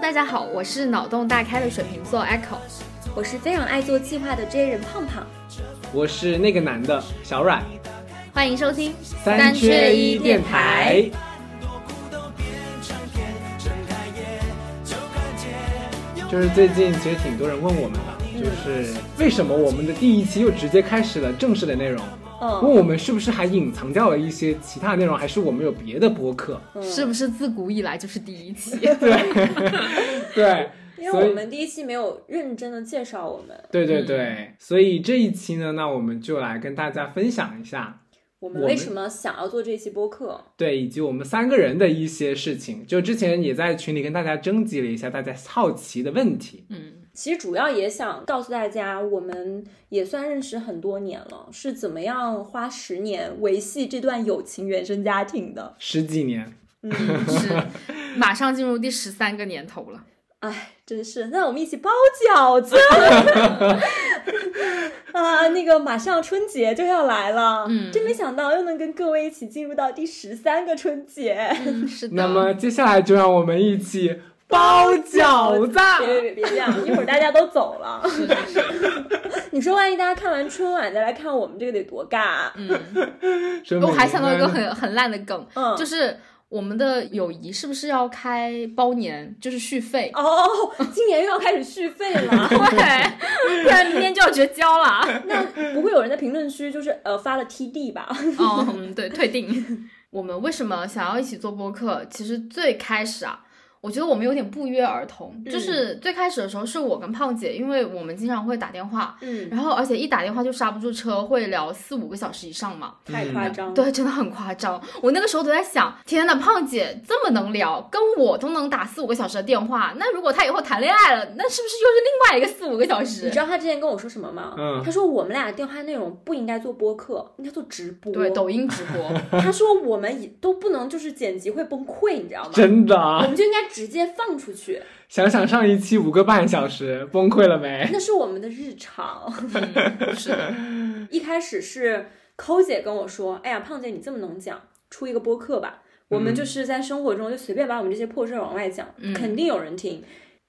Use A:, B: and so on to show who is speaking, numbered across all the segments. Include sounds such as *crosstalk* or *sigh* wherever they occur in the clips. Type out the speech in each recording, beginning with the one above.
A: 大家好，我是脑洞大开的水瓶座 Echo，
B: 我是非常爱做计划的 J 人胖胖，
C: 我是那个男的小阮，
A: 欢迎收听
C: 三缺一电台。就是最近其实挺多人问我们的，就是为什么我们的第一期又直接开始了正式的内容？问
B: 嗯，
C: 我们是不是还隐藏掉了一些其他内容，还是我们有别的播 *laughs* 客？
B: 嗯
A: 是不是自古以来就是第一期？
C: *laughs* 对，
B: 因
C: 所以
B: 为我们第一期没有认真的介绍我们，
C: 对对对，所以这一期呢，那我们就来跟大家分享一下
B: 我
C: 我
B: 们
C: 们
B: 为什么想要做这期播客？
C: 对，以及我们三个人的一些事情，就之前也在群里跟大家征集了一下大家好奇的问题。
A: 嗯，
B: 其实主要也想告诉大家，我们也算认识很多年了，是怎么样花十年维系这段友情原生家庭的。
C: 十几年，
B: 嗯，
C: *laughs*
A: 是，马上进入第十三个年头了。
B: 哎，真是，那我们一起包饺子 *laughs* 啊！那个马上春节就要来了，
A: 嗯
B: 真没想到又能跟各位一起进入到第十三个春节。
A: 嗯，是的。
C: 那么接下来就让我们一起包饺子。
A: 啊
B: *laughs* 别别别别这样，一会儿大家都走了。
A: 是是是，
B: *laughs* 你说万一大家看完春晚再来看我们这个得多尬？啊
A: 嗯，
C: 说
A: 我
C: 每
A: 还想到一个
C: 年
A: 很很烂的梗，
B: 嗯，
A: 就是我们的友谊是不是要开包年，就是续费？
B: 哦，今年又要开始续费了。
A: *laughs* 对，不然明天就要绝交了。啊
B: 不会有人在评论区就是呃发了 TD 吧？
A: 哦，嗯对，退订。 *laughs* 我们为什么想要一起做播客？其实最开始啊，我觉得我们有点不约而同，就是最开始的时候是我跟胖姐，因为我们经常会打电话，
B: 嗯，
A: 然后而且一打电话就刹不住车，会聊四五个小时以上嘛。
B: 太
C: 嗯
B: 夸张
A: *laughs*
B: 了。，
A: 对，真的很夸张。我那个时候都在想，天呐，胖姐这么能聊，跟我都能打四五个小时的电话，那如果她以后谈恋爱了，那是不是又是另外一个四五个小
B: 你
A: 时
B: *laughs* 知？道他之前跟我说什么吗？
C: 嗯
B: 他说我们俩的电话内容不应该做播客，应该做直播。
A: 对，抖音直播，
B: 他说我们也都不能就是剪辑会崩溃，你知道吗？
C: *laughs* 真的
B: 我
C: 啊，
B: 们就应该直接放出去，
C: 想想上一期五个半小时，崩溃了没？ *laughs*
B: 那是我们的日常。
A: 嗯、是的，
B: 一开始是抠姐跟我说：“哎呀，胖姐你这么能讲，出一个播客吧。”我们
C: 嗯
B: 就是在生活中就随便把我们这些破事儿往外讲，
A: 嗯
B: 肯定有人听。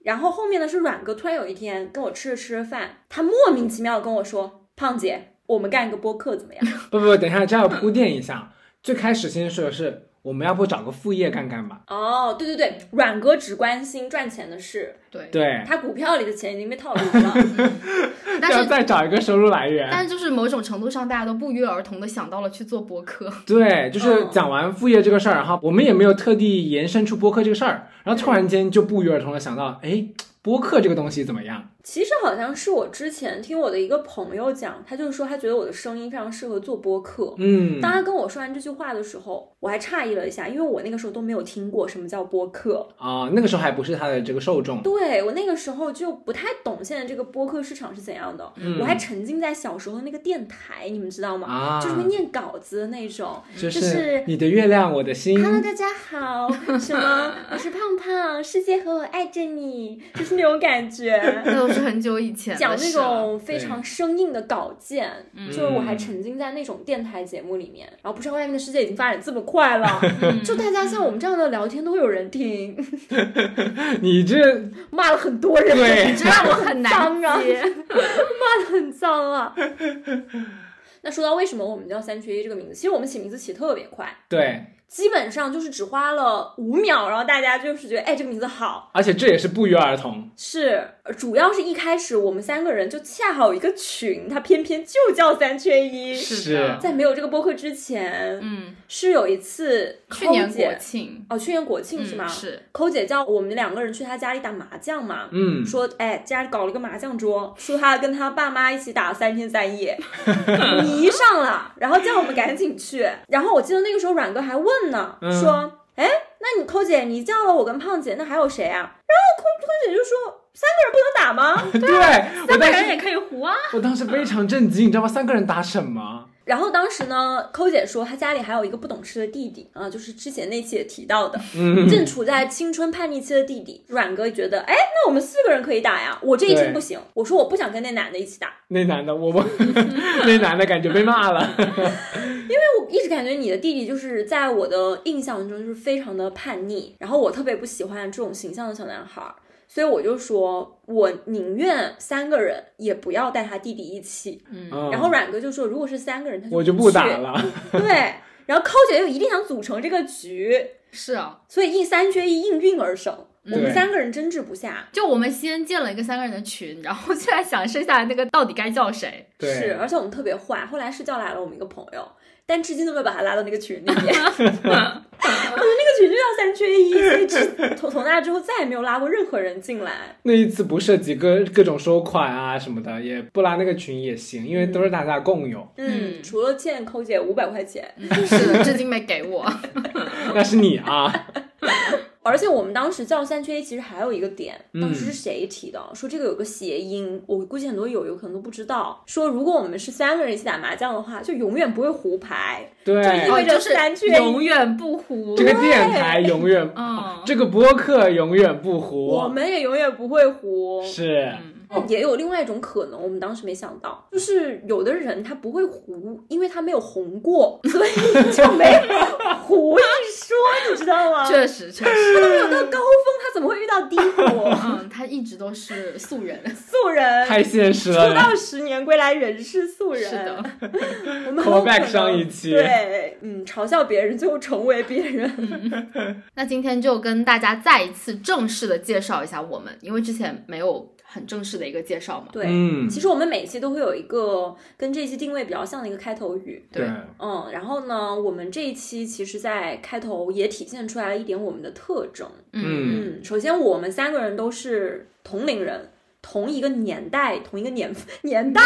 B: 然后后面呢是阮哥，突然有一天跟我吃着吃着饭，他莫名其妙的跟我说：“胖姐，我们干一个播客怎么样 *laughs*
C: 不不，等一下，这要铺垫一下。最开始先说的是，我们要不找个副业干干吧？？”
B: 哦，对对对，阮哥只关心赚钱的事，
A: 对。
C: *laughs* 对，
B: 他股票里的钱已经被套牢了。 *laughs*
A: 但
C: 要
A: 是
C: 再找一个收入来 *laughs* 源。
A: 但是就是某种程度上，大家都不约而同的想到了去做播客。
C: 对，就是
B: 嗯
C: 讲完副业这个事儿，然后我们也没有特地延伸出播客这个事儿，然后突然间就不约而同的想到，哎，播客这个东西怎么样？
B: 其实好像是我之前听我的一个朋友讲，他就说他觉得我的声音非常适合做播客。
C: 嗯，
B: 当他跟我说完这句话的时候，我还诧异了一下，因为我那个时候都没有听过什么叫播客。
C: 啊、那个时候还不是他的这个受众，
B: 对我那个时候就不太懂现在这个播客市场是怎样的，
C: 嗯
B: 我还沉浸在小时候的那个电台，你们知道吗？
C: 啊，
B: 就是会念稿子的那种。
C: 就
B: 就是
C: 是你的月亮，我的心，
B: Hello，大家好，什
C: *laughs*
B: 么？我是胖胖，世界和我爱着你，就是那种感
C: *laughs*
B: 觉。
A: 那都是很久以前的
B: 讲那
A: 事了
C: 啊
B: 种非常生硬的稿件，
C: 嗯
B: 就是我还沉浸在那种电台节目里面，然后不知道外面的世界已经发展这么快了，
A: 嗯
B: *laughs* 就大家像我们这样的聊天都有人听，
C: 你这
B: 骂了很多人，
C: 对
A: 这让我很难
B: 脏啊 *laughs*
A: 接。
B: 很脏啊。那说到为什么我们叫三缺一这个名字，其实我们起名字起特别快，
C: 对，
B: 基本上就是只花了五秒，然后大家就是觉得哎这个名字好，
C: 而且这也是不约而同，
B: 是主要是一开始我们三个人就恰好有一个群，它偏偏就叫三缺一。
A: 是的
B: 在没有这个播客之前，
A: 嗯，
B: 是有一次
A: 去年
B: 抠
A: 国
B: 姐
A: 庆
B: 哦，去年国庆是吗？
A: 嗯是，
B: 抠姐叫我们两个人去她家里打麻将嘛。
C: 嗯，
B: 说，哎，家里搞了个麻将桌，说她跟她爸妈一起打三天三
C: *laughs*
B: 夜，迷上了，然后叫我们赶紧去。然后我记得那个时候阮哥还问呢，
C: 嗯
B: 说，哎，那你抠姐你叫了我跟胖姐，那还有谁啊？然后抠抠姐就说，三个人不能打吗？ *laughs*
C: *laughs* 对我当时
A: 也可以胡啊。
C: 我当时非常震惊，你知道吗？三个人打什么？
B: 然后当时呢，抠姐说她家里还有一个不懂事的弟弟啊，就是之前那期也提到的，
C: 嗯
B: 正处在青春叛逆期的弟弟。阮哥觉得，哎，那我们四个人可以打呀，我这一天
C: 对
B: 不行，我说我不想跟那男的一起打，
C: 那男的，我我 *laughs* 那男的感觉被骂了，
B: *laughs* 因为我一直感觉你的弟弟就是在我的印象中就是非常的叛逆，然后我特别不喜欢这种形象的小男孩儿，所以我就说，我宁愿三个人也不要带他弟弟一起。
A: 嗯，
C: 嗯
B: 然后阮哥就说，如果是三个人，他
C: 我
B: 就
C: 就不
B: 去
C: 打。了。
B: 对，然后寇姐又一定想组成这个局，
A: 是啊，
B: 所以应三缺一，应运而生。我们
C: 对
B: 三个人争执不下，
A: 就我们先建了一个三个人的群，然后就在想剩下来那个到底该叫谁。
C: 对，
B: 是，而且我们特别坏。后来是叫来了我们一个朋友，但至今都没有把他拉到那个群里面。我觉 *laughs* 得那个群就叫三缺一，所以只从从那之后再也没有拉过任何人进来。嗯
C: 那一次不涉及各各种收款啊什么的，也不拉那个群也行，因为都是大家共有，
B: *laughs* 嗯，
A: 嗯
B: 除了欠抠姐五百块钱，
A: 嗯是的，至今没给我。哦
C: 那是你啊，
B: 而且我们当时叫三缺一，其实还有一个点，
C: 嗯
B: 当时是谁提的？说这个有个谐音，我估计很多友友可能都不知道。说如果我们是三个人一起打麻将的话，就永远不会胡牌。
C: 对，
B: 就因为
A: 哦，就
B: 这
A: 是
B: 三缺一
A: 永远不糊。
C: 这个电台永远，
A: 嗯，
C: *laughs* 这个播客永远不
B: 我
C: 糊，
B: 们也永远不会胡，
C: 是，
A: 嗯
B: 但也有另外一种可能，我们当时没想
C: *laughs*
B: 到，就是有的人他不会胡，因为他没有红
C: *laughs*
B: 过，所以就没有胡一说，你知道吗？
A: 确实确实，
B: 没有到高峰，他怎么会遇到低谷？
A: 嗯，他一直都是素人。
B: 素人 *laughs*
C: 太现实
B: 出
C: 了。
B: 道十年归来仍是素人。
A: 是的，
B: 我们很有可
C: Callback
B: 能
C: 上一期
B: 对，嗯，嘲笑别人，最后成为别人。
A: 那今天就跟大家再一次正式的介绍一下我们，因为之前没有很正式的一个介绍嘛。
B: 对，
C: 嗯，
B: 其实我们每期都会有一个跟这一期定位比较像的一个开头语。
C: 对，
B: 嗯，然后呢，我们这一期其实，在开头也体现出来了一点我们的特征。
C: 嗯，
B: 嗯，首先我们三个人都是同龄人，同一个年代，同一个年 *laughs* 年代，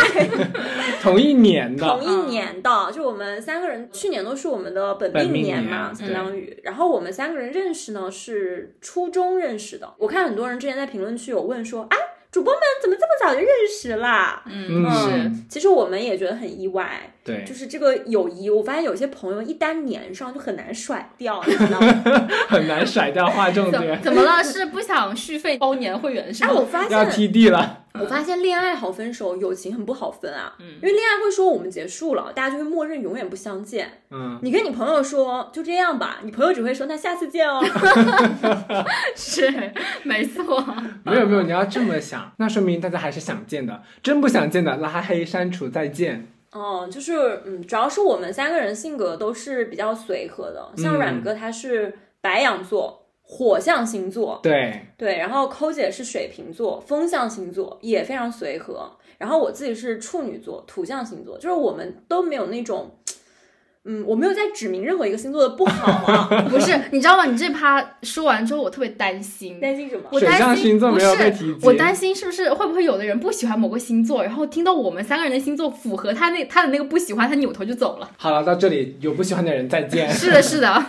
C: 同一年
B: 同
C: 的，
B: 一年的，就我们三个人去年都是我们的本
C: 本
B: 命
C: 命
B: 年嘛，相
C: 年
B: 当于。然后我们三个人认识呢是初中认识的，我看很多人之前在评论区有问说啊。主播们怎么这么早就认识啦？
A: 嗯是，
B: 其实我们也觉得很意外，
C: 对
B: 就，是这个友谊，我发现有些朋友一旦粘上就很难甩掉，你知道 *laughs* 吗？
C: 很难甩掉划重
A: 怎 *laughs*
C: 点，
A: 怎么了？是不想续费包年会员是
B: 哎，
C: 啊
A: 吗？
B: 我发
C: 要
B: 现，
C: 踢地了，
B: 我发现恋爱好分手，友情很不好分啊。因为恋爱会说我们结束了，大家就会默认永远不相见。
C: 嗯，
B: 你跟你朋友说就这样吧，你朋友只会说那下次 *laughs* 见哦。
A: *laughs* 是，没错。
C: 没有没有，你要这么想，那说明大家还是想见的，真不想见的拉黑删除再见，
B: 哦，就是嗯，主要是我们三个人性格都是比较随和的，像
C: 嗯
B: 阮哥他是白羊座。火象星座
C: 对，
B: 对，然后抠姐是水瓶座，风象星座也非常随和。然后我自己是处女座，土象星座，就是我们都没有那种，嗯，我没有在指明任何一个星座的不好
A: *laughs*
B: 啊，
A: 不是，你知道吗？你这趴说完之后，我特别担心。
B: 担心什么？
A: 我
C: 水
A: 担
C: 象
A: 心
C: 星座
A: 不
C: 没
A: 是
C: 有被提及，
A: 我担心是不是会不会有的人不喜欢某个星座，然后听到我们三个人的星座符合他那他的那个不喜欢，他扭头就走
C: *laughs*
A: 了。
C: 好了，到这里有不喜欢的人再见。
A: 是的，是的，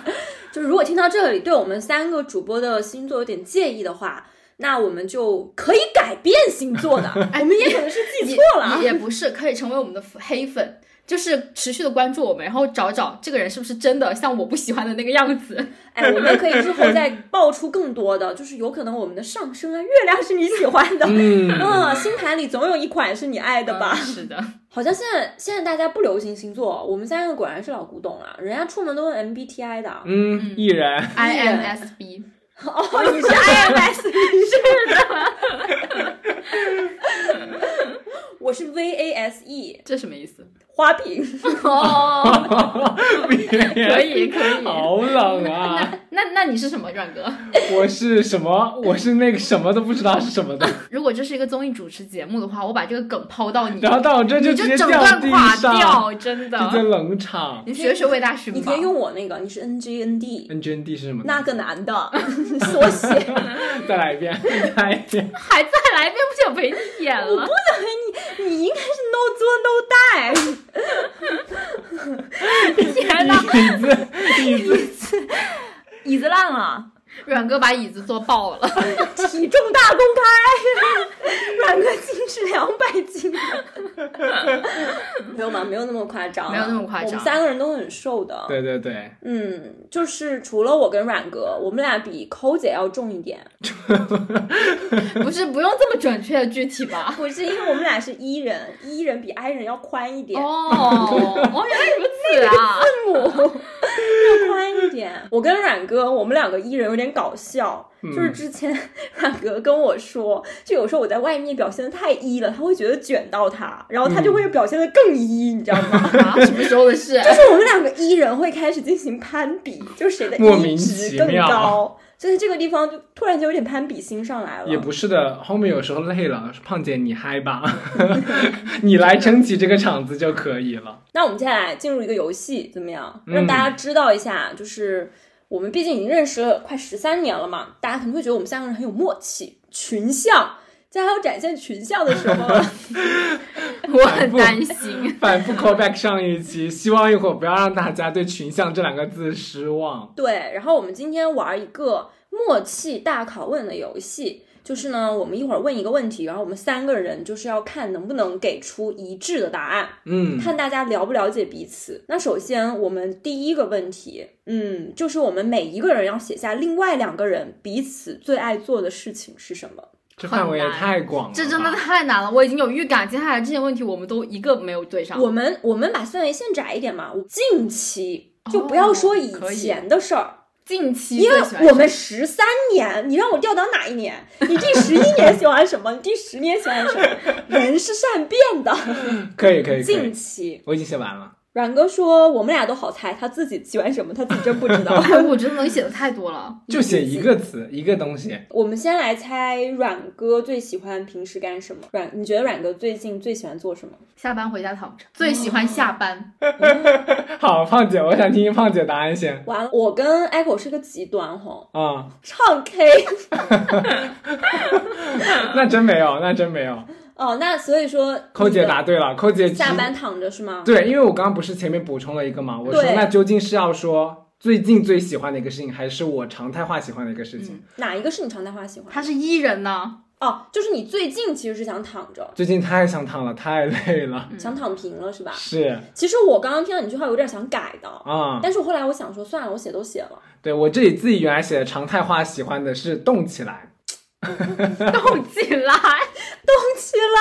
B: 就是如果听到这里对我们三个主播的星座有点介意的话，那我们就可以改变星座的，我们也可能是记错了啊
A: 也。也不是可以成为我们的黑粉，就是持续的关注我们，然后找找这个人是不是真的像我不喜欢的那个样子。
B: 哎，我们可以日后再爆出更多的，就是有可能我们的上升啊，月亮是你喜欢的，
C: 嗯，
B: *laughs* 嗯，星盘里总有一款是你爱的吧？
A: 嗯是 *laughs* 的，
B: 好像现在现在大家不流行星座，我们三个果然是老古董了，人家出门都问 MBTI 的。啊
C: 嗯，艺人，
A: I M S *laughs* B，
B: 哦，你是 IMS，你是的。我是 VASE
A: *laughs* 这什么意思？
B: E，花瓶，
A: *laughs* 哦，
C: 可
A: 可以可以。
C: 好冷 *laughs* 啊！
A: 那那你是什么，阮哥？
C: 我是什么？我是那个什么都不知道是什么
A: *laughs*
C: 的，
A: 如果这是一个综艺主持节目的话，我把这个梗抛到你，
C: 然后到我这
A: 你
C: 直
A: 就
C: 接
A: 整
C: 掉
A: 段
C: 地
A: 垮
C: 上，
A: 掉，真
C: 直接
A: 的。
C: 冷场。
A: 你学学魏大勋吧。
B: *laughs* 你可以用我那个，你是
A: *laughs*
B: NGND，
C: N G N D 是什么？
B: 那个男的 *laughs* 缩写，
C: 再来一遍，再来一遍。
A: 还再来一遍，不想 *laughs* 陪你演
B: 我
A: 了
B: 不。想陪你，你应该是 no 做 no die。
A: *laughs* 天哪，
C: 椅子，椅子，
B: 椅子烂了，
A: 阮哥把椅子坐爆了。 *laughs*
B: 体重大公开， *laughs* 阮哥斤是两百斤， *laughs* 没有吗？没有那么夸张啊，
A: 没有那么夸张
B: 我们三个人都很瘦的，
C: 对对对，
B: 嗯，就是除了我跟阮哥，我们俩比抠姐要重一点，
A: 不是，不用这么准确具体吧？
B: 不是因为我们俩是 E 人，E 人比 I 人要宽一点，
A: 哦
B: *laughs*
A: 哦，哦，原来如此啊！
B: 字母 *laughs* 要宽一点。我跟阮哥，我们两个艺 E 人有点搞笑，
C: 嗯
B: 就是之前 *laughs* 阮哥跟我说，就有时候我在外面表现的太一了，他会觉得卷到他，然后他就
C: 嗯
B: 会表现的更一，你知道
A: 啊，
B: 吗？ *laughs*
A: 什么时候的事？
B: 就是我们两个一人会开始进行攀比，就是谁的
C: 莫名
B: 一值
C: 其
B: 更
C: 妙
B: 高。所以这个地方就突然间有点攀比心上来了，
C: 也不是的，后面有时候累了，胖姐你嗨吧， *laughs* 你来撑起这个场子就可以了。
B: 那我们接下来进入一个游戏，怎么样？
C: 嗯
B: 让大家知道一下，就是我们毕竟已经认识了快十三年了嘛，大家可能会觉得我们三个人很有默契，群像。在还有展现群像的时候，
A: *laughs* 我很担心。
C: 反复 call back 上一期，希望一会儿不要让大家对“群像”这两个字失望。
B: 对，然后我们今天玩一个默契大拷问的游戏，就是呢，我们一会儿问一个问题，然后我们三个人就是要看能不能给出一致的答案。
C: 嗯，
B: 看大家了不了解彼此。那首先，我们第一个问题，嗯，就是我们每一个人要写下另外两个人彼此最爱做的事情是什么。
C: 这范围也太广了吧，
A: 这真的太难了，我已经有预感，接下来这些问题我们都一个没有对上。
B: 我们我们把范围限窄一点嘛，近期就不要
A: 哦
B: 说以
A: 可以
B: 前的事儿，
A: 近期
B: 因
A: 最喜
B: 为我
A: 欢
B: 们十三年，你让我调到哪一年？
C: *laughs*
B: 你第十一年喜欢什么？你第十年喜欢什
C: *laughs*
B: 么？人是善变的。
C: 可以可以可
B: 近
C: 以，
B: 期，
C: 我已经写完了。
B: 阮哥说我们俩都好猜，他自己喜欢什么，他自己真不知道。
A: 哎，我真的能写的太多了。
C: 就写一个词，一个东西。
B: 我们先来猜阮哥最喜欢平时干什么？阮，你觉得阮哥最近最喜欢做什么？
A: 下班回家躺着，最喜欢下班。
C: 好，胖姐，我想听听胖姐答案先。
B: 完了，我跟 Echo 是个极端吼，
C: 啊、
B: 唱 K *laughs*
C: 那真没有，那真没有。
B: 哦，那所以说
C: 扣姐
B: 那个
C: 答对了，扣姐提
B: 下班躺着是吗？
C: 对，因为我刚刚不是前面补充了一个嘛，我说
B: 对
C: 那究竟是要说最近最喜欢的一个事情，还是我常态化喜欢的一个事情？
A: 嗯
B: 哪一个是你常态化喜欢？
A: 他是伊人
B: *laughs*
A: 呢，
B: 哦，就是你最近其实是想躺着，
C: 最近太想躺了，太累了。
B: 想躺平了是吧？
C: 是
B: 其实我刚刚听到你这句话有点想改的，
C: 啊、
B: 但是我后来我想说算了，我写都写了，
C: 对我这里自己原来写的常态化喜欢的是动起来， *laughs*
A: 动起来。
B: 动起来。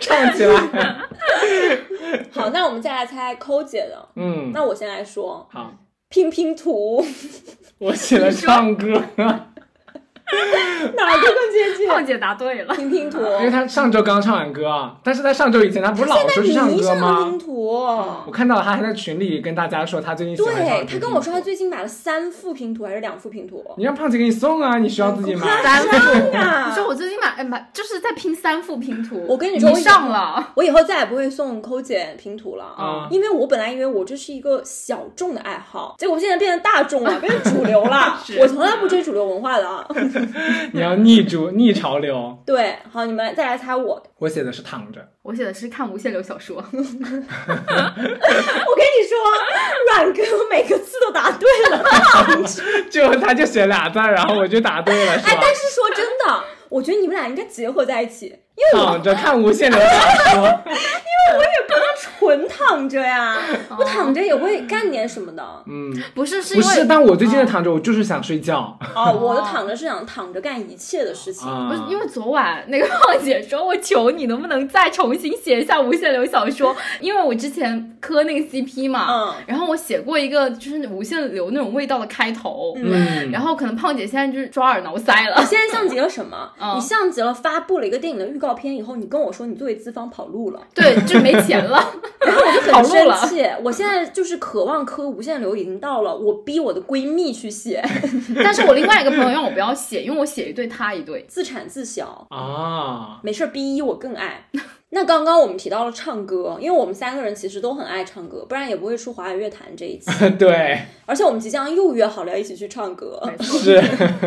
C: 唱起来。
B: 好，那我们再来猜抠姐的。
C: 嗯，
B: 那我先来说
C: 好，
B: 拼拼图， *laughs*
C: 我写了唱歌， *laughs*
B: 哪个 *laughs* 更接近？
A: *laughs* 胖姐答对了，
B: 拼拼
C: *laughs*
B: 图，
C: 因为他上周刚唱完歌啊，但是在上周以前他不是老说去唱
B: 迷
C: 歌
B: 上
C: 吗
B: 拼？图，
C: 我看到了他还在群里跟大家说他最近喜欢上
B: 对
C: 了
B: 他跟我说他
C: 拼图
B: 最近买了三副拼图还是两副拼图，
C: 你让胖姐给你送啊，你需要自己买。
A: 三副。你
B: 啊
A: 说我最近买哎买，就是在拼三副拼图。
B: 我跟你说我以后
A: 上了，
B: 我以后再也不会送抠姐拼图了
C: 啊
B: 因为我本来以为我这是一个小众的爱好，结果现在变成大众了，变成主流了
C: *laughs*
A: 是。
B: 我从来不追主流文化的啊。
C: 你要逆主逆潮流。
B: 对，好，你们再来猜我的。 *laughs*
C: 我写的是躺着，
A: 我写的是看无限流小说。 *laughs*
B: 我跟你说，阮哥每个字都答对
C: 啊
B: 了，
C: 就他就写俩字儿，然后我就答对了，是吧？
B: 哎但是说真的，我觉得你们俩应该结合在一起，因为我
C: 躺着看无限流
B: *laughs*
C: 小说，
B: 纯躺着呀，
A: 哦
B: 我躺着也会干点什么的。
C: 嗯，
A: 不是，是因
C: 不是，
A: 为
C: 但我最
B: 嗯
C: 近的躺着，我就是想睡觉
B: 哦，我
A: 啊
B: 的躺着是想躺着干一切的事情。
C: 啊，
A: 不是因为昨晚那个胖姐说，我求你能不能再重新写一下无限流小说，因为我之前磕那个 CP 嘛，
B: 嗯，
A: 然后我写过一个就是无限流那种味道的开头，
C: 嗯，
A: 然后可能胖姐现在就是抓耳挠腮了 *laughs*
B: 你。现在像极了什么？
A: 嗯
B: 你像极了发布了一个电影的预告片以后，你跟我说你作为资方跑
A: *laughs*
B: 路了，
A: 对，就没钱了， *laughs*
B: 然后我就
A: 跑
B: 很
A: 路
B: 生
A: 了
B: 气。我现在就是渴望磕无限流已经到了，我逼我的闺蜜去写， *laughs*
A: 但是我另外一个朋友让我不要写，因为我写一对他一对。
B: 自产自销。
C: 啊，
B: 没事儿，逼一我
A: *laughs*
B: 更爱。那刚刚我们提到了唱歌，因为我们三个人其实都很爱唱歌，不然也不会出华语乐坛这一
A: *laughs*
B: 期。
C: *laughs* 对，
B: 而且我们即将又约好了要一起去唱歌，
A: 没错，
C: 是 *laughs*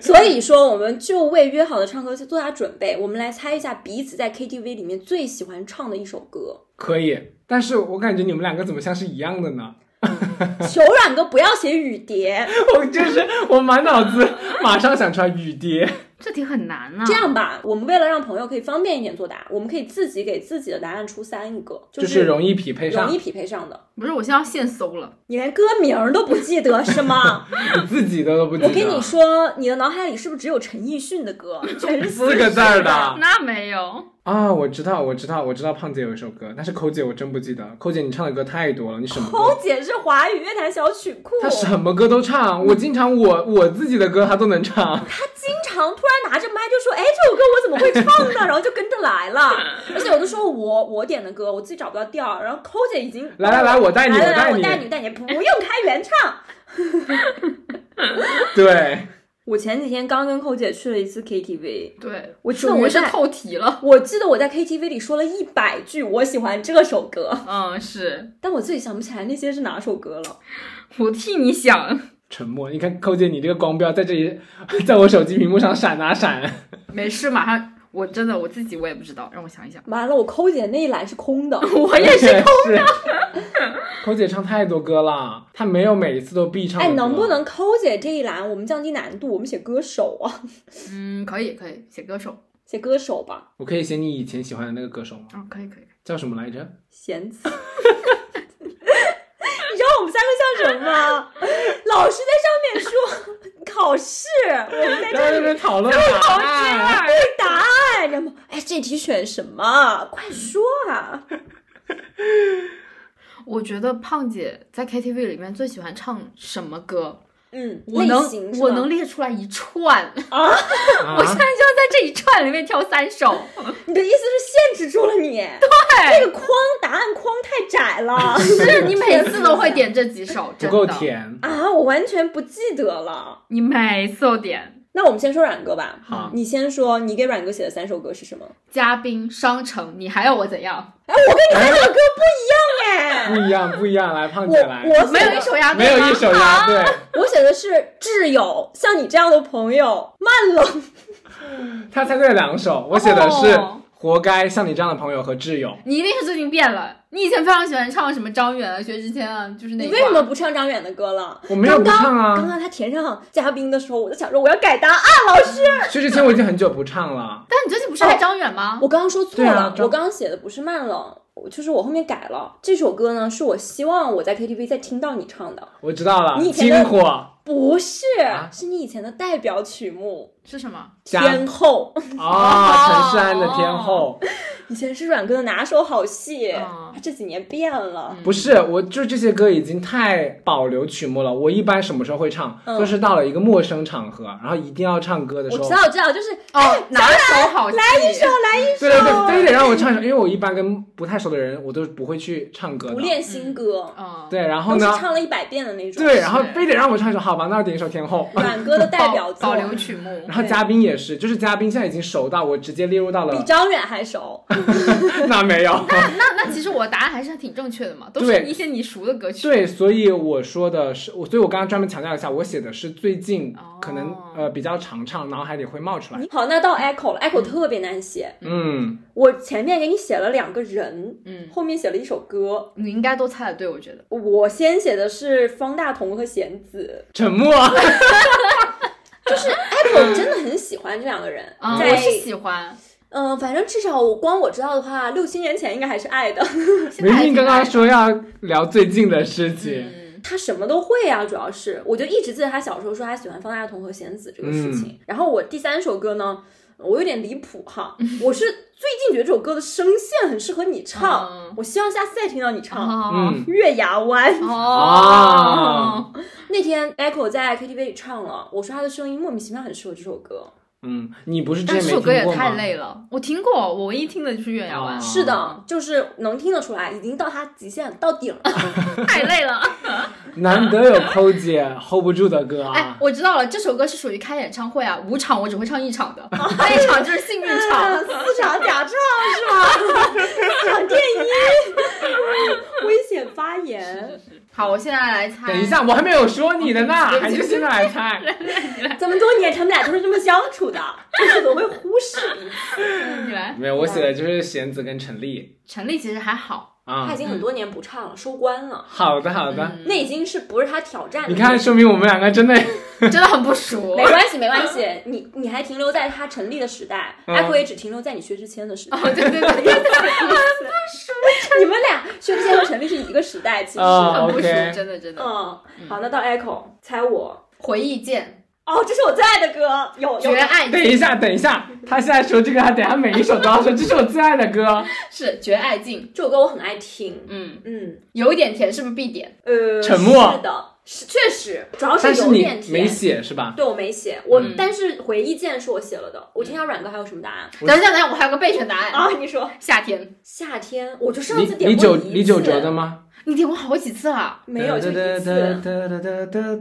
B: 所以说我们就为约好的唱歌去做下准备。我们来猜一下彼此在 KTV 里面最喜欢唱的一首歌。 *laughs*
C: 可以，但是我感觉你们两个怎么像是一样的呢？ *laughs*
B: 求阮哥不要写雨蝶，
C: 我就是我满脑子马上想出来雨蝶，
A: 这题很难啊。
B: 这样吧，我们为了让朋友可以方便一点作答，我们可以自己给自己的答案出三个，
C: 就是是容易匹配上
B: 容易匹配上的。
A: 不是，我现在要现搜了。
B: 你连歌名儿都不记得是吗？
C: 你自己的都 *laughs* 不记得，
B: 我跟你
C: *laughs*
B: 说，你的脑海里是不是只有陈奕迅的歌，全是
C: 四个字儿的
A: 那没有，
C: 啊，我知道，我知道，我知道，胖姐有一首歌，但是抠姐我真不记得。抠姐，你唱的歌太多了，你什
B: *laughs*
C: 么歌？
B: 空姐是华语乐坛小曲库，
C: 她什么歌都唱，我经常我我自己的歌她都能唱。
B: 他经常突然拿着麦就说：“哎，这首歌我怎么会唱 *laughs* 呢？”然后就跟着来了。而且有的时候我我点的歌我自己找不到调儿，然后抠姐已经
C: 来来来我带你
B: 来来来
C: 我
B: 我带
C: 带你
B: 你，我带你，不用开原唱。
C: 对，
B: 我前几天刚跟抠姐去了一次 KTV，
A: 对，
B: 我记得
A: 属于
B: 我
A: 是
B: 在
A: 透题了。
B: 我记得我在 KTV 里说了一百句我喜欢这首歌，
A: 嗯，是
B: 但我自己想不起来那些是哪首歌了。
A: 我替你想，
C: 沉默。你看抠姐，你这个光标在这里， *laughs* 在我手机屏幕上闪啊闪。
A: *laughs* 没事，马上我真的我自己我也不知道，让我想一想。
B: 完了，我抠姐那一栏是空 *laughs* 的。
A: 我也是，
C: 是。抠姐唱太多歌了，她没有每一次都必唱。
B: 哎，能不？能抠姐这一栏我们降低难度，我们写歌手啊，
A: 嗯，可以可以，写歌手，
B: 写歌手吧，
C: 我可以写你以前喜欢的那个歌手吗？
A: 嗯，可以可以。
C: 叫什么来着？
B: *laughs* 弦子。你知道我们三个像什么吗？ *laughs* 老师在上面说考试，我们哎在
C: 然后在那边讨论啊答案。
B: 背答案，然后哎这题选什么？快说啊！
A: 我觉得胖姐在 KTV 里面最喜欢唱什么歌？
B: 嗯，
A: 我
B: 类型
A: 能
B: 是
A: 我
B: 吗啊
A: 能列出来一串， *laughs* 我现
C: 啊
A: 在就要在这一串里面挑三首。
B: 你的意思是限制住了你？对，这个框答案框太窄
A: *laughs*
B: 了
A: 是你每次都会点这几首，
C: 不
A: 真
C: 够
A: 的，
C: 甜。
B: *laughs* 啊！我完全不记得了。
A: 你每次都点。
B: 那我们先说阮哥吧，
C: 好
B: 你先说你给阮哥写的三首歌
A: *laughs*
B: 是什么？
A: 嘉宾商城，你还要我怎样？
B: 哎，我跟你三首歌不一样哎，
C: 不一样，不一样，来，胖
B: 我
C: 姐来。
B: 我啊
A: 没有一
B: 首，
A: 首押对
C: 没有
A: 吗啊
C: 一首押对，
B: 我写的是挚友，像你这样的朋友，慢冷。
C: 他猜对了两首。我写的是
A: 哦
C: 《活该像你这样的朋友和挚友》。
A: 你一定是最近变了。你以前非常喜欢唱什么张远啊、薛之谦啊，就是那
B: 你
A: 一
B: 为什
A: 挂
B: 么不唱张远的歌了？
C: 我没有不唱
B: 刚
C: 啊，
B: 刚他填上嘉宾的时候，我就想说我要改啊答案，老师。
C: 薛之谦我已经很久不唱了。
A: 但你最近不是爱张远吗？
B: 我刚刚说错
C: 对啊
B: 了，
C: 张
B: 我刚刚写的不是慢冷，我就是我后面改了。这首歌呢，是我希望我在 KTV 再听到你唱的，
C: 我知道了，
B: 你以前
C: 金
B: 的
C: 火
B: 不是，
C: 啊
B: 是你以前的代表曲目
A: 是什么？
B: 《
C: 加
B: 天后》， *laughs*
C: 啊，
B: 哦
C: 陈势安的天后
B: 以前是阮哥的拿手好戏，
C: 嗯
A: 啊
B: 他这几年变了。
A: 嗯
C: 不是，我就这些歌已经太保留曲目了。我一般什么时候会唱，
B: 嗯
C: 就是到了一个陌生场合，然后一定要唱歌的
B: 我
C: 时候
B: 知，道，我知道，就是哎
A: 哦，拿手好戏，
B: 来一首，来一首，
C: 对对对，非得让我唱一首，因为我一般跟不太熟的人，我都不会去唱歌
B: 不
C: 的。
B: 练新歌，
A: 嗯，
C: 对，然后
B: 都是
C: 呢，
B: 唱了一百遍的那种。
C: 对，然后非得让我唱一首，好吧，那我点一首《天后》。
B: 阮哥的代表
A: 保
B: 作，
A: 留曲目
C: *laughs* 然。后嘉宾也是，就是嘉宾现在已经熟到我直接列入到
B: 比 *laughs*
C: 了，
B: 张远还熟。
A: 嗯
C: 那没有。
A: 那那其实我的答案还是挺正确的嘛，都是
C: 对
A: 一些你熟的歌曲。
C: 对，所以我说的是，我所以我刚刚专门强调一下，我写的是最近
A: 哦
C: 可能、呃比较常唱，脑海里会冒出来。
B: 好，那到 Echo 了，Echo 特别难写。
C: 嗯，
B: 我前面给你写了两个人，
A: 嗯，
B: 后面写了一首歌。
A: 你应该都猜的对，我觉得。
B: 我先写的是方大同和弦子，
C: 沉默。
B: 我真的很喜欢这两个人。
A: 嗯，
B: 在
A: 我是喜欢。
B: 嗯、反正至少我光我知道的话，六七年前应该还是爱的。
A: 现在
C: 明
A: 还挺
C: 明刚
A: 爱的
C: 刚说要聊最近的事情，
A: 嗯，
B: 他什么都会啊，主要是我就一直记得他小时候说他喜欢方大同和弦子这个事情。然后我第三首歌呢，我有点离谱哈，我是最近觉得这首歌的声线很适合你唱，
A: 嗯
B: 我希望下次再听到你唱。
A: 哦
C: 嗯，啊
B: 月牙湾
A: 哦，
B: 那天 Echo 在 KTV 里唱了，我说他的声音莫名其妙很适合这首歌。
C: 嗯，你不是之
A: 但
C: 前
A: 这首
C: 没
A: 歌
C: 听
A: 也
C: 过
A: 太
C: 吗？
A: 累了，我听过，我唯一听的就是《月牙湾
C: 哦》，
B: 是的，就是能听得出来，已经到他极限到顶了。
C: 啊
A: 太累了。
C: 难得有抠姐 hold 不住的歌
A: 哎
C: 啊，！
A: 我知道了，这首歌是属于开演唱会啊，五场我只会唱一场的，
C: 啊
A: 那一场就是幸运场。
C: *laughs*
B: 四场假唱是吗？ *laughs* 四场电音， *laughs* 危险发言。
A: 好，我现在来猜。
C: 等一，下，我还没有说你的呢，还是现在来猜？
B: *laughs* 这么多年，他们俩就是这么相处的， *laughs* 就是总会忽视彼此。
A: 你来。
C: 没有，我写的就是弦子跟陈粒
A: 陈立其实还好，
B: 他
C: 啊
B: 已。经很多年不唱了，收官了。
C: 好的，好
A: 嗯
C: 的，
B: 那已经是不是他挑战的？
C: 你看，，说明我们两个真的
A: *laughs* 真的很不熟
B: 没。关系，没关系，你你还停留在他成立的时代，
C: 嗯
B: 艾 o 也只停留在你薛之谦的时代 *laughs*
A: 哦，。对对对对，
B: 你们俩薛之谦和陈立是一个时代，其实。嗯
C: 啊
A: 很不熟，
C: OK
A: 真的真的。
B: 嗯，好，那到 Echo 猜我
A: 回忆键，
B: 哦，这是我最爱的歌，有
A: 绝
B: 有
A: 爱
C: 等一下，等一下，他现在说这个，他等一下每一首都要说这是我最爱的歌，
A: 是绝爱静，
B: 这首歌我很爱听。
A: 嗯，
B: 嗯，
A: 有一点甜是不是必点？
B: 呃，
C: 沉默
B: 是的，是确实，主要
C: 但是
B: 有
C: 你
B: 点甜。
C: 没写是吧？
B: 对我没写，我、
A: 嗯
B: 但是回忆键是我写了的。我听下软哥还有什么答案、
C: 我
A: 等一下，等一下，我还有个备选答案，
B: 啊？你 *laughs* 说
A: 夏天。
B: 夏天，我就上
C: 李
B: 次
C: 李
B: 点过
C: 九
B: 一次，
C: 李九哲的吗？
A: 你点过好几次啊了，
B: 没有就一次。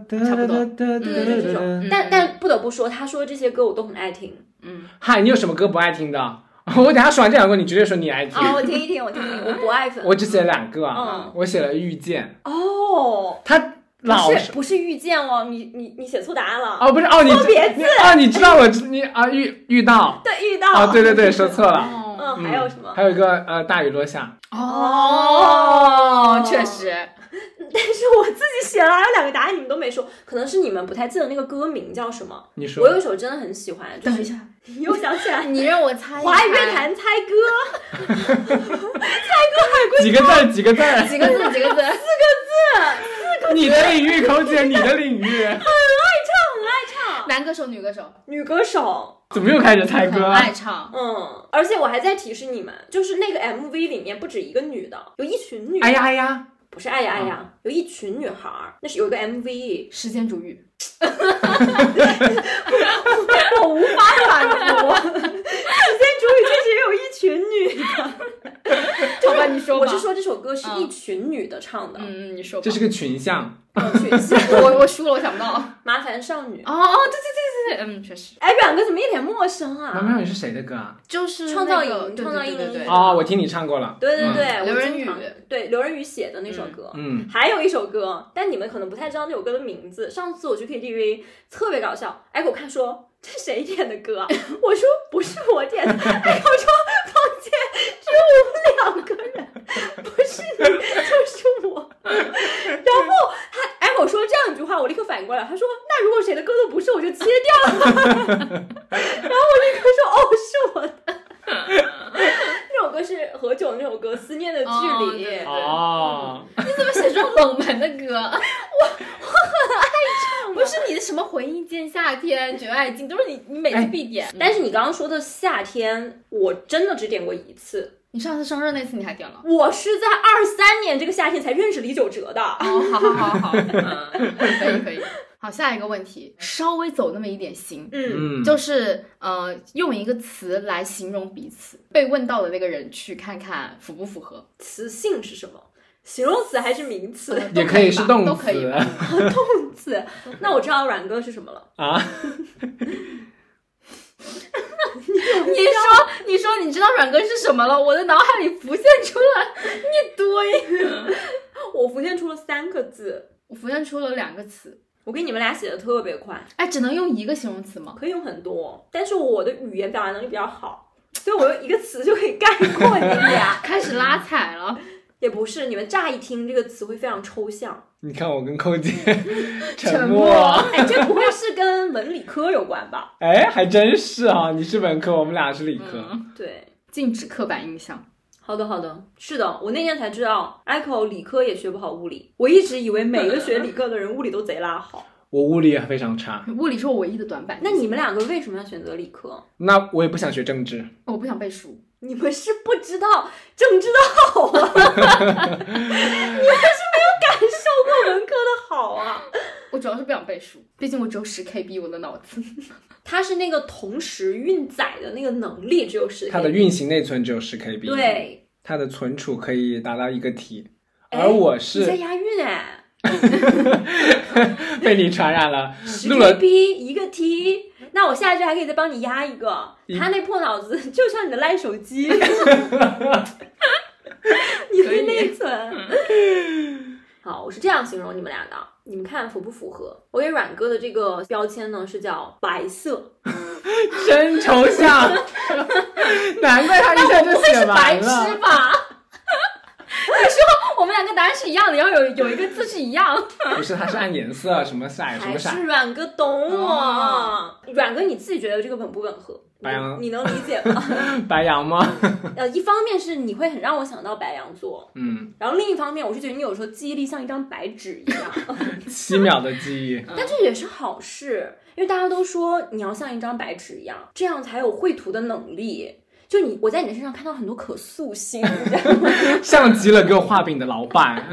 C: 差
A: 差不多
B: 嗯这种
A: 嗯
B: 但但不得不说，他说这些歌我都很爱听
A: 嗯，
C: 嗨，你有什么歌不爱听的？ *laughs* 我等一下说完这两个，你绝对说你爱听。
B: 啊，我听一听，我听一听， *laughs* 我不爱粉
C: 我只写了两个
B: 嗯
C: 啊，我写了遇见，
B: 哦，
C: 他老
B: 不
C: 是
B: 是不是遇见了，你你你写错答案了，
C: 哦，不是哦，你
B: 错别字
C: 你啊，你知道我知你啊遇遇到
B: 对，遇到
C: 啊，对对对，说错了。
A: 哦
B: 嗯，还有什么？
C: 还有一个呃，大雨落下，
A: 哦，确实，
B: 但是我自己写了，还有两个答案你们都没说，可能是你们不太记得那个歌名叫什么。
C: 你说
B: 我有一首真的很喜欢，就是
A: 等一下，
B: 你又想
C: *laughs*
B: 起来，
A: 你让我猜一猜，
B: 华语乐坛猜歌
C: 几个字儿？几个字儿？
A: 几个字？几个字？
C: 你的领域，口姐，你的领域，
A: 男歌手、女歌手，
B: 女歌手。
C: 怎么又开始猜歌
A: 很 *laughs*
C: 啊了？
A: 爱唱。
B: 嗯，而且我还在提示你们，就是那个 MV 里面不止一个女的，有一群女，
C: 哎呀哎呀，
B: 不是哎呀哎呀，有一群女孩儿，那是有一个
A: *laughs*
B: *laughs* MV，
A: 时间煮雨，
B: 我无啊法反驳。时间煮雨确实有一群女
A: *laughs*
B: 的，
A: 好吧，你说吧。
B: 我是，说这首歌是一群女的唱的，
A: 嗯嗯，你说吧。
C: 这是个群像，
B: 嗯，群像
A: 我我输了，我想不到。哦
B: 麻烦少
A: *laughs*
B: 女。
A: 哦，对对对对对，嗯，确实，
B: 哎，阮哥怎么一脸陌生
C: 妈
B: 啊？
C: 妈，你是谁的歌啊？
A: 就是
B: 创造
A: 那个
B: 营
A: 对
B: 创
A: 对
B: 造
A: 对对
B: 营
A: 对
B: 营
C: 哦，我听你唱过了，
B: 对对对，
C: 嗯
B: 我
A: 刘仁
B: 经
A: 宇
B: 常对刘仁宇写的那首歌，
C: 嗯，
B: 还有一首歌，但你们可能不太知道那首歌的名字。上次我去 KTV，特别搞笑。哎，我看说这是谁点的
A: *laughs*
B: 歌啊？我说不是我点的。哎，我说房间只有我们两个人，不是你就是我。然后他哎，我说这样一句话，我立刻反应过来，他说那如果谁的歌都不是，我就切掉
A: *laughs*
B: 了。然后我立刻说哦，是我的。那首歌是何炅那首歌《思念的距
A: 哦
B: 离》
A: 对
C: 哦，
A: 你怎么写这种冷门的歌？我 *laughs* 我很爱唱，不是你的什么回忆见夏天、绝爱静，都是你你每次必点。
B: 但是你刚刚说的夏天，我真的只点过一次。
A: 你上次生日那次你还点了。
B: 我是在二三年这个夏天才认识李玖哲的。
A: 哦，好好好好，
C: *laughs*
A: 嗯，可以可以。好，下一个问题，稍微走那么一点形，
B: 嗯，
C: 嗯，
A: 就是呃，用一个词来形容彼此，被问到的那个人去看看符不符合，
B: 词性是什么？形容词还是名词？ *laughs*
A: 都
C: 也
A: 可
C: 以
A: 吧
C: 是动
A: 都可以
C: 词
A: 吧。
B: 动词。那我知道阮哥是什么了。
C: 啊，
A: 你说，你说，你知道软根是什么了？我的脑海里浮现出了，
B: 对，我浮现出了三个字。
A: 我浮现出了两个词，
B: 我跟你们俩写的特别快，
A: 哎，只能用一个形容词吗？
B: 可以用很多，但是我的语言表达能力比较好，所以我用一个词就可以概括你们俩。 *laughs*
A: 开始
C: 嗯
A: 拉踩了，
B: 也不是，你们乍一听这个词汇非常抽象。 *laughs*
C: 你看我跟寇姐
A: 沉
C: 沉
A: 默
C: 默，
B: 哎，这不会是跟文理科有关吧？
C: 哎，还真是哈，你是文科，我们俩是理
A: 嗯
C: 科，
B: 对，
A: 禁止刻板印象。
B: 好的好的，是的，我那天才知道，Echo 理科也学不好物理。我一直以为每个学理科的人物理都贼拉好。
C: 我物理也非常差，
A: 物理是我唯一的短板。
B: 那你们两个为什么要选择理科？
C: 那我也不想学政治，
A: 我不想背书，
B: 你们是不知道政治的好啊， *laughs* 你们是没有感受过文科的好啊。
A: 我主要是不想背书，毕竟我只有十 KB 我的脑子。
B: 它是那个同时运载的那个能力只有十 K，
C: 它的运行内存只有十 KB，，
B: 对，
C: 它的存储可以达到一个 T，
B: 哎
C: 而我
B: 你在
C: *laughs* 是
B: 押韵哎，
C: 被你传染了，
B: 十
C: 录了
B: KB 一个 T，那我下一句还可以再帮你押一个。
C: 一
B: 他那破脑子就像你的烂手
C: *laughs*
B: 机，你
A: 可以
B: 的内
C: *laughs*
B: 存。好，我是这样形容你们俩的，你们看符不符合？我给阮哥的这个标签呢是叫白色，
C: 真抽象，难怪他一下就写
A: 白
C: 完
A: 痴
C: 了。
B: *laughs*
A: 吧？你说我们两个答案是一样的，然后有有一个字是一样。
C: 不是，它是按颜啊哎色，什么色，什啊
B: 还
C: 么色。
B: 是阮哥懂我
A: 哦？
B: 阮哥你自己觉得这个吻不吻合？
C: 白羊
B: 你能理解吗？
C: 白羊吗？
B: 呃，一方面是你会很让我想到白羊座， *laughs*
C: 嗯，
B: 然后另一方面我是觉得你有时候记忆力像一张白纸一 *laughs* 样，
C: 七秒的记忆，
B: 但这也是好事，因为大家都说你要像一张白纸一样，这样才有绘图的能力。就你，我在你的身上看到很多可塑性， *laughs* 你知道吗
C: 像极了给我画饼的老板。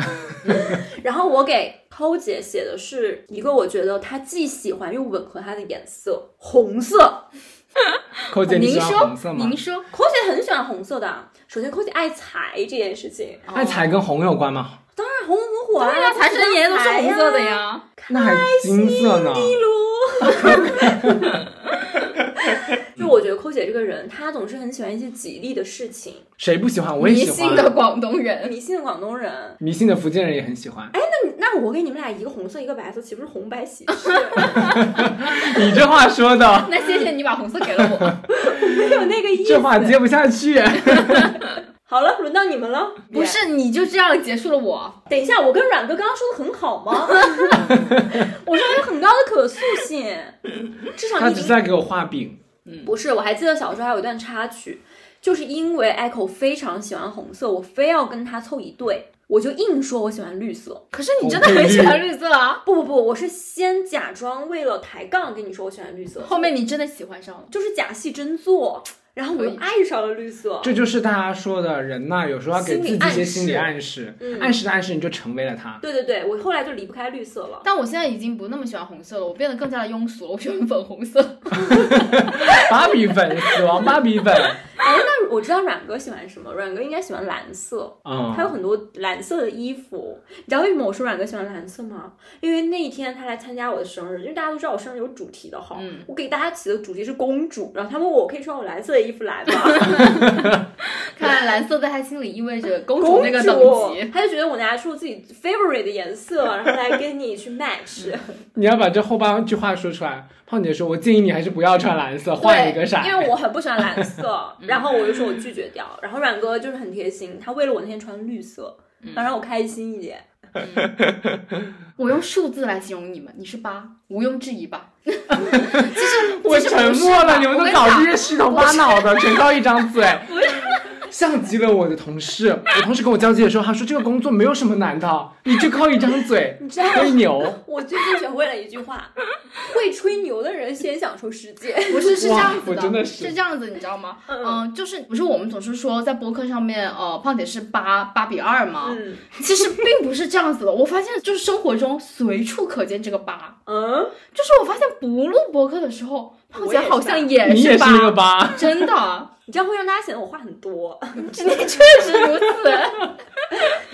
B: 然后我给抠姐写的是一个，我觉得她既喜欢又吻合她的颜色，红色。
C: 寇姐，你
A: 哦您
C: 喜欢红
A: 说
C: 色，吗
A: 啊您？说，
B: 抠姐很喜欢红色的。啊首先，抠姐爱财这件事情，
C: 爱财跟红有关吗？
B: 当然红红火火啊，
A: 哦对呀，财神爷都是红色的呀。
C: 那还金色呢？
B: *laughs* 就我觉得抠姐这个人，她总是很喜欢一些吉利的事情。
C: 谁不喜欢？我也
A: 迷
C: 喜
A: 信的
C: 欢。
A: 广东人，
B: 迷信的广东人，
C: 迷信的福建人也很喜欢。
B: 那那我给你们俩一个红色一个白色，岂不是红白喜
C: *laughs*
B: 事？
C: 你这话说的，
A: 那谢谢你把红色给了
C: *laughs*
A: 我。
B: 没有那个意
C: 这
B: 思。
C: 话接不下去。
B: 好了，轮到你们了。
A: 不是，你就这样结束了我。
B: 等一下，我跟阮哥刚刚说的很好
C: *laughs*
B: 吗？我说有很高的可塑性，至少
C: 他
B: 你已
C: 只是
B: 经
C: 在给我画饼。
B: 不是。我还记得小时候还有一段插曲，就是因为 Echo 非常喜欢红色，我非要跟他凑一对，我就硬说我喜欢绿色。
A: 可是你真的很喜欢绿色啊，
B: 不不不，我是先假装为了抬杠跟你说我喜欢绿色，
A: 后面你真的喜欢上了。
B: 就是假戏真做，然后我又爱上了绿色。
C: 这就是大家说的人呐、有时候要给自己一些心理暗示，
B: 嗯
C: 暗示的暗示你就成为了他。
B: 对对对，我后来就离不开绿色了。
A: 但我现在已经不那么喜欢红色了，我变得更加的庸俗了。我喜欢粉红色，
C: 芭比粉，死亡芭比粉。
B: 哎，那我知道阮哥喜欢什么，阮哥应该喜欢蓝色。他有
C: 嗯，
B: 很多蓝色的衣服，你知道为什么我说阮哥喜欢蓝色吗？因为那一天他来参加我的生日，因为大家都知道我生日有主题的哈，
A: 嗯
B: 我给大家起的主题是公主，然后他问我可以穿我蓝色的衣服来吗？
A: 看来蓝色在他心里意味着 *laughs* 公
B: 公
A: 主
B: 主
A: 那个等级。
B: 他就觉得我拿出了自己 favorite 的颜色，然后来跟你
A: *laughs*
B: 去 match，
C: 你要把这后半句话说出来。胖姐说：“我建议你还是不要穿蓝色，换一个嗯色。
B: 对因为我很不喜欢蓝
C: *laughs*
B: 色，然后我就说我拒绝掉，然后阮哥就是很贴心，他为了我那天穿绿色，
C: 嗯
B: 然后让我开心一点。
A: 我用数字来形容你们，你是八，毋庸置疑吧？其实
C: 我
A: 其实不
C: 沉
A: 是
C: 默
A: 吧
C: 了，你们
A: 我
C: 都
A: 跟
C: 搞
A: 讲
C: 这些虚头巴脑的，全靠一张嘴。
A: *laughs*
C: 像极了我的同事，我同事跟我交接的时候，他说这个工作没有什么难的，你就靠一张
A: *laughs*
C: 嘴
B: 你知道吗
C: 吹牛。
B: 我最近学会了一句话：
C: *laughs*
B: 会吹牛的人先享受世界。
A: 不是是这
C: 哇
A: 样子
C: 我
A: 的，
C: 真的
A: 是
C: 是
A: 这样子，你知道吗？
B: 嗯
A: 嗯、就是不是我们总是说在播客上面，呃，胖姐是八八比二
C: 啊
A: 吗？
B: 嗯
A: 其实并不是这样子的。我发现就是生活中随处可见这个八，
B: 嗯，
A: 就是我发现不录播客的时候，胖姐
B: 我也是
A: 好像也
C: 你也是
A: 八，
C: 那个吧？
A: 真的，
B: 你这样会让大家显得我话很
C: *laughs*
B: 多。
A: 你确实如此，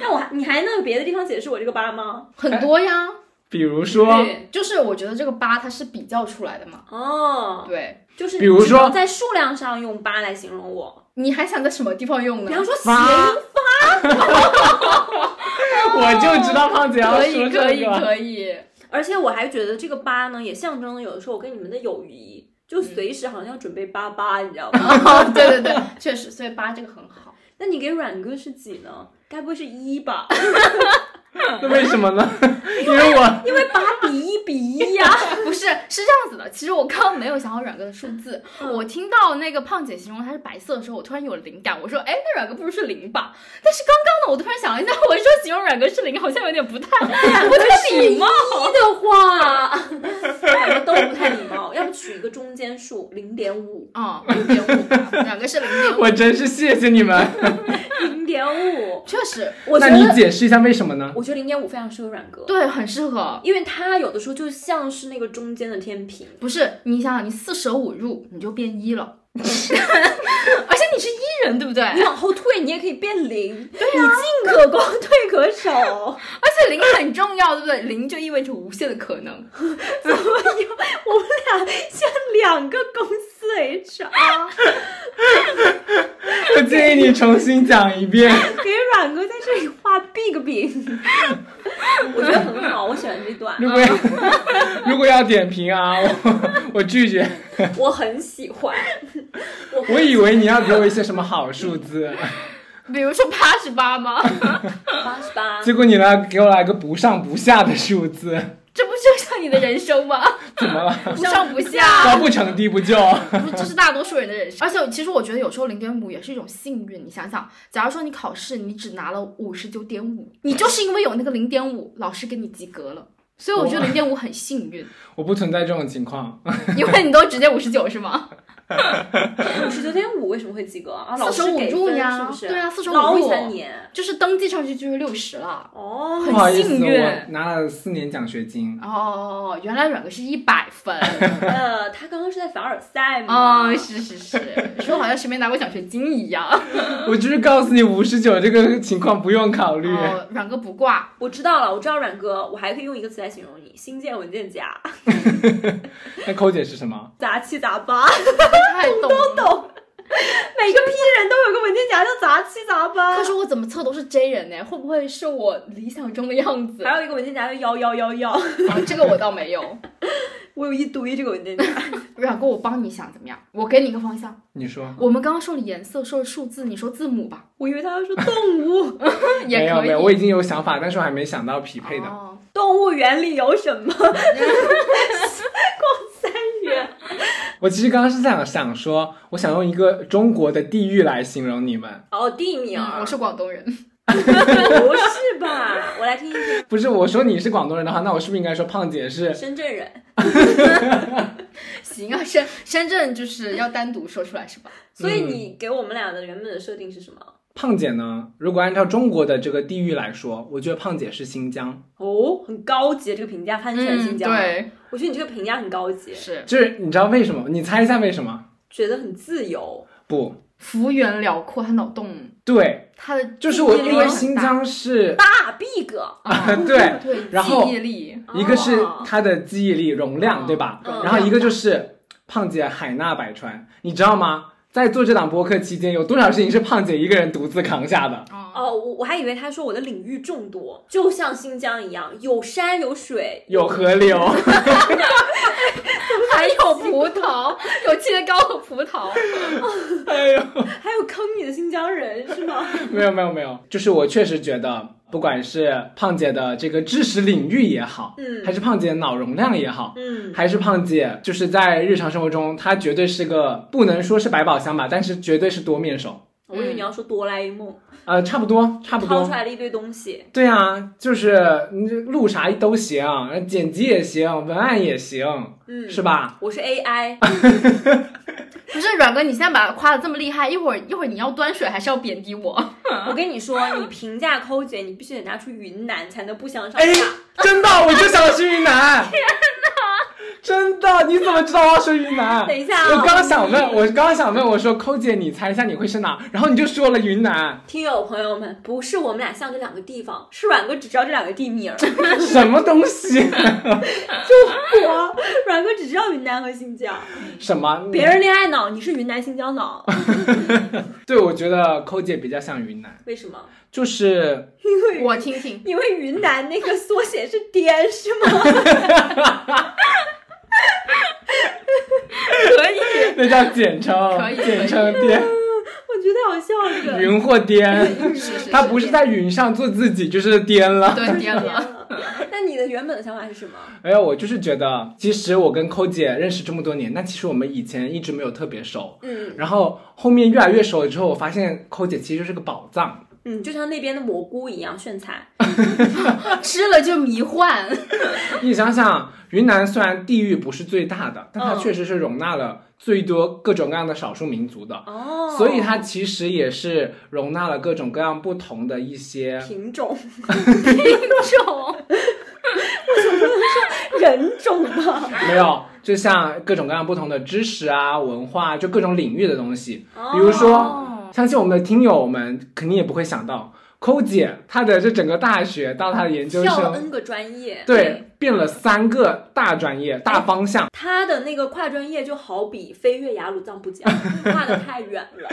B: 那我还你还能有别的地方解释我这个八吗？
A: *laughs* 很多呀。
C: 比如说，
B: 对
A: 就是我觉得这个八它是比较出来的嘛，
B: 哦，
A: 对。
B: 就是
C: 比如
B: 只能
C: 说
B: 在数量上用八来形容我，
A: 你还想在什么地方用
B: 比
A: 呢？
B: 方说谐
C: 嗯八
B: 音，
C: *laughs* 我就知道胖姐要
A: 可
C: 说
A: 以可
C: 这
A: 以
C: 个。
A: 可以， *laughs*
B: 而且我还觉得这个八呢，也象征了有的时候我跟你们的友谊，
C: 嗯
B: 就随时好像要准备八八，你知道吗？
A: 哦，对对对，确实，所以八这个很好。
B: 那你给阮哥是几呢？该不会是一吧？
C: 那为什么呢？因为我
B: *laughs* 因为八比一比一呀、
A: 不是，是这样子的。其实我刚刚没有想好阮哥的数字，
B: 嗯
A: 我听到那个胖姐形容它是白色的时候，我突然有了灵感，我说，哎，那阮哥不如是零吧？但是刚刚呢，我突然想了一下，我说形容阮哥是零，好像有点不
B: *laughs*
A: 太不太礼貌。
B: 一的 *laughs* 话，两个都不太礼貌，要不取一个中间数零点五，
A: 嗯，零点五，阮哥是零点五，
C: 我真是谢谢你们。
B: 零点五，
A: 确实
B: 我觉
C: 那你
B: 得
C: 解释一下为什么呢？
B: 我觉得零点五非常适合阮哥，
A: 对，很适合。
B: 因为他有的时候就像是那个中间的天平，
A: 不是，你想想，你四舍五入，你就变一了， *laughs* 而且你是一人，对不对？
B: 你往后退，你也可以变零，你进可攻，退可守。 *laughs*
A: 而且零很重要，对不对？零就意味着无限的可
C: *laughs*
A: 能。
B: 我们俩像两个公司 HR，
C: 我建议你重新讲一遍。
B: *laughs* 给阮哥在这里画 big 饼，我觉得很好，我喜欢这段，
C: 如
A: *laughs*
C: 果如果要点评啊，我我拒绝。
B: 我很喜欢，我
C: *laughs* 我以为你要给我一些什么好
A: *laughs*
C: 数字，
A: 比如说八十八吗？
C: *laughs*
B: 八十
A: *laughs*
B: 八。
C: 结果你来给我来个不上不下的数字，
A: 这不就像你的人生吗？
C: 怎么
A: *laughs*
C: 了？
A: 不上不下，
C: 高不成低不就。
A: 不是这是大多数人的人生。而且其实我觉得有时候零点五也是一种幸运。你想想，假如说你考试你只拿了五十九点五，你就是因为有那个零点五，老师给你及格了。所以我觉得零点五很幸运，
C: 我不存在这种情况，
A: 因为你都直接五十九是吗？
B: 五十九点五为什么会及格啊？啊 *laughs* 老
A: 四
B: 师
A: 舍五
B: 给
A: 入
B: 分是
A: 呀，
B: 不是？
A: 对啊，四舍五
B: 高一
A: 入，
B: 三年
A: 就是登记上去就是六十了。
B: 哦，
A: 很
C: 不好意思，
A: 幸运
C: 我拿了四年奖学金。
A: 哦哦哦，原来软哥是一百分。
C: *laughs*
B: 呃，他刚刚是在凡尔赛嘛？
A: 哦，是是是，说好像谁没拿过奖学金一样。
C: 我就是告诉你，五十九这个情况不用考虑。
A: 哦，软哥不挂，
B: 我知道了，我知道阮哥，我还可以用一个词来形容你：新建文件夹，
C: 那扣姐是什么？
B: 杂七杂八。 *laughs*
A: 太懂了。
B: 懂，每个 P 人都有个文件夹叫杂七杂八
A: 可。是我怎么测都是 J 人呢？会不会是我理想中的样
C: *laughs*
A: 子？
B: 还有一个文件夹叫幺幺幺幺，
A: 啊，这个我倒没有。
B: 我有一堆这个文件夹。
A: 软哥，我帮你想怎么样？我给你一个方向。
C: 你说
A: 我们刚刚说了颜色，说了数字，你说字母吧，
B: 我以为他要说动物， *laughs*
A: 也
C: 没有
A: 可以。
C: 没有，我已经有想法，但是我还没想到匹配
A: *laughs*
C: 的。
A: 哦
B: 动物园里有什么？逛三元，
C: 我其实刚刚是想想说，我想用一个中国的地域来形容你们，
B: 哦，地名
A: 嗯我是广东人， *laughs*
B: *laughs* 不是吧？我来听一听，
C: 不是我说你是广东人的话，那我是不是应该说胖姐是？
B: 深圳人，
A: 行啊，深深圳就是要单独说出来是吧？
B: *laughs* 所以你给我们俩的原本的设定是什么？
C: 胖姐呢？如果按照中国的这个地域来说，我觉得胖姐是新疆，
B: 哦，很高级，这个评价翻出来新
A: 嗯
B: 疆、，
A: 对，
B: 我觉得你这个评价很高级，
A: 是
C: 就是你知道为什么？你猜一下为什么？
B: 觉得很自由。
C: 不
A: 幅员辽阔，他脑洞，
C: 对，
A: 他的
C: 就是我
A: 记忆力
C: 因为
A: 很
C: 新
A: 大
C: 疆是
B: 大 big，
A: 啊
C: *laughs* 对
A: 对，
C: 然后
A: 记忆力，
C: 一个是
B: 哦
C: 它的记忆力容量，
A: 哦
C: 对吧？
B: 嗯
C: 然后一个就是胖姐海纳百川，你知道吗？在做这档播客期间，有多少事情是胖姐一个人独自扛下的？
A: 哦，
B: 哦，我我还以为他说我的领域众多，就像新疆一样，有山有水，
C: 有河流， *laughs*
A: 还有葡萄，有切糕和葡萄，
C: 哎呦，
B: 还有坑你的新疆人是吗？ *laughs*
C: 没有没有没有，就是我确实觉得，不管是胖姐的这个知识领域也好，
B: 嗯
C: 还是胖姐的脑容量也好，
B: 嗯，
C: 还是胖姐就是在日常生活中，她绝对是个不能说是百宝箱吧，但是绝对是多面手。
B: 我以为你要说哆啦 A 梦，
C: 呃，差不多，差不多
B: 掏出。来了一堆东西，
C: 对啊，就是你这录啥都行，剪辑也行，文案也行，
B: 嗯，
C: 是吧？
B: 我是 AI，
A: *laughs* 不是阮哥，你现在把他夸的这么厉害，一会儿一会儿你要端水还是要贬低我？
C: 啊
B: 我跟你说，你评价抠姐，你必须得拿出云南才能不相上
C: 哎
B: 下。，
C: 真的，我就想去云南。天哪！真的，你怎么知道我要说云南？
B: 等一下啊
C: 我刚想问，我刚想问，我说抠姐，你猜一下你会是哪？然后你就说了云南，
B: 听友朋友们，不是我们俩像这两个地方，是阮哥只知道这两个地
C: *laughs*
B: 名儿，
C: 什么东西？ *laughs*
B: 我阮哥只知道云南和新
C: *laughs*
B: 疆，
C: 什么？
B: 别人恋爱脑，你是云南新疆脑，
C: 对，我觉得抠姐比较像云南，
B: 为什么？
C: 就是
B: 因
A: *laughs*
B: 为
A: 我听听，
B: 因为云南那个缩写是滇，是
C: *laughs*
B: 吗？
A: *laughs* 可以，
C: 那叫简称
A: 可以，可以
C: 简称滇，
A: *laughs*
B: 我觉得太好笑了，这个
C: 云或滇。
A: 是是，
C: 他不是在云上做自己，就是颠了。
A: 对颠
B: 天
A: 了，
B: 啊。 *laughs* 那你的原本的想法是什么？
C: 没有，我就是觉得，其实我跟抠姐认识这么多年，但其实我们以前一直没有特别熟。
B: 嗯
C: 然后后面越来越熟了之后，我发现抠姐其实就是个宝藏。
B: 嗯，就像那边的蘑菇一样炫彩。
A: *laughs* 吃了就迷 *laughs* 幻，
C: 你想想，云南虽然地域不是最大的，但它
B: 嗯
C: 确实是容纳了最多各种各样的少数民族的，
B: 哦
C: 所以它其实也是容纳了各种各样不同的一些。
B: 品种
A: 种
B: *laughs* 人种嘛。
C: *laughs* 没有，就像各种各样不同的知识啊、文化啊，就各种领域的东西。比如说，
A: 哦，
C: 相信我们的听友们肯定也不会想到，抠姐她的这整个大学到她的研究
B: 跳了
C: 生，
B: N 个专业，
C: 对，变了三个大专业、大方向。
B: *laughs* 他的那个跨专业就好比飞越雅鲁藏布
C: *laughs*
B: 江，跨得太远了。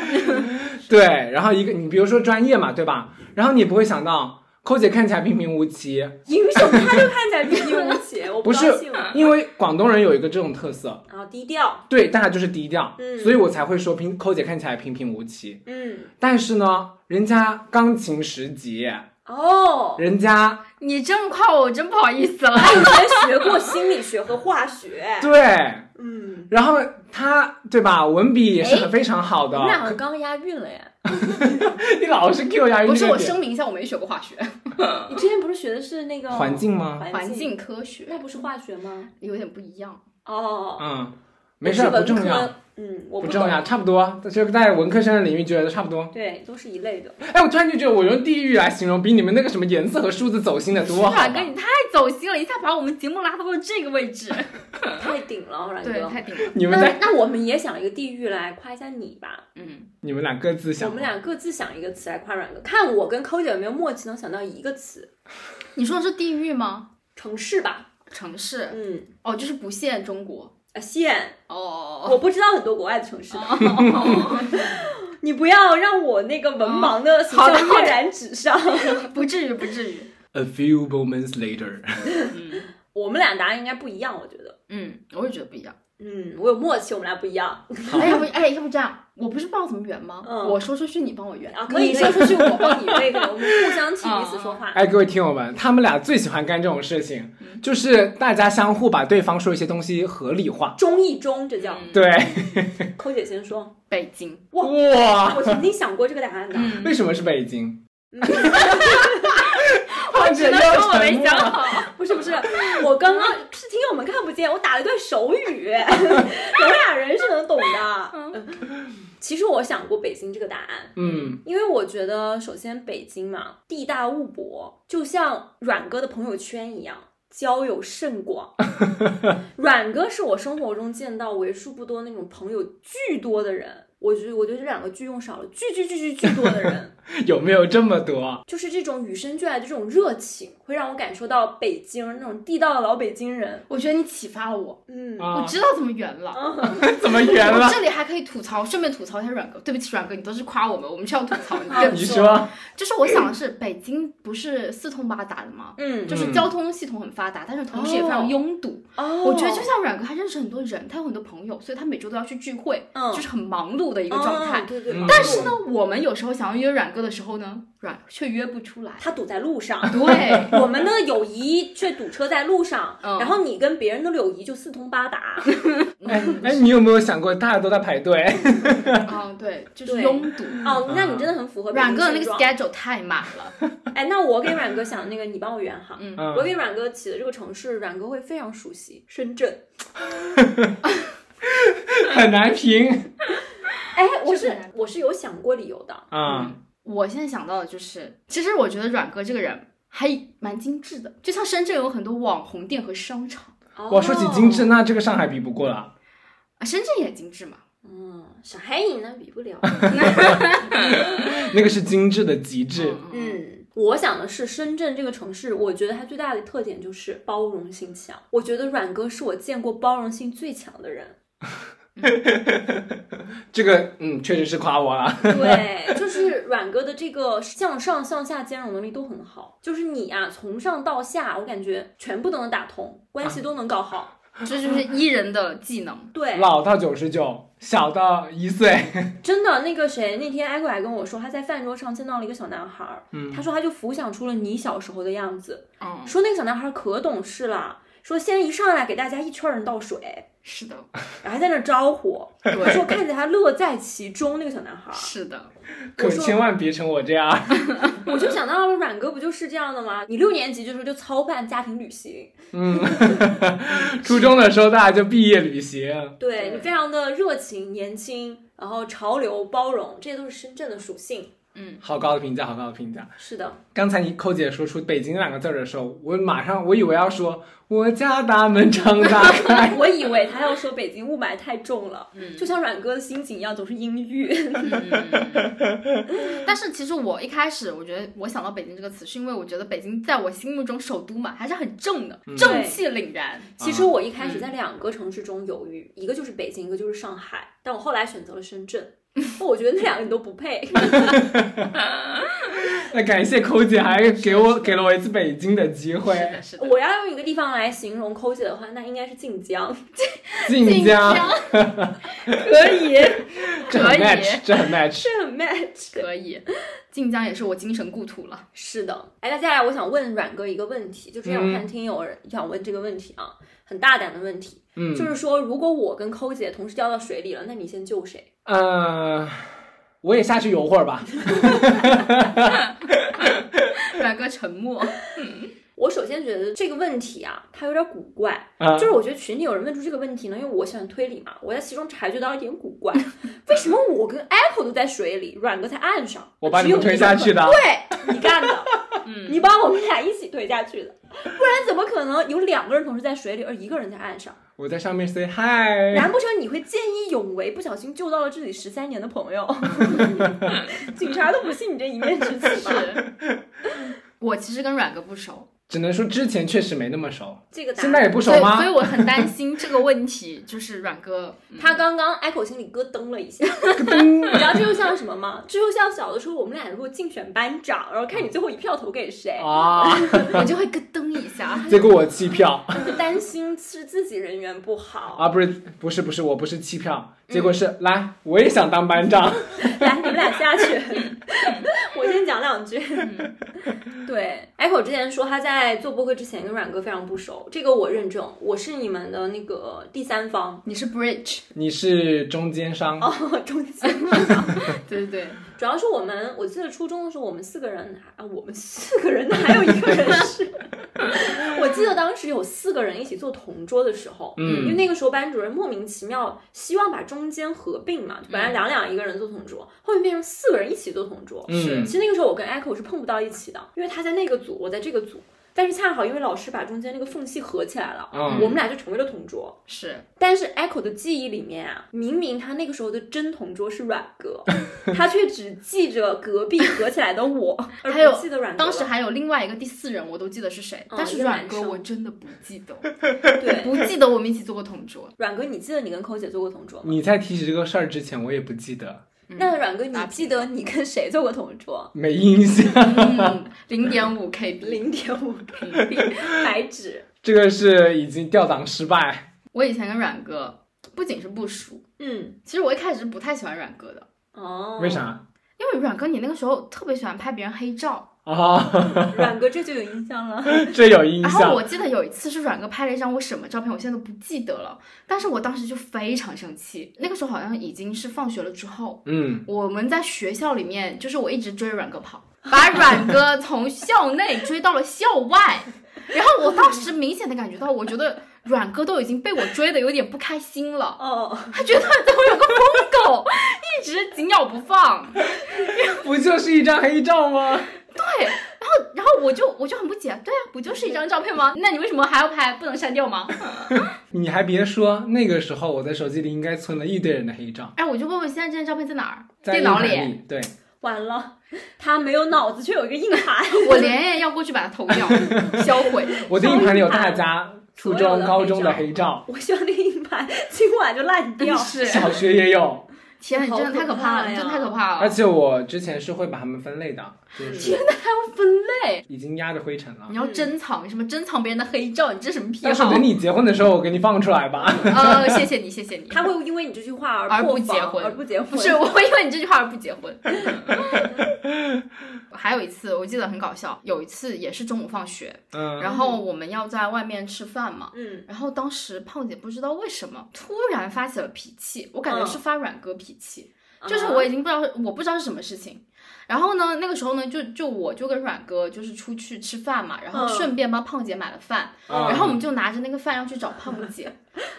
C: 对，然后一个你比如说专业嘛，对吧？然后你不会想到。抠姐看起来平平无奇，
B: 英雄他就看起来平平无
C: *laughs*
B: 奇，我
C: 不
B: 高
C: 是
B: 兴了。
C: 因为广东人有一个这种特色，
B: 然后低调，
C: 对，大家就是低调，
B: 嗯
C: 所以我才会说平抠姐看起来平平无奇。
B: 嗯，
C: 但是呢，人家钢琴十级，
B: 哦，
C: 人家
A: 你这么夸我，我真不好意思了。
B: 他以前学过心理学和化学，
C: 对，
B: 嗯，
C: 然后他对吧，文笔也是很非常好的
B: 你。们两个刚押韵了耶！
C: *laughs* 你老是 Q 押韵
A: 不是
C: 这个
A: 我
C: 点，
A: 声明一下，我没学过化学，
B: 你之前不是学的是那个
C: 环境啊吗？
A: 环
B: 境，
A: 境科学
B: 那不是化学吗？
A: 有点不一样。
B: 哦，
C: 嗯，没事儿，
B: 我是
C: 不
B: 文
C: 重要，
B: 科，嗯，我
C: 不
B: 不
C: 重
B: 懂，
C: 要，差不多，就在文科生的领域觉得差不多。
B: 对，都是一类的。
C: 哎，我突然就觉得我用地域来形容，比你们那个什么颜色和数字走心的多好吧。
A: 哇，哥，你太走心了，一下把我们节目拉到了这个位置，哎
B: 太顶了，
A: *laughs*
B: 然
A: 对，
B: 哥。
A: 太顶了。
C: 你们在
B: 那那我们也想一个地域来夸一下你吧，
A: 嗯，
C: 你们俩各自想
B: 我们俩各自想一个词来夸阮哥，看我跟抠姐有没有默契，能想到一个词，
A: 你说的是地域吗？
B: 城市吧，
A: 城市
B: 嗯，
A: 哦，就是不限中国
B: 啊县，
A: 哦。 *laughs*
B: 我不知道很多国外的城市的， *laughs* 你不要让我那个文盲哦的形
A: 好的
B: 象跃然纸上。 *laughs*
A: 不至于，不至于。
C: A few moments later，
A: 嗯
B: 我们俩答案应该不一样，我觉得，
A: 嗯，我也觉得不一样。
B: 嗯，我有默契，我们俩不一样。
C: 好
A: 哎，要不哎，要不这样，我不是帮我怎么圆吗？
B: 嗯
A: 我说出去，你帮我圆
B: 啊，可以哦
A: 你说出去，我帮
B: 帮
A: 你
B: *laughs* 你
A: 圆。
B: 对对，我们互相替彼此说话。
C: 哎，各位听友们，他们俩最喜欢干这种事情，
B: 嗯
C: 就是大家相互把对方说一些东西合理化。
B: 哦中意中，这叫
A: 嗯
C: 对，
B: 抠姐先说。 *laughs*
A: 北京，
B: 哇
C: 哇，
B: 我曾经想过这个答案的，
C: 为什么是北京？
B: 嗯
C: 我
A: 只能说啊我没想好。
B: *laughs* 不是不是，我刚刚是听友们看不见，我打了一段手语， *laughs* 聋哑人是能懂的。嗯，其实我想过北京这个答案，
C: 嗯，
B: 因为我觉得，首先北京嘛，地大物博，就像阮哥的朋友圈一样，交友甚广。阮哥是我生活中见到为数不多那种朋友巨多的人，我觉得我觉得这两个巨用少了，巨巨巨巨巨多的人，
C: 有没有这么多？
B: 就是这种与生俱来的这种热情，会让我感受到北京那种地道的老北京人。
A: 我觉得你启发了我，
B: 嗯，
A: 我
C: 啊，
A: 知道怎么圆了。
C: 怎么圆
A: 我
C: 了？
A: 这里还可以吐槽，顺便吐槽一下阮哥。对不起，阮哥，你都是夸我们，我们是要吐槽
B: *laughs*
A: 你。对不
C: 你
A: 起，
C: 说，
A: 就是我想的是，北京不是四通八达的吗？
B: 嗯，
A: 就是交通系统很发达，但是同时也非常拥堵。
B: 哦，
A: 我觉得就像阮哥，他认识很多人，他有很多朋友，所以他每周都要去聚会，
B: 嗯
A: 就是很忙碌的一个状态。
B: 哦对对。
C: 嗯
B: 对
A: 但是呢，我们有时候想要约阮哥的时候呢，阮却约不出来。
B: *laughs* 他堵在路上，
A: 对，
B: 我们的友谊却堵车在路上，
A: 嗯 *laughs*
B: 然后你跟别人的友谊就四通八达。 *laughs*
C: 哎哎，你有没有想过大家都在排队？
A: *laughs* 嗯，对，就是
B: 对
A: 拥堵。
B: 哦，那你真的很符合
A: 阮嗯哥的那
B: 北
A: 个
B: 京现
A: schedule 太满
B: *laughs*
A: 了，
B: 状哎，那我给阮哥想的那个，你帮我圆哈。
A: 嗯，
B: 我
C: 嗯，
B: 给阮哥起的这个城市，阮哥会非常熟悉，深圳。
C: 很难评
B: 哎，我
A: 是
B: 是
A: 很难
B: 我是有想过理由的，
C: 啊。
A: 我现在想到的就是，其实我觉得阮哥这个人还蛮精致的，就像深圳有很多网红店和商场，
B: 哦
C: 我说起
A: 哦
C: 精致，，那这个上海比不过了。
A: 啊，深圳也精致嘛，
B: 嗯，上海人呢比
A: *laughs*
B: 不了。
C: 那个是精致的极致。
A: 嗯，
B: 嗯，我想的是深圳这个城市，我觉得它最大的特点就是包容性强。我觉得阮哥是我见过包容性最强的人。
C: 这个，嗯，确实是夸我了。
B: 对，就是阮哥的这个向上向下兼容能力都很好，就是你啊，从上到下，我感觉全部都能打通，关系都能搞好。
A: 这就是伊人的技能，
B: 对，
C: 老到九十九，小到一岁。
B: 真的，那个谁，那天艾鬼还跟我说，他在饭桌上见到了一个小男孩儿，
C: 嗯
B: 他说他就浮想出了你小时候的样子，
A: 嗯，
B: 说那个小男孩儿可懂事了，说先一上来给大家一圈人倒水，
A: 是的，
B: 然后还在那儿招呼，我
A: 对，
B: 说看着他乐在其中，那个小男孩儿，
A: 是的，
C: 可
B: 我说
C: 千万别成我这样。
B: *laughs* 我就想到了阮哥不就是这样的吗？你六年级的时候就操办家庭旅行，
C: 嗯，初中的时候大家就毕业旅行。
A: 对
B: 对你非常的热情、年轻，然后潮流、包容，这些都是深圳的属性。
A: 嗯，
C: 好高的评价，好高的评价。
B: 是 *laughs* 的，
C: 刚才你寇姐说出“北京”两个字儿的时候，我马上我以为要说“我家大门常打开
B: 我以为他要说北京雾霾太重了，
A: 嗯
B: 就像阮哥的心情一样，总是阴 *laughs* 郁。
A: *laughs* 但是其实我一开始我觉得我想到北京这个词，是因为我觉得北京在我心目中首都嘛，还是很正
C: 嗯
A: 的，正气凛然。
B: 其实我一开始在两个城市中犹豫，一个就是北京，一个就是上嗯 *laughs* 海，但我后来选择了深圳。我觉得那两个你都不配。
C: 那感谢抠姐，还给我给了我一次北京的机会。
D: 是的，是的。
B: 我要用一个地方来形容抠姐的话，那应该是晋 *laughs* 江。
C: 晋江，
B: 可以，
C: 这很
A: 可以
C: match，这很 match。
B: 这很 match。
A: 可以，晋江也是我精神故土了。
B: 是的，哎，那接下来我想问阮哥一个问题，就这
C: 嗯
B: 样，我看听友人想问这个问题啊，很大胆的问题，
C: 嗯，
B: 就是说，如果我跟抠姐同时掉到水里了，那你先救谁？
C: 呃，我也下去游会儿吧。
A: 阮哥沉默，
B: 我首先觉得这个问题啊，它有点古怪，
C: 啊、
B: 就是我觉得群里有人问出这个问题呢，因为我喜欢推理嘛，我在其中察觉到一点古怪，为什么我跟 Apple 都在水里，阮哥在岸上？
C: 我把你们推
B: 只有
C: 下
B: 你
C: 去的。
B: 对 *laughs* 你干
C: *laughs*
B: 的，
A: 嗯
B: 你把我们俩一起推下去的，不然怎么可能有两个人同时在水里，而一个人在岸上？
C: 我在上面 say hi。
B: 难不成你会见义勇为，不小心救到了自己十三年的朋
C: *laughs*
B: 友？警察都不信你这一面之词吧？
A: 是。我其实跟阮哥不熟，
C: 只能说之前确实没那么熟，
B: 这个答
C: 现在也
B: 案，
C: 不
A: 所
C: 熟
A: 以
C: 吗
A: 所以？我很担心这个问题，就是阮哥
B: 他刚刚 echo 心里咯噔了一
C: *laughs*
B: 下，
C: 噔
B: 你知道这就像什么吗？这就像小的时候我们俩如果竞选班长，然后看你最后一票投给谁，
C: 啊！
A: 我就会咯噔一下。
C: 结果我弃票
B: 就担心是自己人缘不好。
C: 啊，不是不是不是，我不是弃票，结果是来我也想当班长。
B: *laughs* 来，你们俩下
C: *laughs*
B: 去，我先讲两句。
C: 嗯
B: 对，Echo 之前说他在做播客之前跟阮哥非常不熟，这个我认证，我是你们的那个第三方
A: 你是 bridge，
C: 你是中间商，
B: 哦，中间。
A: 对对对，
B: 主要是我们，我记得初中的时候，我们四个人还，啊，我们四个人还有一个人
C: *laughs*
B: 是，我记得当时有四个人一起坐同桌的时候，
C: 嗯
B: 因为那个时候班主任莫名其妙希望把中间合并嘛，本
C: 嗯
B: 来两两一个人坐同桌，后面变成四个人一起坐同桌，
C: 嗯
B: 其实那个时候我跟 Echo 是碰不到一起的，因为他在那个组，我在这个组，但是恰好因为老师把中间那个缝隙合起来了，
C: 嗯
B: 我们俩就成为了同桌，
A: 是
B: 但是 Echo 的记忆里面啊，明明他那个时候的真同桌是阮哥，他却只记着隔壁合起来
A: *laughs*
B: 的我，而
A: 还有
B: 不记得阮哥了。
A: 当时还有另外一个第四人，我都记得是谁，
B: 哦
A: 但是
B: 一个
A: 阮
B: 男
A: 哥
B: 生
A: 我真的不记
B: *laughs*
A: 得，
B: 对
A: 不记得我们一起做过同桌。
B: 阮哥，你记得你跟抠姐做过同
A: 嗯
B: 桌吗？
C: 你在提起这个事儿之前，我也不记得，
B: 那阮哥，你
A: 打屁
B: 记得你跟谁做过同桌？
C: 没印象。
A: 嗯， *laughs* 零点五 KB，
B: *laughs* 零点五 KB 白纸，
C: 这个是已经调档失败，
A: 我以前跟阮哥不仅是不熟，
B: 嗯，
A: 其实我一开始是不太喜欢阮哥的，
B: 哦，
C: 为？啥
A: 因为阮哥你那个时候特别喜欢拍别人黑照，
C: 啊？
B: 阮哥这就有印象了。
C: 这有印
A: 然后
C: 象
A: 我记得有一次是阮哥拍了一张我什么照片，我现在都不记得了，但是我当时就非常生气，那个时候好像已经是放学了之后，
C: 嗯，
A: 我们在学校里面就是我一直追阮哥跑， *laughs* 把阮哥从校内追到了校外，然后我当时明显的感觉到，我觉得阮哥都已经被我追的有点不开心了。
B: 哦，
A: 他觉得我有个疯狗，一直紧咬不放。
C: *laughs* 不就是一张黑照吗？
A: 然后我就我就很不解，对啊，不就是一张照片吗？那你为什么还要拍？不能删掉吗？
C: 你还别说，那个时候我在手机里应该存了一堆人的黑照，
A: 哎，我就问问现在这张照片在哪儿？
C: 在
A: 电脑
C: 硬盘
A: 里， *laughs*
C: 里。对，
B: 完了，他没有脑子，却有一个硬盘。
A: 我连夜要过去把它投掉、销毁。
C: 我的硬盘里有大家初
B: 所有
C: 中、
B: 的
C: 高中的
B: 黑
A: *laughs*
C: 黑照，
B: 我希望那个硬盘今晚就烂掉。
A: 嗯是，
C: 小学也有。
A: 天啊，你真的太可怕了，你真的太可怕
C: 而
A: 了，
C: 且我之前是会把它们分类的，就是
A: 分类。
C: 已经压着灰尘了
A: 你。要珍藏什么？珍藏别人的黑照，你这什么癖
C: 但是
A: 好？ *laughs*
C: 等你结婚的时候，我给你放出来吧。
A: 呃，谢谢你，谢谢你。
B: *laughs* 他会因为你这句话
A: 而不
B: 破防
A: 结婚
B: 而不结婚。
A: 不是，我会因为你这句话而不结婚。 *laughs* 还有一次，我记得很搞笑，有一次也是中午放学，
C: 嗯，
A: 然后我们要在外面吃饭嘛。
B: 嗯，
A: 然后当时胖姐不知道为什么突然发起了脾气，我感觉
B: 嗯啊
A: 是发软哥脾气，就是我已经不知道我不知道是什么事情。然后呢，那个时候呢，就就我就跟阮哥就是出去吃饭嘛，然后
B: 嗯
A: 顺便帮胖姐买了饭，
C: 嗯
A: 然后我们就拿着那个饭要去找胖姐，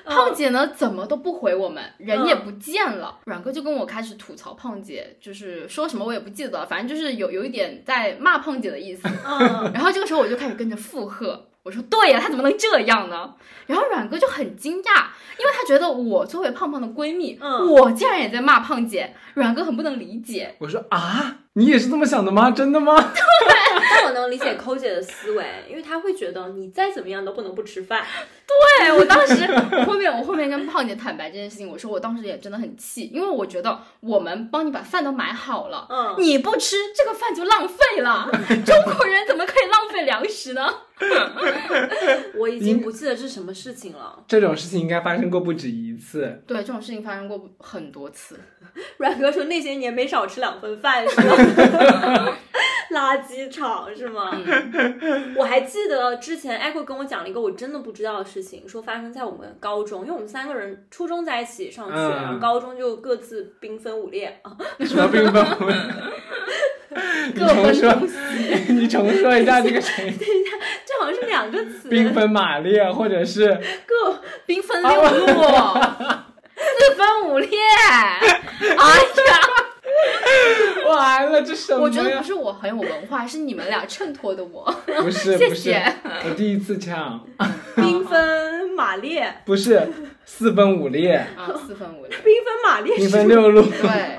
A: 胖姐呢怎么都不回我们，人也不见了。阮哥就跟我开始吐槽胖姐，就是说什么我也不记得了，反正就是有有一点在骂胖姐的意思。
B: 嗯，
A: 然后这个时候我就开始跟着附和，我说对呀，她怎么能这样呢？然后阮哥就很惊讶，因为他觉得我作为胖胖的闺蜜，
B: 嗯
A: 我竟然也在骂胖姐，阮哥很不能理解。
C: 我说啊，你也是这么想的吗？真的吗？
B: 但我能理解抠姐的思维，因为她会觉得你再怎么样都不能不吃饭。
A: 对 *laughs* 我当时我后面我后面跟胖姐坦白这件事情，我说我当时也真的很气，因为我觉得我们帮你把饭都买好了，
B: 嗯，
A: 你不吃这个饭就浪费 *laughs* 了。中国人怎么可以浪费粮食呢？
B: 我已经不记得是什么事情了。
C: 这种事情应该发生过不止一次。
A: 对，这种事情发生过很多 *laughs* 次。
B: 阮哥说那些年没少吃两份饭是吗？ *laughs* 垃圾场是吗？
C: 嗯
B: 我还记得之前 Echo 跟我讲了一个我真的不知道的事情，说发生在我们高中，因为我们三个人初中在一起上学，
C: 嗯
B: 然后高中就各自兵分五裂啊。
C: 什么并不？你
A: 各
C: 重
A: 分
C: 说
A: 东，西，
C: 你重说 *laughs* 一下这
A: *laughs*
C: 个谁？
B: *laughs* 这好像是两个词，
C: 兵分马列，或者是
B: 各
A: 兵分六
C: 哦
A: 路，四分五裂。哎呀，
C: 完了，这什么
A: 我觉得
C: 呀
A: 不是我很有文化，是你们俩衬托的 *laughs* 我。
C: 不是
A: 谢
C: 不是
A: 谢，
C: 我第一次唱，
B: 兵分马列，
C: 不是四分五裂，
A: *laughs* 啊，四分五裂。
B: 兵分马列
C: 兵
B: 是
C: 分六路。
A: 对，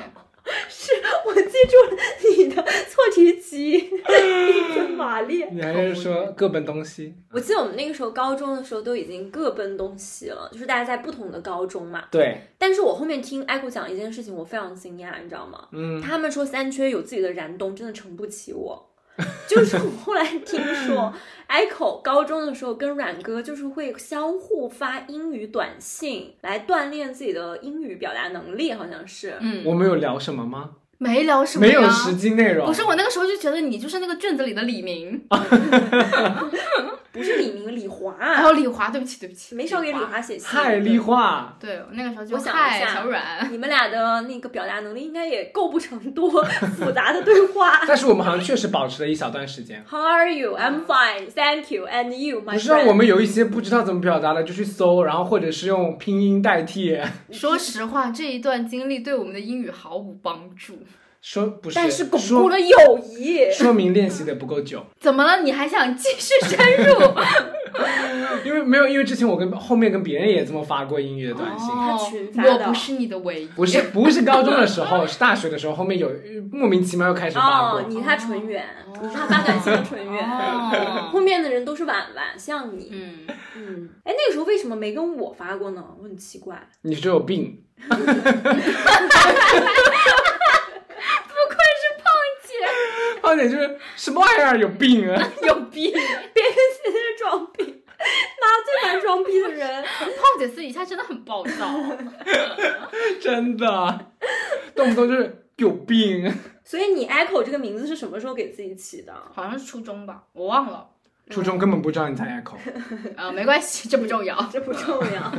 B: 我记住了你的错题集，
C: *laughs*
B: 兵分马列。
C: 你还是说各奔东西？
B: 我记得我们那个时候高中的时候都已经各奔东西了，就是大家在不同的高中嘛。
C: 对，
B: 但是我后面听艾酷讲一件事情，我非常惊讶，你知道吗？
C: 嗯，
B: 他们说三缺有自己的燃冬，真的撑不起我。 *laughs* 就是我后来听
C: *laughs*
B: 说，Echo 高中的时候跟阮哥就是会相互发英语短信来锻炼自己的英语表达能力，好像是。
A: 嗯，
C: 我们有聊什么吗？
A: 没聊什么
C: 没
A: 呀
C: 有实际内容。
A: 不是我那个时候就觉得你就是那个卷子里的李明，
B: 不是李明，李华
A: *laughs* 还
B: 啊，
A: 有李华，对不起对不起，
B: 没少给李。华写信。
C: 嗨，丽化，
A: 对，我那个时候就
B: 我想一
A: 嗨
B: 下
A: 小阮，
B: 你们俩的那个表达能力应该也构不成多 *laughs* 复杂的对话。
C: 但是我们好像确实保持了一小段时间。
B: How are you? I'm fine, thank you, and you, my
C: 不
B: friend。
C: 是啊，我们有一些不知道怎么表达的，就去搜，然后或者是用拼音代替。
A: 说实话，这一段经历对我们的英语毫无帮助。
C: 说不是，
B: 但是巩固
C: 说
B: 了友谊。啊
C: 说明练习的不够久，
A: 怎么了？你还想继续深入？
C: 因为没有，因为之前我跟后面跟别人 *laughs* 也这么发过英语的短信。
A: 哦
B: 他群发的
A: 我不是你的唯一。
C: 不是不是高中的时候，是大学的时候，后面有莫名其妙又开始发过。
B: 哦，你他纯元，
A: 哦
B: 你他发短信的纯元。 *laughs* 后
A: 哦，
B: 面的人都是婉婉，像你，
A: 嗯，
B: 嗯，哎，那个时候为什么没跟我发过呢？我很奇怪， *laughs*
C: 你是有病，
A: 姐
C: *laughs* 胖姐就是什么玩意儿有病啊！
A: 有病。
B: 别人现在装逼，妈最烦装逼的人。
A: 胖姐私底下真的很暴躁。
C: 真的，动不动就是有病。
B: 所以你 Echo 这个名字是什么时候给自己起的？
A: 好像是初中吧，我忘了。
C: 初中根本不知道你才 echo，
A: 呃，没关系，这不重要。
B: 这不重
C: *laughs*
B: 要。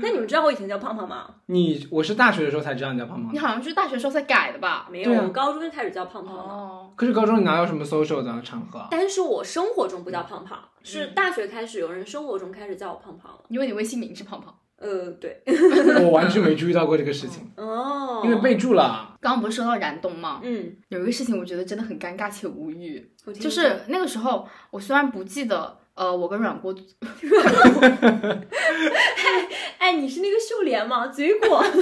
B: 那你们知道我以前叫胖胖吗？
C: 你我是大学的时候才知道你叫胖胖
A: 你，好像是大学时候才改的吧？
B: 没
C: 对
B: 有，
C: 啊
B: 我高中就开始叫胖胖了。
A: 哦，
C: 可是高中你哪有什么 social 的场合啊？
B: 但是我生活中不叫胖胖，
C: 嗯
B: 是大学开始有人生活中开始叫我胖胖了。
A: 因为你微信名是胖胖。
B: 呃，对，
C: 我完全没注意到过这个事情，
B: 哦，
C: 因为备注了。
A: 刚刚不是说到燃冬吗？
B: 嗯，
A: 有一个事情我觉得真的很尴尬且无语，
B: 我听
A: 就
B: 说
A: 是那个时候我虽然不记得，呃，我跟阮郭
B: 哎，你是那个秀莲吗？嘴
C: *laughs*
B: 果，
A: *laughs*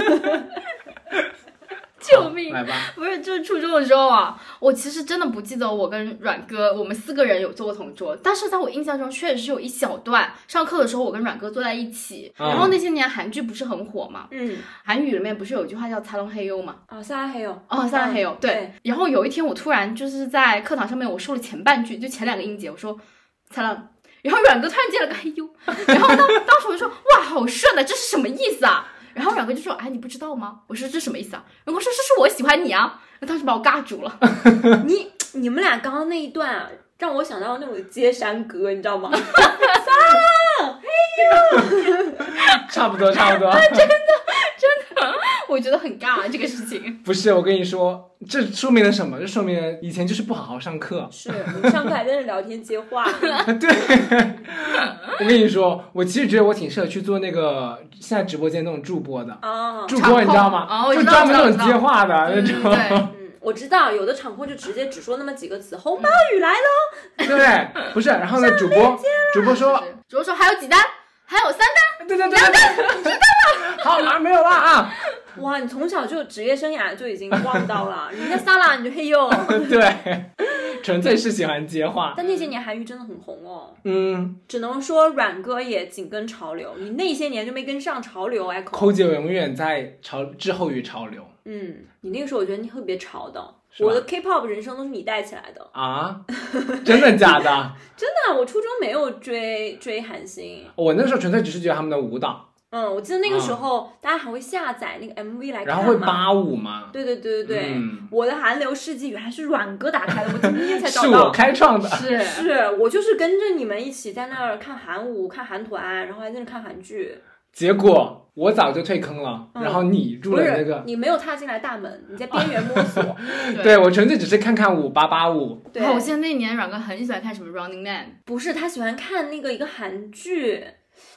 A: 救命！
C: 来吧，
A: 不是，就是初中的时候啊，我其实真的不记得我跟阮哥我们四个人有坐过同桌，但是在我印象中确实是有一小段上课的时候我跟阮哥坐在一起。
C: 嗯
A: 然后那些年韩剧不是很火嘛，
B: 嗯，
A: 韩语里面不是有一句话叫“擦龙黑优”嘛？
B: 哦，萨拉黑哦，
A: 哦，撒拉黑优。对。
B: 对，
A: 然后有一天我突然就是在课堂上面我说了前半句，就前两个音节，我说“擦浪”，然后阮哥突然接了个“嘿呦”，然后当当时我就说：“哇，好顺的，这是什么意思啊？”然后阮哥就说：“哎，你不知道吗？”我说：“这什么意思啊？”阮哥说：“这是我喜欢你啊。”然后当时把我尬住了。
B: 哎你你们俩刚刚那一段啊，让我想到那种接山歌，你知道
C: *laughs*
B: 吗？
C: 差不多差不多。 *laughs*
A: 我觉得很尬啊这个事情。
C: 不是，我跟你说，这说明了什么？这说明了以前就是不好好上课。
B: 是你们上课还在那聊天接话，
C: 我跟你说，我其实觉得我挺适合去做那个现在直播间那种助播的，
B: 啊，
C: 助播你知道
A: 场
C: 吗？
A: 控哦我
C: 就
A: 知道
C: 专门那
A: 我知道
C: 种接话的那
A: 对
C: 种。
A: 对，
B: 嗯，我知道，有的场控就直接只说那么几个词，红包雨来了，
C: 对，不是，然后呢，主
A: *laughs*
C: 播主播说，
A: 主播说还有几单，还有三单，
C: 对对对对，
A: *laughs*
C: 好啦，没有啦啊， *laughs*
B: 哇，
C: *laughs*
B: 你从小就职业生涯就已经逛到了，人家萨拉你就嘿哟，
C: 对。纯粹是喜欢接话。
B: 但那些年韩娱真的很红哦，
C: 嗯，
B: 只能说阮哥也紧跟潮流，你那些年就没跟上潮流哎，
C: 抠姐永远在潮滞后于潮流
B: 嗯，你那个时候我觉得你特别潮的，
C: 是吧
B: 我的 K-pop 人生都是你带起来的。
C: 啊！真的假
B: *laughs*
C: 的？
B: 真的，我初中没有追追韩星，
C: 我那时候纯粹只是觉得他们的舞蹈，
B: 嗯，我记得那个时候、大家还会下载那个 MV 来看嘛，
C: 然后会扒舞嘛。
B: 对对对对对，
C: 嗯
B: 我的韩流世纪原来是阮哥打开的，我今
C: *laughs*
B: 天才
C: 是
B: 找
C: 我
B: 到。
C: 开创的，
A: 是
B: 是我就是跟着你们一起在那儿看韩舞、看韩团，然后还在那看韩剧。
C: 结果我早就退坑了，
B: 嗯
C: 然后你入
B: 不
C: 了
B: 是、
C: 那个，
B: 你没有踏进来大门，你在边缘摸 *laughs* 索。
C: 对我纯粹只是看看舞八八舞，
B: 对，
A: 哦，我记得那年阮哥很喜欢看什么《Running Man
B: 不是他喜欢看那个一个韩剧，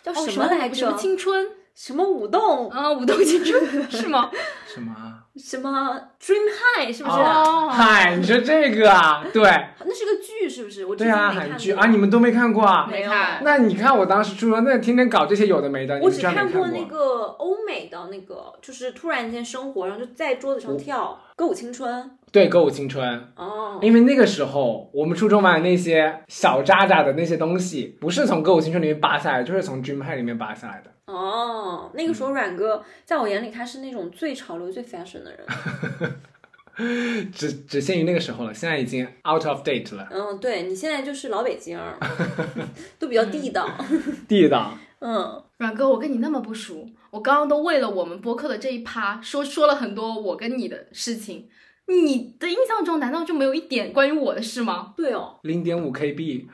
B: 叫》，
A: 哦
B: 什么来着？
A: 什么青春？
B: 什么舞动？
A: 啊，舞动青
B: *laughs*
A: 春是吗？
C: 什么啊？
B: 什么 Dream High 是不是？
A: 哦，
C: 嗨，你说这个啊？对
B: 那是个剧是不是？我之
C: 对
B: 前
C: 啊，
B: 没看
C: 韩剧
B: 过
C: 啊，你们都没看过啊？
B: 没有
A: 没看
C: 那你看我当时初中，那天天搞这些有的没的，你
B: 我
C: 们
B: 只
C: 居然没
B: 过
C: 过啊
B: 那个欧美的那个，就是突然间生活，然后就在桌子上跳《歌舞青春
C: 对《歌舞青春》。》
B: 哦，
C: 因为那个时候我们初中玩的那些小渣渣的那些东西，不是从《歌舞青春》里面扒下来的，就是从 Dream High 里面扒下来的。
B: 哦，那个时候
C: 嗯
B: 阮哥在我眼里他是那种最潮流、最 fashion
C: *laughs*
B: 的人。
C: 只只限于那个时候了，现在已经 out of date 了。
B: 嗯，对你现在就是老北京
C: *laughs*
B: 儿，都比较
C: 嗯
B: 地道。
C: 地道，
B: 嗯，
A: 阮哥，我跟你那么不熟，我刚刚都为了我们播客的这一趴说说了很多我跟你的事情，你的印象中难道就没有一点关于我的事吗？
B: 对哦，
C: 零点五 KB，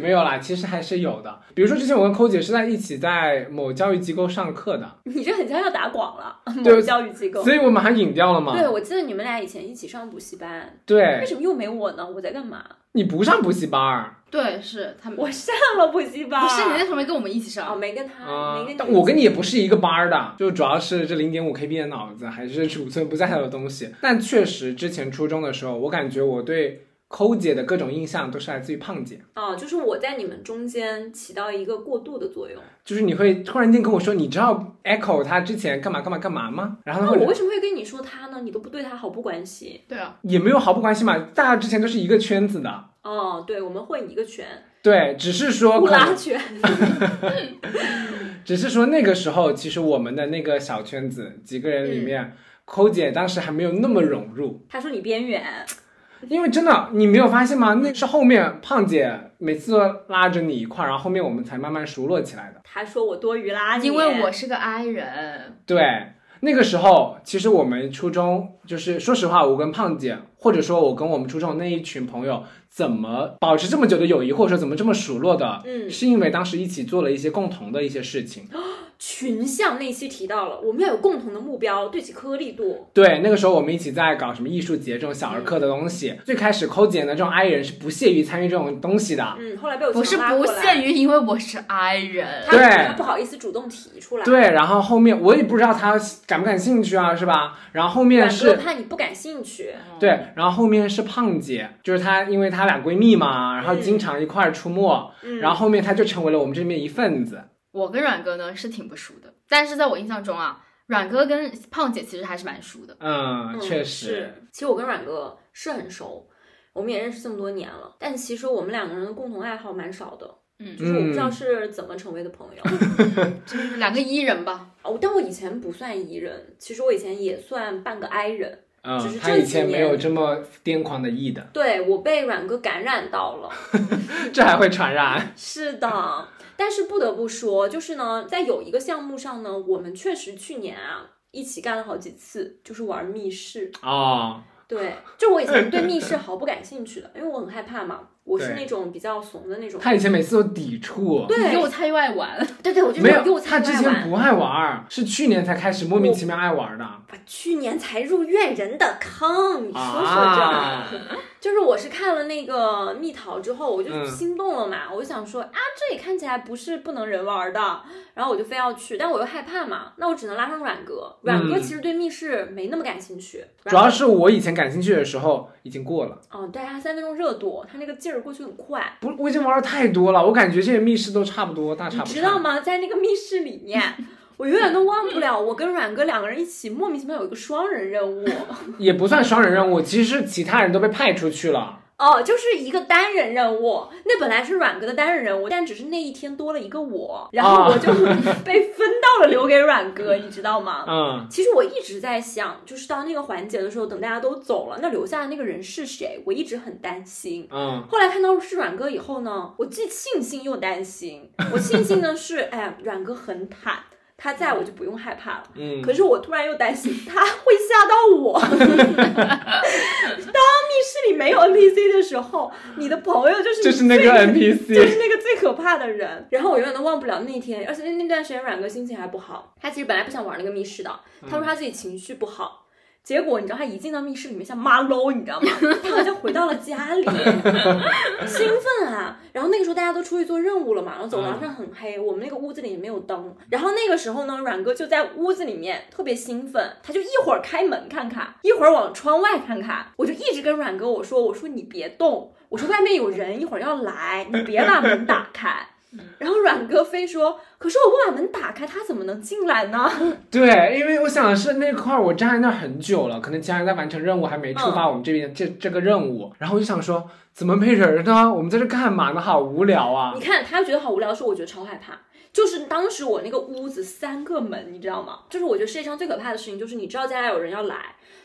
C: 没有啦，其实还是有的。比如说之前我跟抠姐是在一起在某教育机构上课的，
B: 你这很像要打广了，
C: 对
B: 某教育机构。
C: 所以我们还引掉了嘛。
B: 对，我记得你们俩以前一起上补习班，为
C: 对，
B: 什么又没我呢？我在干嘛？
C: 你不上补习班儿
A: 对，是啊他们。
B: 我上了补习班，
A: 不是你那时候没跟我们一起
B: 哦，
A: 上，
B: 没跟他，
C: 啊、
B: 没跟你
C: 但我跟你也不是一个班儿的，就主要是这零点五 KB 的脑子还是储存不下来的东西。但确实，之前初中的时候，我感觉我对抠姐的各种印象都是来自于胖姐。
B: 哦，就是我在你们中间起到一个过渡的作用。
C: 就是你会突然间跟我说，你知道 Echo 他之前干嘛干嘛干嘛吗？然后
B: 那
C: 他会
B: 哦我为什么会跟你说他呢？你都不对他毫不关心。
A: 对啊，
C: 也没有毫不关系嘛，大家之前都是一个圈子的，
B: 哦，对，我们混一个圈，
C: 对，只是说
B: 呼
C: 可
B: 啦
C: 能，
B: 圈。
C: 只是说那个时候其实我们的那个小圈子几个人里面，抠、姐当时还没有那么融入，
B: 他说你边缘，
C: 因为真的你没有发现吗？那是后面胖姐每次都拉着你一块儿，然后后面我们才慢慢熟络起来的。
B: 他说我多余啦你。
A: 因为我是个 I 人，
C: 对，那个时候其实我们初中就是，说实话，我跟胖姐，或者说我跟我们初中那一群朋友，怎么保持这么久的友谊，或者说怎么这么熟络的，
B: 嗯
C: 是因为当时一起做了一些共同的一些事情。
B: 群像那期提到了，我们要有共同的目标，对齐颗粒度。
C: 对，那个时候我们一起在搞什么艺术节这种小儿科的东西。最开始抠姐呢，这种 I 人是不屑于参与这种东西的。
B: 嗯，后来被我
A: 不是
B: 强拉
A: 不
B: 过来
A: 限于因为我是 I 人，
B: 他
C: 对
B: 他不好意思主动提出来。
C: 对，然后后面我也不知道他感不感兴趣啊，是吧？然后后面
B: 阮
C: 是
B: 哥怕你不感兴趣，
A: 嗯
C: 对，然后后面是胖姐，就是她，因为她俩闺蜜嘛，然后经常一块儿出没，
B: 嗯
C: 然后后面她就成为了我们这边一份子。
A: 我跟阮哥呢是挺不熟的，但是在我印象中啊，阮哥跟胖姐其实还是蛮熟的。
C: 嗯，
B: 嗯
C: 确实，
B: 是。其实我跟阮哥是很熟，我们也认识这么多年了，但其实我们两个人的共同爱好蛮少的。
A: 嗯
B: 就是我不知道是怎么成为的朋友。
A: 就是两个 E 人吧，
B: 哦，但我以前不算 E 人，其实我以前也算半个 I 人。就
C: 嗯，
B: 是
C: 她
B: 这
C: 以
B: 几
C: 前没
B: 年
C: 有这么癫狂的 E 的， *laughs*
B: 对我被阮哥感染到了，
C: 这还会传染。
B: 是的。但是不得不说，就是呢，在有一个项目上呢，我们确实去年啊一起干了好几次，就是玩密室。
C: 哦，
B: 对，就我以前对密室毫不感兴趣的，因为我很害怕嘛，我是
C: 对
B: 那种比较怂的那种。
C: 她以前每次都抵触，
A: 你给
B: 对
A: 我猜外玩，
B: 对对，我就是
C: 没
B: 给我
C: 有，她
B: 参
C: 之
B: 加
C: 前
B: 玩。
C: 不爱玩儿，是去年才开始莫名其妙爱玩儿的。
B: 啊去年才入院人的坑，你说说这。
C: 啊，
B: 就是我是看了那个蜜桃之后，我就
C: 嗯
B: 心动了嘛，我就想说啊，这里看起来不是不能人玩的，然后我就非要去，但我又害怕嘛，那我只能拉上阮哥。阮哥
C: 嗯
B: 其实对密室没那么感兴趣，
C: 主要是我以前感兴趣的时候已经过了，
B: 嗯，对他三分钟热度，他那个劲儿过去很快，
C: 不，我已经玩的太多了，我感觉这些密室都差不多，大差
B: 你
C: 不差。
B: 知道吗？在那个密室里面， *laughs* 我永远都忘不了，我跟阮哥两个人一起莫名其妙有一个双人任务，
C: 也不算双人任务，其实是其他人都被派出去了。
B: 哦，就是一个单人任务，那本来是阮哥的单人任务，但只是那一天多了一个我，然后我就 *laughs* 被分到了留给阮哥，你知道吗？
C: 嗯，
B: 其实我一直在想，就是到那个环节的时候，等大家都走了，那留下的那个人是谁？我一直很担心。
C: 嗯，
B: 后来看到是阮哥以后呢，我既庆幸又担心。我庆幸呢是， *laughs* 哎，阮哥很坦，他在我就不用害怕了。
C: 嗯，
B: 可是我突然又担心他会吓到我。当密室里没有 NPC 的时候，你的朋友就是你
C: 就是那个
B: 最就
C: NPC，
B: 是那个最可怕的人。然后我永远都忘不了那天，而且那那段时间阮哥心情还不好，他其实本来不想玩那个密室的，他说他自己情绪不好。结果你知道他一进到密室里面像妈喽，你知道吗？他好像回到了家里，兴奋啊！然后那个时候大家都出去做任务了嘛，然后走廊上很黑，我们那个屋子里也没有灯。然后那个时候呢，阮哥就在屋子里面特别兴奋，他就一会儿开门看看，一会儿往窗外看看。我就一直跟阮哥我说，我说你别动，我说外面有人，一会儿要来，你别把门打开。然后阮哥非说，可是我不把门打开，他怎么能进来呢？
C: 对，因为我想的是那块儿我站在那儿很久了，可能其他人在完成任务还没触发我们这边、这这个任务，然后我就想说怎么没人呢？我们在这干嘛呢？好无聊啊
B: 你！看，他觉得好无聊的时候，我觉得超害怕。就是当时我那个屋子三个门，你知道吗？就是我觉得世界上最可怕的事情，就是你知道家里有人要来，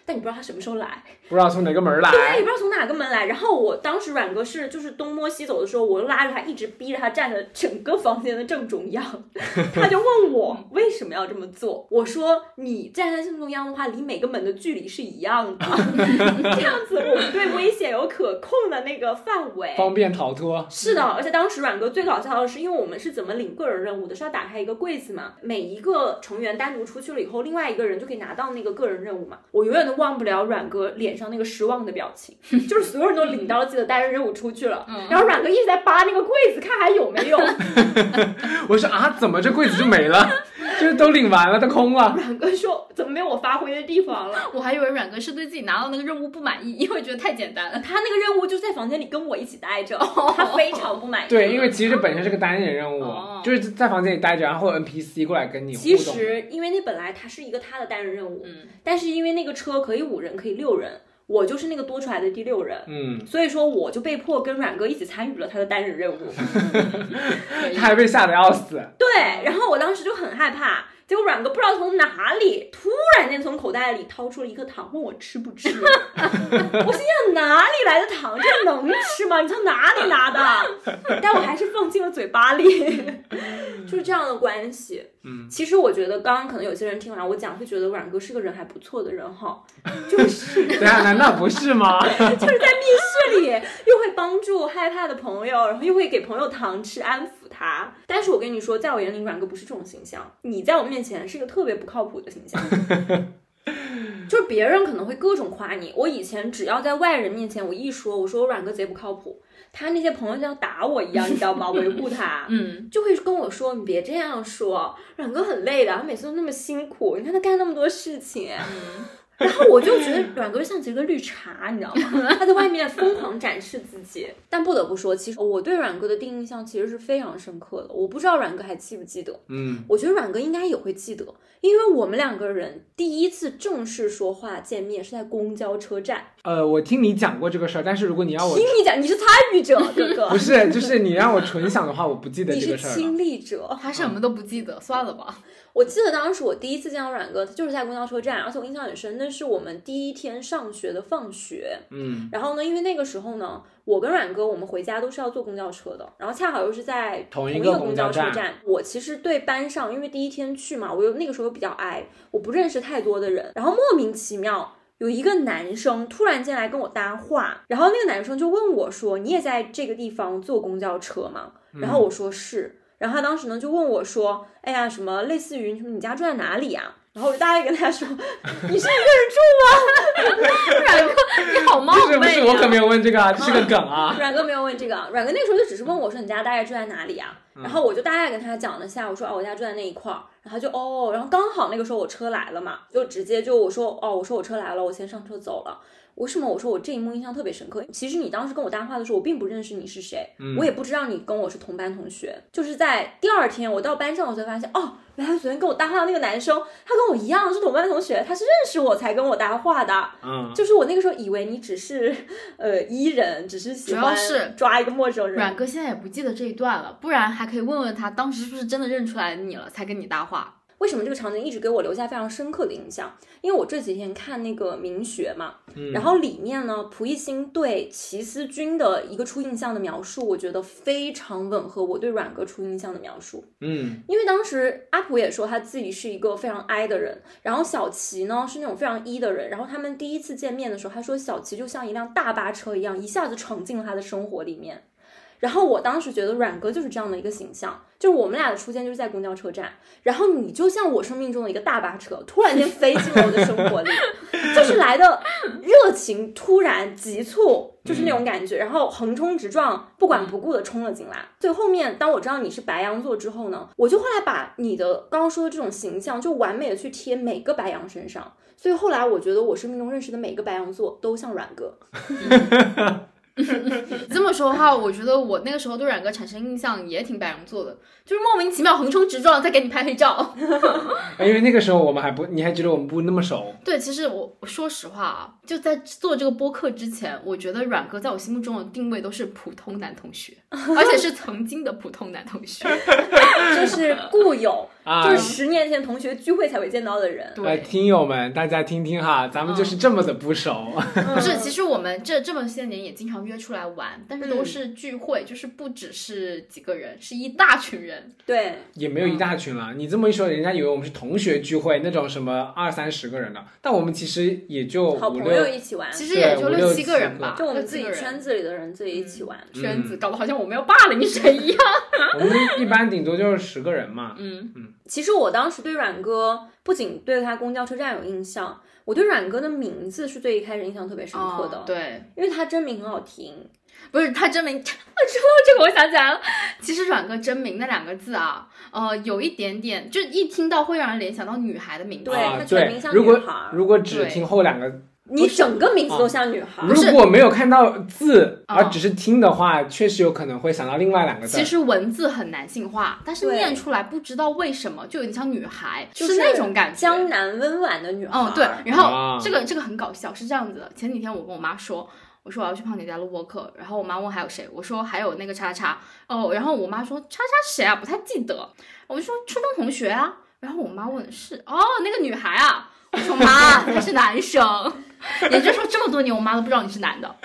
B: 但你不知道他什么时候来，
C: 不知道从哪个门儿来，
B: 对，也不知道从哪个门来。然后我当时阮哥是就是东摸西走的时候，我拉着他一直逼着他站在整个房间的正中央，他就问我为什么要这么做。我说你站在正中央的话，离每个门的距离是一样的， *laughs* 这样子我们对危险有可控的那个范围。
C: 方便逃脱。
B: 是的，而且当时阮哥最搞笑的是，因为我们是怎么领个人任务的，是要打开一个柜子嘛，每一个成员单独出去了以后，另外一个人就可以拿到那个个人任务嘛。我永远都忘不了阮哥脸上那个失望的表 *laughs* 情，就是所有人都领到了自己的单人任务出去了，然后阮哥一直在扒那个柜子看还有 *laughs* 没有，
C: 我说啊，怎么这柜子就没了？就是都领完了，都空了。
B: 阮哥说怎么没有我发挥的地方了。
A: 我还以为阮哥是对自己拿到那个任务不满意，因为觉得太简单了。
B: 他那个任务就在房间里跟我一起待着， *laughs* 他非常不 *laughs* 满意。
C: *laughs* 对，因为其实这本身是个单人任务，
A: 哦
C: 就是在房间里待着，然后会有 NPC 过来跟你
B: 其
C: 互动。
B: 实，因为那本来它是一个他的单人任务，
A: 嗯
B: 但是因为那个车可以五人，可以六人，我就是那个多出来的第六人，
C: 嗯，
B: 所以说我就被迫跟阮哥一起参与了他的单人任务。
A: 可以
C: 他还被吓得要死。
B: 对，然后我当时就很害怕，结果阮哥不知道从哪里突然间从口袋里掏出了一颗糖，问我吃不吃。我心想哪里来的糖，这能吃吗？你从哪里拿的？但我还是放进了嘴巴里，就是这样的关系。
C: 嗯，
B: 其实我觉得刚刚可能有些人听完我讲，会觉得阮哥是个人还不错的人哈，就是
C: 对啊，难道不是吗？ *laughs*
B: 就是在密室里又会帮助害怕的朋友，然后又会给朋友糖吃安抚他。但是我跟你说，在我眼里，阮哥不是这种形象，你在我面前是一个特别不靠谱的形象。就是别人可能会各种夸你，我以前只要在外人面前，我一说我说我阮哥贼不靠谱，他那些朋友就像打我一样，你知道吗？维护他，
A: 嗯，
B: 就会跟我说：“你别这样说，阮哥很累的，他每次都那么辛苦，你看他干那么多事情。
C: 嗯
B: 然后我就觉得阮哥像极了绿茶，你知道吗？ *laughs* 他在外面疯狂展示自己。但不得不说，其实我对阮哥的第一印象其实是非常深刻的。我不知道阮哥还记不记得，
C: 嗯，
B: 我觉得阮哥应该也会记得，因为我们两个人第一次正式说话见面是在公交车站。
C: 呃，我听你讲过这个事儿，但是如果你让我
B: 听你讲，你是参与
C: *laughs*
B: 者，哥哥
C: 哦不，是，就是你让我纯想的话，我不记得
B: 你
C: 这
B: 是
C: 个事儿了。
B: 亲历者。
A: 他什么都不记得，算了吧。
B: 我记得当时我第一次见到阮哥，他就是在公交车站，而且我印象很深，那是我们第一天上学的放学。
C: 嗯
B: 然后呢，因为那个时候呢，我跟阮哥我们回家都是要坐公交车的，然后恰好又是在
C: 同一
B: 一
C: 个
B: 个
C: 公
B: 公
C: 交
B: 车
C: 站
B: 站。我其实对班上，因为第一天去嘛，我又那个时候又比较矮，我不认识太多的人，然后莫名其妙。有一个男生突然间来跟我搭话，然后那个男生就问我说：“你也在这个地方坐公交车吗？”然后我
C: 嗯
B: 说是，然后他当时呢就问我说：“哎呀，什么类似于什么你家住在哪里啊？”然后我就大概跟他说：“ *laughs* 你是
A: 阮哥， *laughs* 你好冒
C: 不是不
A: 昧
C: 是，
A: 呀、
C: 我可没有问这个啊，这是个梗
B: *laughs*
C: 啊。
B: 阮哥没有问这个，阮哥那时候就只是问我说你家大概住在哪里啊？然后我就大概跟他讲了一下，我说哦我家住在那一块儿，然后他就哦，然后刚好那个时候我车来了嘛，就直接就我说哦我说我车来了，我先上车走了。为什么我说我这一幕印象特别深刻？其实你当时跟我搭话的时候，我并不认识你是谁，我也不知道你跟我是同班同学。就是在第二天我到班上，我才发现，哦，原来昨天跟我搭话的那个男生，他跟我一样是同班同学，他是认识我才跟我搭话的。
C: 嗯，
B: 就是我那个时候以为你只是呃伊人，只是喜
A: 主要
B: 欢
A: 是
B: 抓一个陌生
A: *laughs* 阮
B: 人。
A: 哥现在也不记得这一段了，不然还可以问问他当时是不是真的认出来你了才跟你搭话。
B: 为什么这个场景一直给我留下非常深刻的印象？因为我这几天看那个《明学》嘛，然后里面呢，蒲熠星对齐思钧的一个初印象的描述，我觉得非常吻合我对阮哥初印象的描述。
C: 嗯
B: 因为当时阿普也说他自己是一个非常 I 的人，然后小齐呢是那种非常 E 的人。然后他们第一次见面的时候，他说小齐就像一辆大巴车一样，一下子闯进了他的生活里面。然后我当时觉得阮哥就是这样的一个形象，就是我们俩的出现就是在公交车站，然后你就像我生命中的一个大巴车，突然间飞进了我的生活里， *laughs* 就是来的热情突然急促，就是那
C: 嗯
B: 种感觉，然后横冲直撞，不管不顾的冲了进来。最后面，当我知道你是白羊座之后呢，我就后来把你的刚刚说的这种形象，就完美的去贴每个白羊身上。所以后来我觉得我生命中认识的每个白羊座都像阮
C: *laughs*
B: 哥，
A: 这么说的话，我觉得我那个时候对阮哥产生印象也挺白羊座的，就是莫名其妙横冲直撞，再给你拍黑照。 *laughs*
C: 因为那个时候我们还不，你还觉得我们不那么熟，
A: 对，其实我我说实话啊，就在做这个播客之前，我觉得阮哥在我心目中的定位都是普通男同学， *laughs* 而且是曾经的普通男同
C: *laughs*
A: 学。
B: 就是固有，
C: 啊
B: 就是十年前同学聚会才会见到的人。
C: 呃，
A: 对，
C: 听友们，大家听听哈，咱们就是这么的不熟。
A: *laughs* 不是，其实我们这这么些年也经常约出来玩，但是都
B: 嗯
A: 是聚会，就是不只是几个人，是一大群
C: 嗯
A: 人。
B: 对，
C: 也没有一
A: 嗯
C: 大群了。你这么一说，人家以为我们是同学聚会那种什么二三十个人的，但我们其实也就
B: 好
C: 哦五
B: 朋友
C: 六。
B: 一起玩，
A: 其实也
C: 对
A: 就
C: 五六
A: 七
C: 七
A: 个人吧，
B: 就我们
A: 六
B: 自
A: 七
B: 己
A: 个人
B: 圈子里的人自己一
C: 嗯
B: 起玩。
A: 圈子，搞得好像我们要霸凌谁一样。啊
C: 我们一般顶多就是十个人嘛。
A: 嗯，
B: 其实我当时对阮哥不仅对他公交车站有印象，我对阮哥的名字是最一开始印象特别深刻的，
A: 哦对，
B: 因为他真名很好听。
A: 不是他真名， *laughs* 我知道这个我想起来了。其实阮哥真名那两个字啊，呃，有一点点，就一听到会让人联想到女孩的名字
B: 对。
C: 啊
B: 他，全
C: 对
B: 名像，
C: 如果
B: 女孩儿
C: 如果只
A: 啊对
C: 听后两个，
B: 你整个名字都像女孩儿，
C: 如果没有看到字，
A: 啊
C: 而只是听的话，确实有可能会想到另外两个字
A: 其。实文字很男性化，但是
B: 对
A: 念出来不知道为什么就有点像女孩，
B: 就是
A: 那种感觉。
B: 江南温婉的女孩。
A: 哦，对，，然后
C: 啊
A: 这个这个很搞笑，是这样子的。前几天我跟我妈说，我说我要去胖姐家录播客，然后我妈问还有谁，我说还有那个叉叉哦，然后我妈说叉叉谁啊，不太记得，我就说初中同学啊，然后我妈问是哦那个女孩啊，我说妈他是男生， *laughs* 也就是说这么多年我妈都不知道你是男的，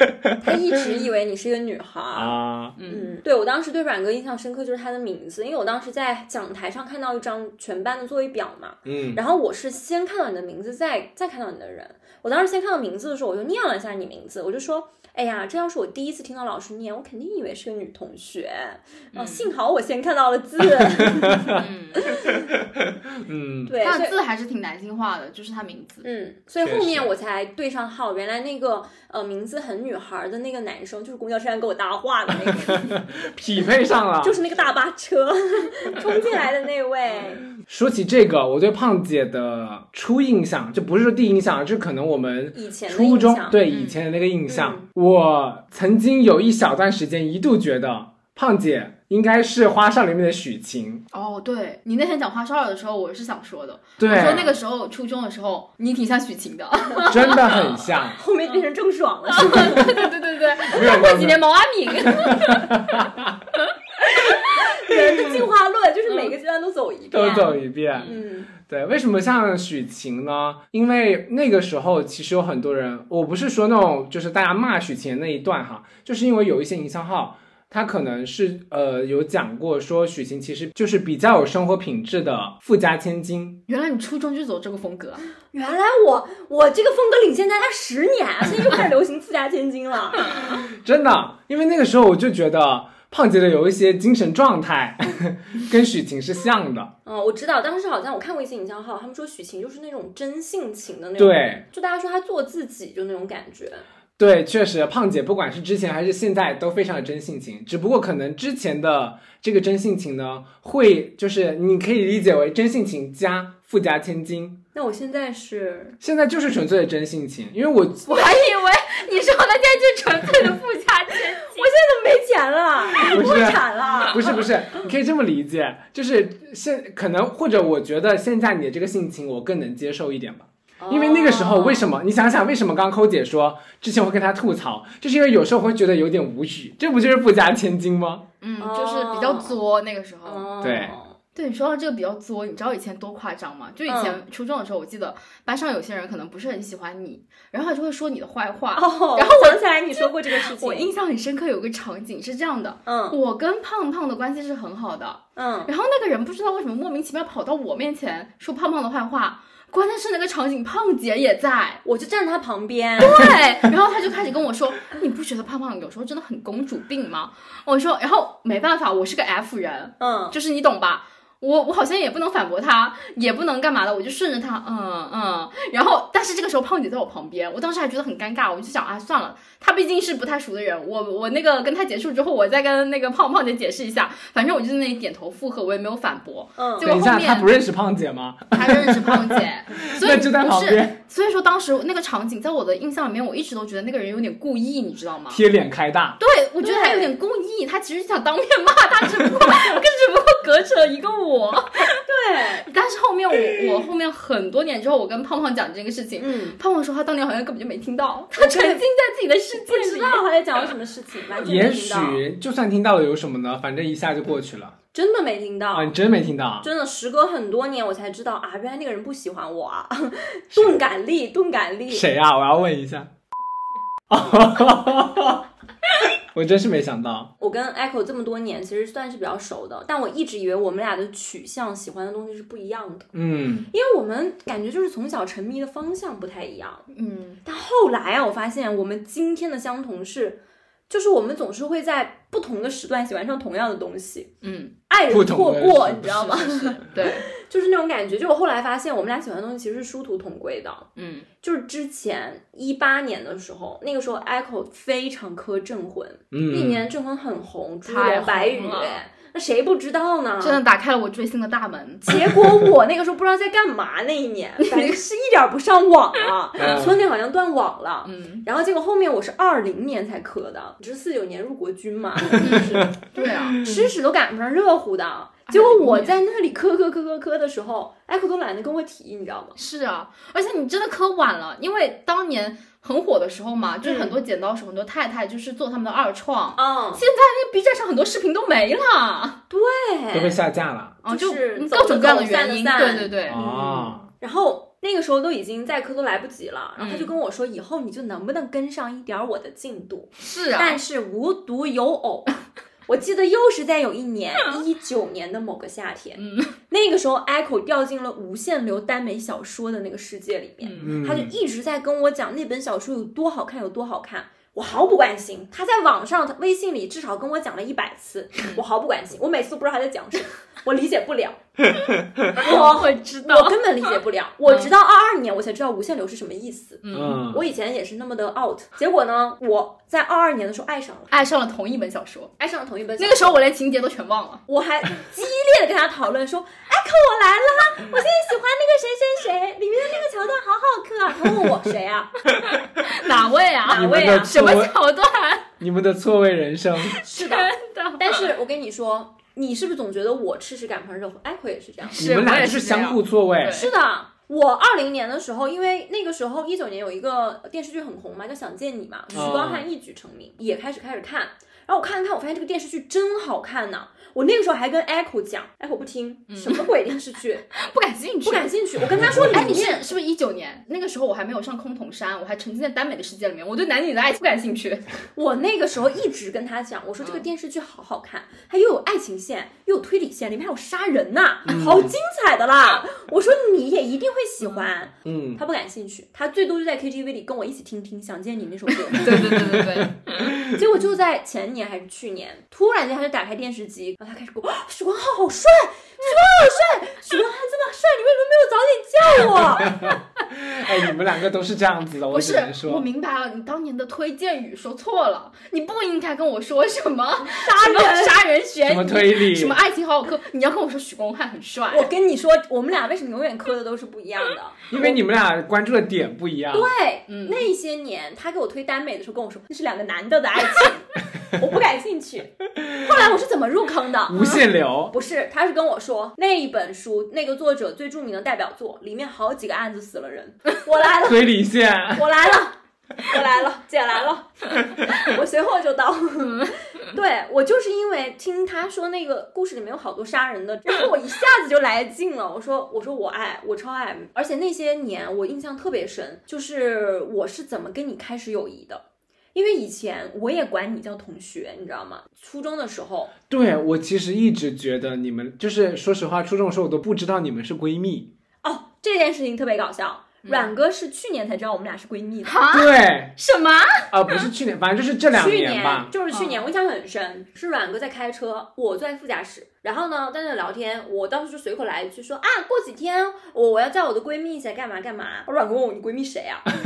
B: 他一直以为你是一个女孩儿。
C: 啊，
B: 嗯，对我当时对阮哥印象深刻就是他的名字，因为我当时在讲台上看到一张全班的座位表嘛，
C: 嗯，
B: 然后我是先看到你的名字，再再看到你的人。我当时先看到名字的时候，我就念了一下你名字，我就说，哎呀，这要是我第一次听到老师念，我肯定以为是个女同学。哦，幸好我先看到了字。
A: 嗯，
C: 嗯，
B: *laughs* 对，
A: 他
B: 所
A: 的
B: 以
A: 字还是挺男性化的，就是他名字，
B: 嗯，所以
C: 确
B: 后面
C: 实
B: 我才对上号，原来那个呃名字很女孩儿的那个男生，就是公交车站跟我搭话的那个，
C: *laughs* 匹配上了。
B: 就是那个大巴车冲进来的那位。
C: 说起这个，我对胖姐的初印象，就不是说第一印象，就可能我们
B: 以前的
C: 初
B: 印
C: 中
B: 象，嗯
C: 对
A: 嗯
C: 以前的那个印象，我曾经有一小段时间一度觉得胖姐应该是花少里面的许晴，
A: 哦，对你那天讲花少儿的时候，我是想说的，
C: 对，
A: 我说那个时候初中的时候，你挺像许晴的， *laughs*
C: 真的
B: *laughs*，
C: 很像
B: 后面变成郑爽了，是吧？
A: 对对对对，
C: 没有
A: 过几年毛阿
C: *laughs*
A: 敏，
B: *laughs* 人的进化论就是每个阶段都走一遍。
C: 嗯都走一遍。
B: 嗯，
C: 对，为什么像许晴呢？因为那个时候其实有很多人，我不是说那种就是大家骂许晴的那一段哈，就是因为有一些营销号。他可能是呃有讲过说许晴其实就是比较有生活品质的富家千金，
A: 原来你初中就走这个风 *laughs* 格啊，
B: 原来我我这个风格领先大家十年，现在又开始流行富家千金了。 *laughs*
C: 真的，因为那个时候我就觉得胖姐的有一些精神状态跟许晴是像的，
B: 嗯，我知道，当时好像我看过一些营销号，他们说许晴就是那种真性情的那种，
C: 对，
B: 就大家说她做自己就那种感觉。
C: 对，确实，胖姐不管是之前还是现在都非常的真性情，只不过可能之前的这个真性情呢，会就是你可以理解为真性情加富家千金，
B: 那我现在是
C: 现在就是纯粹的真性情。因为我
A: 我还以为你说的那就纯粹的富家千金，
B: 没钱了，
C: 不
B: 破
C: 是
B: 产了。
C: 不是不是，你可以这么理解，就是现可能或者我觉得现在你的这个性情我更能接受一点吧。因为那个时候为什么？你想想为什么刚刚抠姐说之前我会跟她吐槽，就是因为有时候会觉得有点无语，这不就是富家千金吗？
A: 嗯，就是比较作那个时候。
B: 哦
C: 对
A: 对，你说到这个比较作，你知道以前多夸张吗？就以前初中的时候，我记得班上有些人可能不是很喜欢你，然后他就会说你的坏话。
B: 哦，
A: 然
B: 后我想起来你说过这个事情，
A: 我印象很深刻，有个场景是这样的，
B: 嗯
A: 我跟胖胖的关系是很好的，
B: 嗯，。
A: 然后那个人不知道为什么莫名其妙跑到我面前说胖胖的坏话，关键是那个场景胖姐也在
B: 我就站他旁边，
A: 对，然后他就开始跟我说：“你不觉得胖胖有时候真的很公主病吗？”我说：“然后没办法，我是个 F 人，
B: 嗯，
A: 就是你懂吧？我我好像也不能反驳他，也不能干嘛的，我就顺着他，嗯嗯。然后，但是这个时候胖姐在我旁边，我当时还觉得很尴尬，我就想啊，算了，他毕竟是不太熟的人，我我那个跟他结束之后，我再跟那个胖胖姐解释一下，反正我就在那里点头附和，我也没有反驳。
B: 嗯
A: 结果
C: 等一
A: 后
C: 下，她
A: 面
C: 不认识胖姐吗？
A: 他认识胖
C: *laughs*
A: 姐，所
C: 那
A: 以
C: 就在
A: 不
C: 旁
A: 是，
C: 边
A: 所以说当时那个场景在我的印象里面，我一直都觉得那个人有点故意，你知
B: *laughs*
A: 道吗？
C: *laughs* 贴脸开大。
A: 对，我觉得他有点故意，他其实想当面骂他，只不过跟只不过隔着一个我。
B: *laughs* 对，
A: 但是后面我我后面很多年之后，我跟胖胖讲这个事情，
B: 嗯，
A: 胖胖说他当年好像根本就没听
B: *laughs*
A: 到，他沉浸在自己的世
B: 不
A: 界
B: 知
A: 里。
B: 道他在讲什么事情，完全
C: 也
B: 没听到，
C: 许就算听到了有什么呢？反正一下就过去了
B: 真的没听到
C: 啊！。你真没听到啊？
B: 真的，时隔很多年，我才知道啊，原来那个人不喜欢我啊！ *laughs* 钝感力，钝感力，
C: 谁啊？我要问一下。我真是没想到，
B: 我跟 Echo 这么多年，其实算是比较熟的，但我一直以为我们俩的取向、喜欢的东西是不一样的，
C: 嗯，
B: 因为我们感觉就是从小沉迷的方向不太一样。
A: 嗯，
B: 但后来啊，我发现我们今天的相同是，就是我们总是会在不同的时段喜欢上同样的东西，
A: 嗯，
B: 爱
C: 不
B: 人
C: 同
B: 错
C: 的
B: 过，
C: 是
B: 你知道吗？
A: 是是是 *laughs* 对，
B: 就是那种感觉。就我后来发现，我们俩喜欢的东西其实是殊途同归的。
A: 嗯
B: 就是之前一八年的时候，那个时候 Echo 非常磕镇魂，
C: 嗯
B: 那年镇魂很红，朱
A: 太
B: 柳白
A: 红
B: 宇
A: 了，
B: 那谁不知道呢？
A: 真的打开了我追星的大门。
B: 结果我那个时候不知道在干嘛，那一
A: *laughs*
B: 年反正是一点儿不上网了，*laughs*
C: 嗯
B: 村里好像断网了。
A: 嗯，
B: 然后结果后面我是二零年才磕的，只是四九年入国军嘛，就是
A: 对啊，
B: *laughs* 吃屎都赶不上热乎的。结果我在那里磕磕磕磕磕的时候，Echo 都懒得跟我提，你知道吗？
A: 是啊，而且你真的磕晚了，因为当年很火的时候嘛，就是很多剪刀手、很多太太就是做他们的二创，
B: 嗯，
A: 那 B 站上很多视频都没了，
C: 都被
B: 对。
C: 下架了
A: 啊，
B: 哦就
A: 就是嗯
B: 走
A: 各
B: 着
A: 种各样的
B: 走散
A: 原因，
B: 着散
A: 对对对，
C: 啊！
B: 然后那个时候都已经在磕都来不及了，然后他就
A: 嗯
B: 跟我说，以后你就能不能跟上一点儿我的进度？
A: 是啊，
B: 但是无独有偶，我记得又是在有一年一九年的某个夏天，
A: 嗯
B: 那个时候 Echo 掉进了无限流耽美小说的那个世界里面，
A: 嗯
C: 嗯，
B: 他就一直在跟我讲那本小说有多好看，有多好看。我毫不关心，他在网上、他微信里至少跟我讲了一百次，我毫不关心，我每次都不知道他在讲什么，我理解不了，
A: 我会知
B: 我嗯
A: 道，
B: 根本理解不了。我直到二二年我才知道无限流是什么意思。
A: 嗯，
C: 嗯，
B: 我以前也是那么的 out，结果呢，我在二二年的时候爱上了，
A: 爱上了同一本小说，
B: 爱上了同一本小
A: 那个时候我连情节都全忘
B: *laughs*
A: 了，
B: 我还激烈的跟他讨论说：“哎，可我来了，我现在喜欢那个谁谁谁，里面的那个桥段好好磕啊。”他问我谁啊？
A: 哪位啊？
B: 哪
C: 你
B: 位
C: 们
B: 啊
C: 的
A: 什
C: 错
A: 么
C: 位，
A: 桥段？
C: 你们的错位人生，
B: *laughs* 是的，
A: 真的，
B: 但是我跟你说，你是不是总觉得我吃屎赶不上热乎？艾可也是这样。
C: 你们
A: 我
C: 俩
A: 也
C: 就是
A: 是这样
C: 相互错位
A: 对，
B: 是的，我二零年的时候，因为那个时候一九年有一个电视剧很红嘛，叫《想见你》嘛，许
A: 哦
B: 光汉一举成名，也开始开始看。然后我看了看，我发现这个电视剧真好看呢、我那个时候还跟 Echo 讲，Echo 不听，
A: 嗯
B: 什么鬼电视
A: *laughs*
B: 剧，
A: 不感兴趣
B: 不。感兴趣。我跟他说里
A: 哎， *laughs* 你
B: 面
A: 是是不是一九年那个时候我还没有上空同山，我还沉浸在耽美的世界里面，我对男女的爱不感兴趣。
B: 我那个时候一直跟他讲，我说
A: 嗯
B: 这个电视剧好好看，它又有爱情线，又有推理线，里面还有杀人呐、
A: 嗯
B: 好精彩的啦！
A: *laughs*
B: 我说你也一定会喜欢。
C: 嗯，
B: 他不感兴趣，他最多就在 KTV 里跟我一起听听《想见你》那首歌。
A: 对对对对对，
B: 结果就在前年还是去年，突然间他就打开电视机，然后他开始给我，啊许光汉好帅，许光汉好帅，许光汉这么帅，你为什么没有早点叫我？
C: 哎，你们两个都是这样子的，
A: 不
C: 我只
A: 是
C: 能，
A: 我
C: 说，
A: 明白了，你当年的推荐语说错了，你不应该跟我说什么 *laughs*
B: 杀人
A: 杀人悬疑
C: 什么推理，
A: 什么爱情好好磕，你要跟我说许光汉很帅，
B: *laughs* 我跟你说，我们俩为什么永远磕的都是不一样的？
C: 因为你们俩关注的点不一样。
B: 对，啊
A: 嗯
B: 那些年他给我推耽美的时候跟我说，那是两个男的的爱情，我不感兴趣。后来我是怎么入坑的？
C: 无限流，
B: 不是，他是跟我说那一本书，那个作者最著名的代表作，里面好几个案子死了人。我来了，
C: 推理线，
B: *laughs* 我来了，我来了，姐来了， *laughs* 我随后就到。 *laughs* 对我就是因为听他说那个故事里面有好多杀人的，然后我一下子就来劲了。我说我说我爱，我超爱，而且那些年我印象特别深，就是我是怎么跟你开始友谊的。因为以前我也管你叫同学，你知道吗？初中的时候，
C: 对我其实一直觉得你们就是，说实话，初中的时候我都不知道你们是闺蜜。
B: 哦，这件事情特别搞笑。阮哥是去年才知道我们俩是闺蜜的，
A: 哈
C: 对，
A: 什么？
C: 啊，不是去年，反正就是这两
B: 啊去
C: 吧。嗯
B: 就是去年，我印象很深，是阮哥在开车，我坐在副驾驶，然后呢在那聊天，我当时就随口来一句说啊，过几天我我要叫我的闺蜜一起来干嘛干嘛。我阮哥问我你闺蜜谁啊？ *laughs*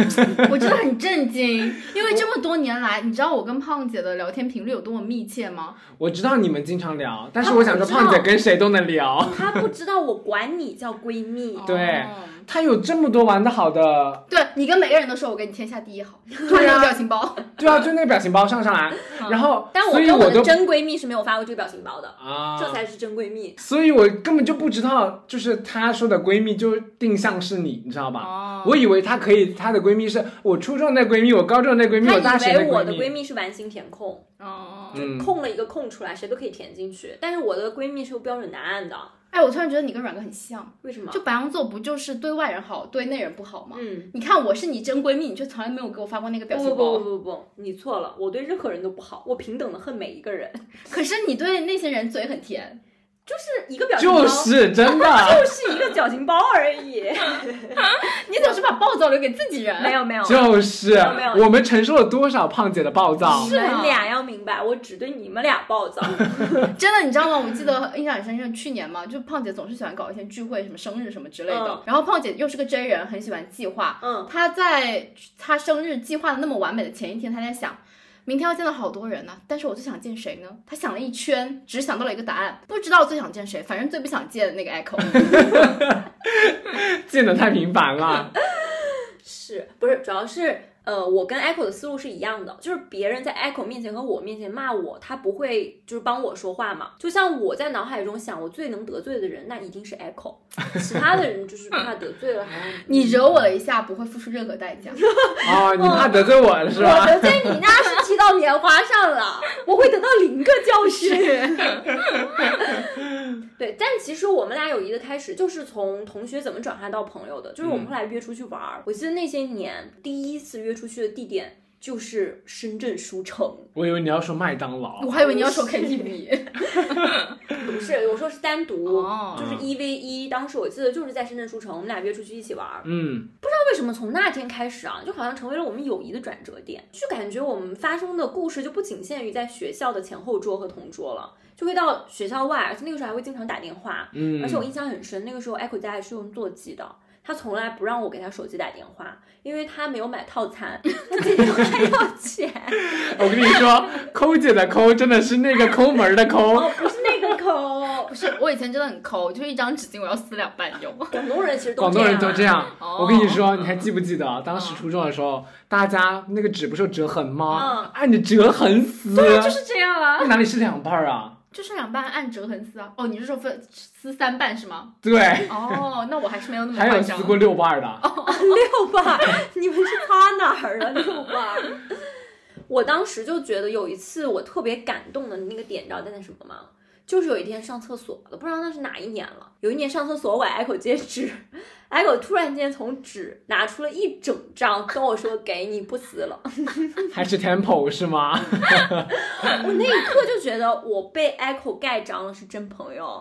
A: 我真的很震惊，因为这么多年来，你知道我跟胖姐的聊天频率有多么密切吗？
C: 我知道你们经常聊，但是
B: 啊
C: 我想
B: 我
C: 说，
B: 知道
C: 胖姐跟谁都能
B: *laughs*
C: 聊。
B: 她不知道我管你叫闺蜜，
C: 对
A: 哦
C: 她有这么多玩的好的，
A: 对你跟每个人都说我跟你天下第一好，突
C: 对
A: 然
C: 啊
A: 有表情包，
C: 对啊，就那个表情包上上来，
B: 嗯
C: 然后，
B: 但我
C: 所以
B: 跟我
C: 我
B: 的
C: 都
B: 真闺蜜是没有发过这个表情包的，
C: 啊，
B: 这才是真闺蜜。
C: 所以我根本就不知道，就是她说的闺蜜就定向是你，你知道吧？
B: 嗯
A: 哦
C: 我以为她可以，她的闺蜜是我初中的闺蜜，我高中的闺蜜，
B: 她
C: 大
B: 以
C: 学
B: 为我
C: 闺
B: 的
C: 蜜
B: 闺。蜜是完形填空，
A: 哦，
C: 嗯，
B: 空了一个空出来，谁都可以填进去。但是我的闺蜜是有标准答案的，
A: 哎，我突然觉得你跟阮哥很像，
B: 为什么？
A: 就白羊座不就是对外人好，对内人不好吗？
B: 嗯，
A: 你看我是你真闺蜜，你却从来没有给我发过那个表情
B: 不
A: 包。
B: 不不不不，你错了，我对任何人都不好，我平等的恨每一个人，
A: 可是你对那些人嘴很甜，
B: 就是一个表情包，
C: 就
B: 就是、*laughs*
C: 是真的，
B: 一个表情包而已，
A: 你总是把暴躁留给自己 *laughs* 人。
B: *laughs* 没有没有。
C: 就是啊
B: 有没有
C: 我们承受了多少胖姐的
B: *laughs*
C: 暴躁
B: 你
A: 是吗
B: 们俩要明白，我只对你们俩暴躁。
A: 真的，你知道吗？我记得印象很深，就是去年嘛，就胖姐总是喜欢搞一些聚会，什么生日什么之类的。
B: 嗯
A: 然后胖姐又是个 J 人，很喜欢计划。
B: 嗯，
A: 她在她生日计划的那么完美的前一天，她在想。明天要见到好多人呢、但是我最想见谁呢？她想了一圈，只想到了一个答案，不知道最想见谁，反正最不想见那个 Echo。 *laughs*
C: 见的太频繁
B: *laughs*
C: 了。
B: 是不是？主要是呃，我跟 Echo 的思路是一样的，就是别人在 Echo 面前和我面前骂我，他不会就是帮我说话嘛。就像我在脑海中想，我最能得罪的人，那一定是 Echo，其他的人就是怕得罪了，好像
A: 你惹我了一下，不会付出任何代价。
C: 哦，你怕得罪我了是
B: 我
C: 吧？
B: 得罪你那是骑到棉花上
C: *laughs*
B: 了，我会得到零个教训。 *laughs* 对，但其实我们俩友谊的开始就是从同学怎么转化到朋友的，就是
C: 嗯
B: 我们后来约出去玩儿。我记得那些年第一次约出去的地点就是深圳书城，
C: 我以为你要说麦当劳
A: 我还以为你要说 KTV。
B: 不是我说是单独，
A: 哦
B: 就是一 v 一。当时我记得就是在深圳书城，我们俩约出去一起玩儿。
C: 嗯，
B: 为什么从那天开始啊，就好像成为了我们友谊的转折点？就感觉我们发生的故事就不仅限于在学校的前后桌和同桌了，就会到学校外，而且那个时候还会经常打电话。
C: 嗯
B: 而且我印象很深，那个时候 Echo 家里是用座机的。他从来不让我给他手机打电话，因为他没有买套餐， *laughs* 他打电话要钱，
C: 我跟你
B: *laughs*
C: 说，抠姐的抠真的是那个抠门儿的抠，
B: 不是那个口。
A: 不是，我以前真的很抠，就是一张纸巾我要撕两半用。
B: *laughs* 广东人其实都
C: 广东人都
B: 这
C: 这
B: 样啊哦
C: 样。
A: 哦
C: *laughs* 我跟你说，你还记不记得当时初中的时候，大家那个纸不是有折痕
B: 嗯
C: 吗？按着折痕撕，
A: 就是这样啊，
C: 那哪里是两半儿啊？
A: 就是两半按折痕撕啊。哦，你是说分撕三半是吗？
C: 对，
A: 哦，那我还是没有那么
C: 还
A: 夸
C: 有撕
A: 张。
C: 过六瓣儿
A: 哦
C: 的，
B: 啊，六瓣儿，你们是擦哪儿了六瓣儿？我当时就觉得有一次我特别感动的那个点，你知道在那什么吗？就是有一天上厕所，我不知道那是哪一年了。有一年上厕所，我挨口借纸，挨口突然间从纸拿出了一整张，跟我说：“给你，不撕了。” *laughs*
C: 还是 Temple
A: *laughs*
C: 是吗？
B: 我那一刻就觉得我被 Echo 盖章了，是真朋友，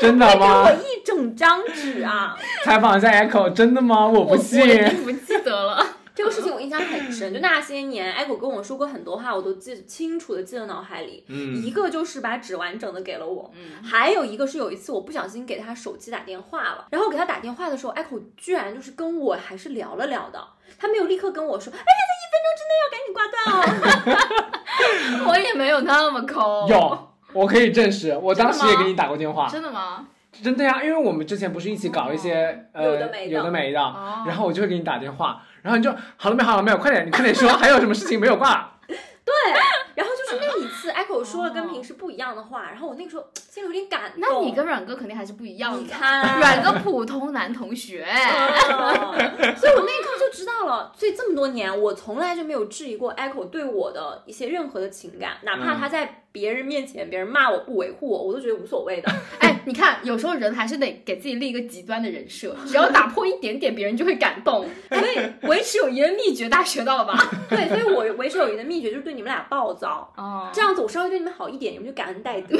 C: 真的
B: 给我
C: 吗？
B: 一整张纸啊！
C: 采访一下 Echo，真的吗？我不信 *laughs*
A: 我已经不记得了。
B: 这个事情我印象很深，就那些年，艾狗跟我说过很多话，我都记清楚的记在脑海里。
C: 嗯
B: 一个就是把纸完整的给了我，
A: 嗯，
B: 还有一个是有一次我不小心给他手机打电话了，然后给他打电话的时候，艾口居然就是跟我还是聊了聊的，他没有立刻跟我说，哎呀，在一分钟之内要赶紧挂断哦。 *laughs*
A: 我也没有那么抠，
C: 有，啊我可以证实，我当时
A: 真的
C: 也
A: 吗
C: 给你打过电话，
A: 真的吗？
C: 真的呀，因为我们之前不是一起搞一些
A: 嗯
C: 呃
B: 有的没的
C: 有的没的，
A: 哦，
C: 然后我就会给你打电话，然后你就好了没好了没有，快点你快点说，还有什么事情没有挂？ *laughs*
B: 然后就是那一次，艾口说了跟平时不一样的话，然后我那个时候心里有点感动。
A: 那你跟阮哥肯定还是不一样
B: 你
A: 的，
B: 看 *laughs*
A: 阮哥普通男同学，
B: 哦所以我那一刻就知道了。所以这么多年，我从来就没有质疑过 Echo 对我的一些任何的情感，哪怕
C: 嗯
B: 他在别人面前，别人骂我不维护我，我都觉得无所谓的。
A: 哎，你看，有时候人还是得给自己立一个极端的人设，只要打破一点点，别人就会感动。所以维持友谊的秘诀，大家学到了
C: *laughs*
A: 吧？
B: *laughs* 对，所以我维持友谊的秘诀就是对你们俩暴躁。
A: 哦
B: 这样子，我稍微对你们好一点，你们就感恩戴德。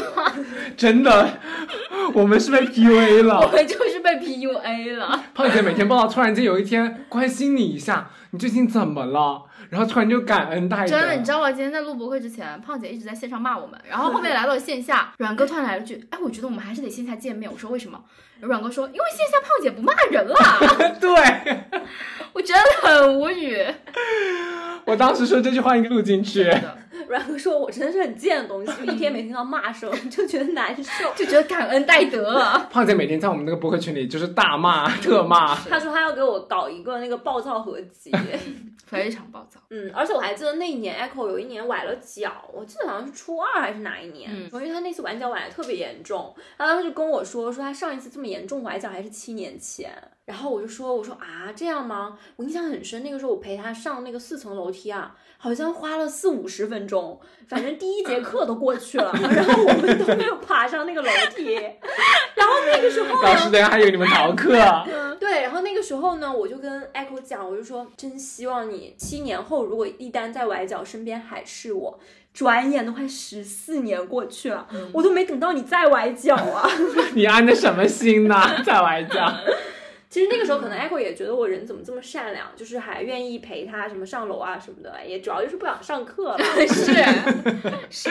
C: 真的， *laughs* 我们是被 PUA
A: 我
C: 了。
A: 们就是被 PUA 了，
C: 胖姐每天报道，突然间有一天关心你一下，你最近怎么了？然后突然就感恩戴德。
A: 真的，你知道吗？今天在录博客之前，胖姐一直在线上骂我们，然后后面来到了线下，阮哥突然来了句：“哎，我觉得我们还是得线下见面。”我说：“为什么？”阮哥说：“因为线下胖姐不骂人了。”
C: 对
A: 我真的很无语。
C: 我当时说这句话应该录进去。
A: 真的
B: *laughs* 然后说，我真的是很贱的东西，就一天没听到骂声， *laughs* 就觉得难受。
A: 就觉得感恩戴德。
C: 胖姐每天在我们那个博客群里就是大 *laughs* 骂特骂，
B: 他说他要给我搞一个那个暴躁合集，
A: 非常暴躁，
B: 嗯，而且我还记得那一年 Echo 有一年崴了脚，我记得好像是初二还是哪一年，
A: 嗯
B: 因为他那次崴脚崴的特别严重，他当时就跟我说，说他上一次这么严重崴脚还是七年前，然后我就说，我说啊这样吗？我印象很深，那个时候我陪他上那个四层楼梯啊，好像花了四五十分钟，反正第一节课都过
C: *laughs*
B: 去了，然后我们都没有爬上那个楼梯， *laughs* 然后那个时候
C: 老师等下还以为你们逃课。
B: 对，然后那个时候呢，我就跟 Echo 讲，我就说，真希望你七年后如果一旦在崴脚，身边还是我。转眼都快十四年过去了，
A: 嗯
B: 我都没等到你再崴脚啊！
C: 你安的什么心呐、在崴脚。
B: 其实那个时候可能 Echo 也觉得我人怎么这么善良，就是还愿意陪他什么上楼啊什么的，也主要就是不想上课了
A: 是 *laughs* 是，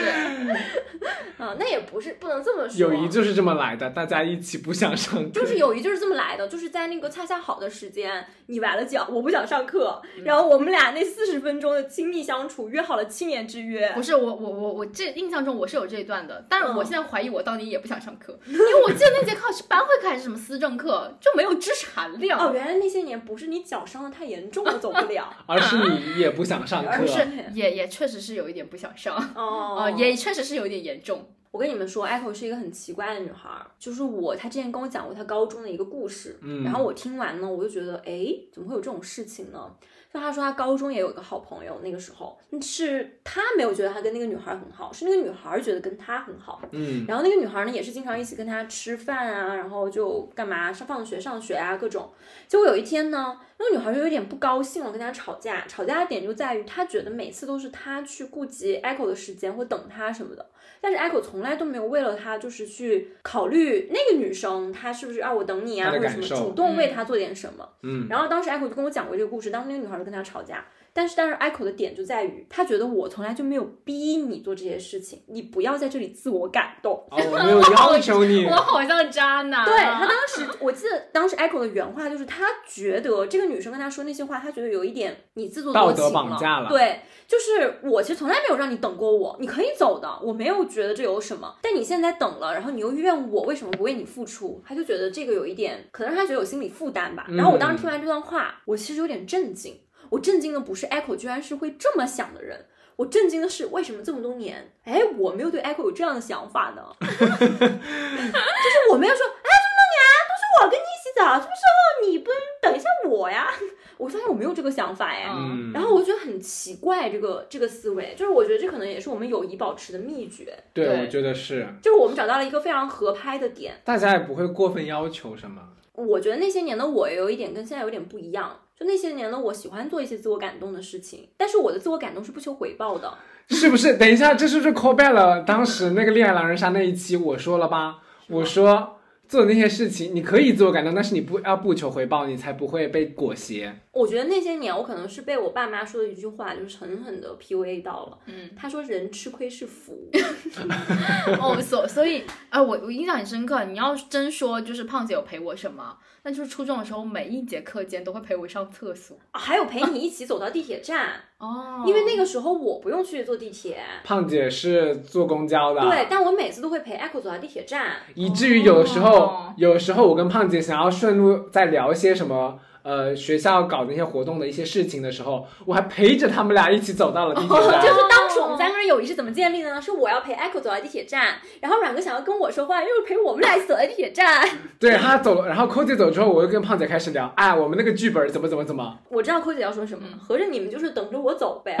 B: *laughs* 啊。那也不是不能这么说，
C: 友谊就是这么来的，大家一起不想上课。
B: 就是友谊就是这么来的，就是在那个恰恰好的时间，你崴了脚，我不想上课，然后我们俩那四十分钟的亲密相处，约好了七年之约。
A: 不是我我我我这印象中我是有这一段的，但是
B: 嗯
A: 我现在怀疑我到底也不想上课，因为我记得那节课是班会课还是什么思政课，就没有知识含量。
B: 哦，原来那些年不是你脚伤的太严重了走不了 *laughs*
C: 而是你也不想上课
B: 而
A: 不。 *laughs* 是，也也确实是有一点不想上，
B: 哦
A: 呃，也确实是有一点严重。
B: 我跟你们说，Echo 是一个很奇怪的女孩儿，就是我，她之前跟我讲过她高中的一个故事，
C: 嗯
B: 然后我听完呢，我就觉得，哎，怎么会有这种事情呢？就她说她高中也有一个好朋友，那个时候是她没有觉得她跟那个女孩儿很好，是那个女孩儿觉得跟她很好，
C: 嗯，
B: 然后那个女孩呢，也是经常一起跟他吃饭啊，然后就干嘛上放学上学啊各种。结果有一天呢，那个女孩就有点不高兴了，跟他吵架。吵架的点就在于她觉得每次都是她去顾及 Echo 的时间或等他什么的，但是 Echo 从来都没有为了她就是去考虑那个女生她是不是啊我等你啊
C: 她的
B: 或者什么
C: 感受
B: 主动为她做点什么。
C: 嗯，
B: 然后当时 Echo 就跟我讲过这个故事，当时那个女孩就跟他吵架，但是但是 Echo 的点就在于，他觉得我从来就没有逼你做这些事情，你不要在这里自我感动。
C: 哦，我没有要
B: *laughs*
C: 求你
A: 我。好像渣男，啊
B: 对他当时，我记得当时 Echo 的原话就是，他觉得这个女生跟他说那些话，他觉得有一点你自作多情
C: 道德绑架了
B: 对，就是我其实从来没有让你等过我，你可以走的，我没有觉得这有什么。但你现在等了，然后你又怨我为什么不为你付出，他就觉得这个有一点，可能是他觉得有心理负担吧。
C: 嗯
B: 然后我当时听完这段话，我其实有点震惊。我震惊的不是 Echo 居然是会这么想的人，我震惊的是为什么这么多年，哎，我没有对 Echo 有这样的想法呢？ *laughs* 就是我没有说，哎，这么多年都是我跟你一起走，什么时候你不能等一下我呀？ *laughs* 我发现我没有这个想法哎。
C: 嗯，
B: 然后我觉得很奇怪，这个这个思维，就是我觉得这可能也是我们友谊保持的秘诀，
C: 对，
A: 对
C: 我觉得是，
B: 就是我们找到了一个非常合拍的点。
C: 大家也不会过分要求什么。
B: 我觉得那些年的我有一点跟现在有点不一样，就那些年的我喜欢做一些自我感动的事情，但是我的自我感动是不求回报的。
C: 是不是？等一下，这是不是 call back 了当时那个恋爱狼人杀那一期？我说了吧，我说做那些事情，你可以自我感动，但是你不要不求回报，你才不会被裹挟。
B: 我觉得那些年我可能是被我爸妈说的一句话，就是狠狠的 PUA 到了。嗯，他说人吃亏是福， *laughs*
A: *laughs* 哦，所所以，哎、我我印象很深刻。你要真说就是胖姐有陪我什么，那就是初中的时候每一节课间都会陪我上厕所。
B: 啊还有陪你一起走到地铁站，
A: 哦
B: 因为那个时候我不用去坐地铁，
C: 胖姐是坐公交的，
B: 对，，但我每次都会陪 Echo 走到地铁站。
C: 以至于有时候，
A: 哦
C: 有时候我跟胖姐想要顺路再聊一些什么。呃，学校搞的那些活动的一些事情的时候，我还陪着他们俩一起走到了地铁站。
B: 哦 *laughs* 就是当时我们三个人友谊是怎么建立的呢？是我要陪 Echo 走到地铁站，然后阮哥想要跟我说话，又陪我们俩一起走到地铁站。
C: 对他走了，然后扣姐走之后，我又跟胖姐开始聊，哎，我们那个剧本怎么怎么怎么。
B: 我知道扣姐要说什么了，合着你们就是等着我走呗， *laughs*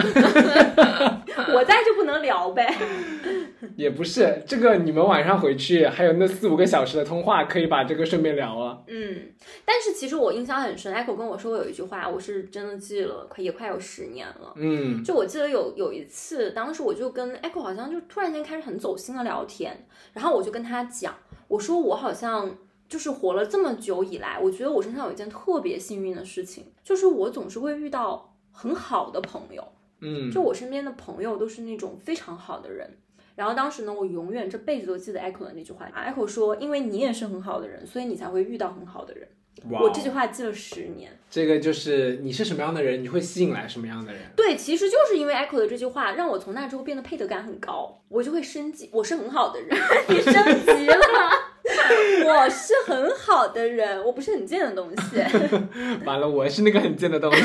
B: 我在就不能聊呗。
C: 也不是，这个你们晚上回去还有那四五个小时的通话，可以把这个顺便聊啊了。
B: 嗯，但是其实我印象很深，Echo 跟我说过有一句话，我是真的记了，快也快有十年了。
C: 嗯，
B: 就我记得有有一次，当时我就跟 Echo 好像就突然间开始很走心的聊天，然后我就跟他讲，我说我好像就是活了这么久以来，我觉得我身上有一件特别幸运的事情，就是我总是会遇到很好的朋友。
C: 嗯，
B: 就我身边的朋友都是那种非常好的人。然后当时呢，我永远这辈子都记得 Echo 的那句话。Echo 说：“因为你也是很好的人，所以你才会遇到很好的人。”
C: 哇哦
B: 我这句话记了十年。
C: 这个就是你是什么样的人，你会吸引来什么样的人。
B: 对，其实就是因为 Echo 的这句话，让我从那之后变得配得感很高，我就会升级。我是很好的人， *laughs* 你升级了。 *laughs* 我是很好的人，我不是很贱的东西。 *laughs*
C: 完了，我是那个很贱的 *laughs* 东西。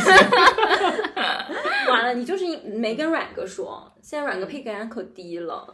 B: 完了，你就是没跟阮哥说，现在阮哥配给感可低了。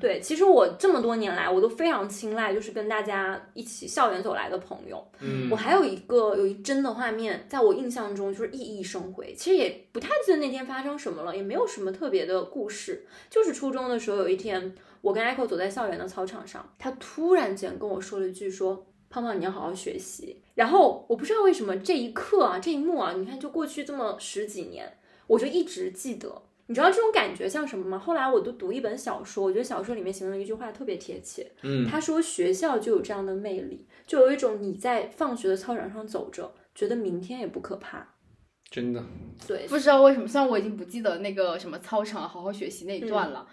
B: 对，其实我这么多年来，我都非常青睐，就是跟大家一起校园走来的朋友。
C: 嗯
B: 我还有一个有一帧的画面，在我印象中就是熠熠生辉。其实也不太记得那天发生什么了，也没有什么特别的故事。就是初中的时候，有一天，我跟 Echo 走在校园的操场上，他突然间跟我说了一句说。胖胖，你要好好学习。然后我不知道为什么这一刻啊，这一幕啊，你看，就过去这么十几年，我就一直记得。你知道这种感觉像什么吗？后来我都读一本小说，我觉得小说里面形容一句话特别贴切。
C: 嗯
B: 他说学校就有这样的魅力，就有一种你在放学的操场上走着，觉得明天也不可怕。
C: 真的，
B: 对，
A: 不知道为什么，虽然我已经不记得那个什么操场好好学习那一段了，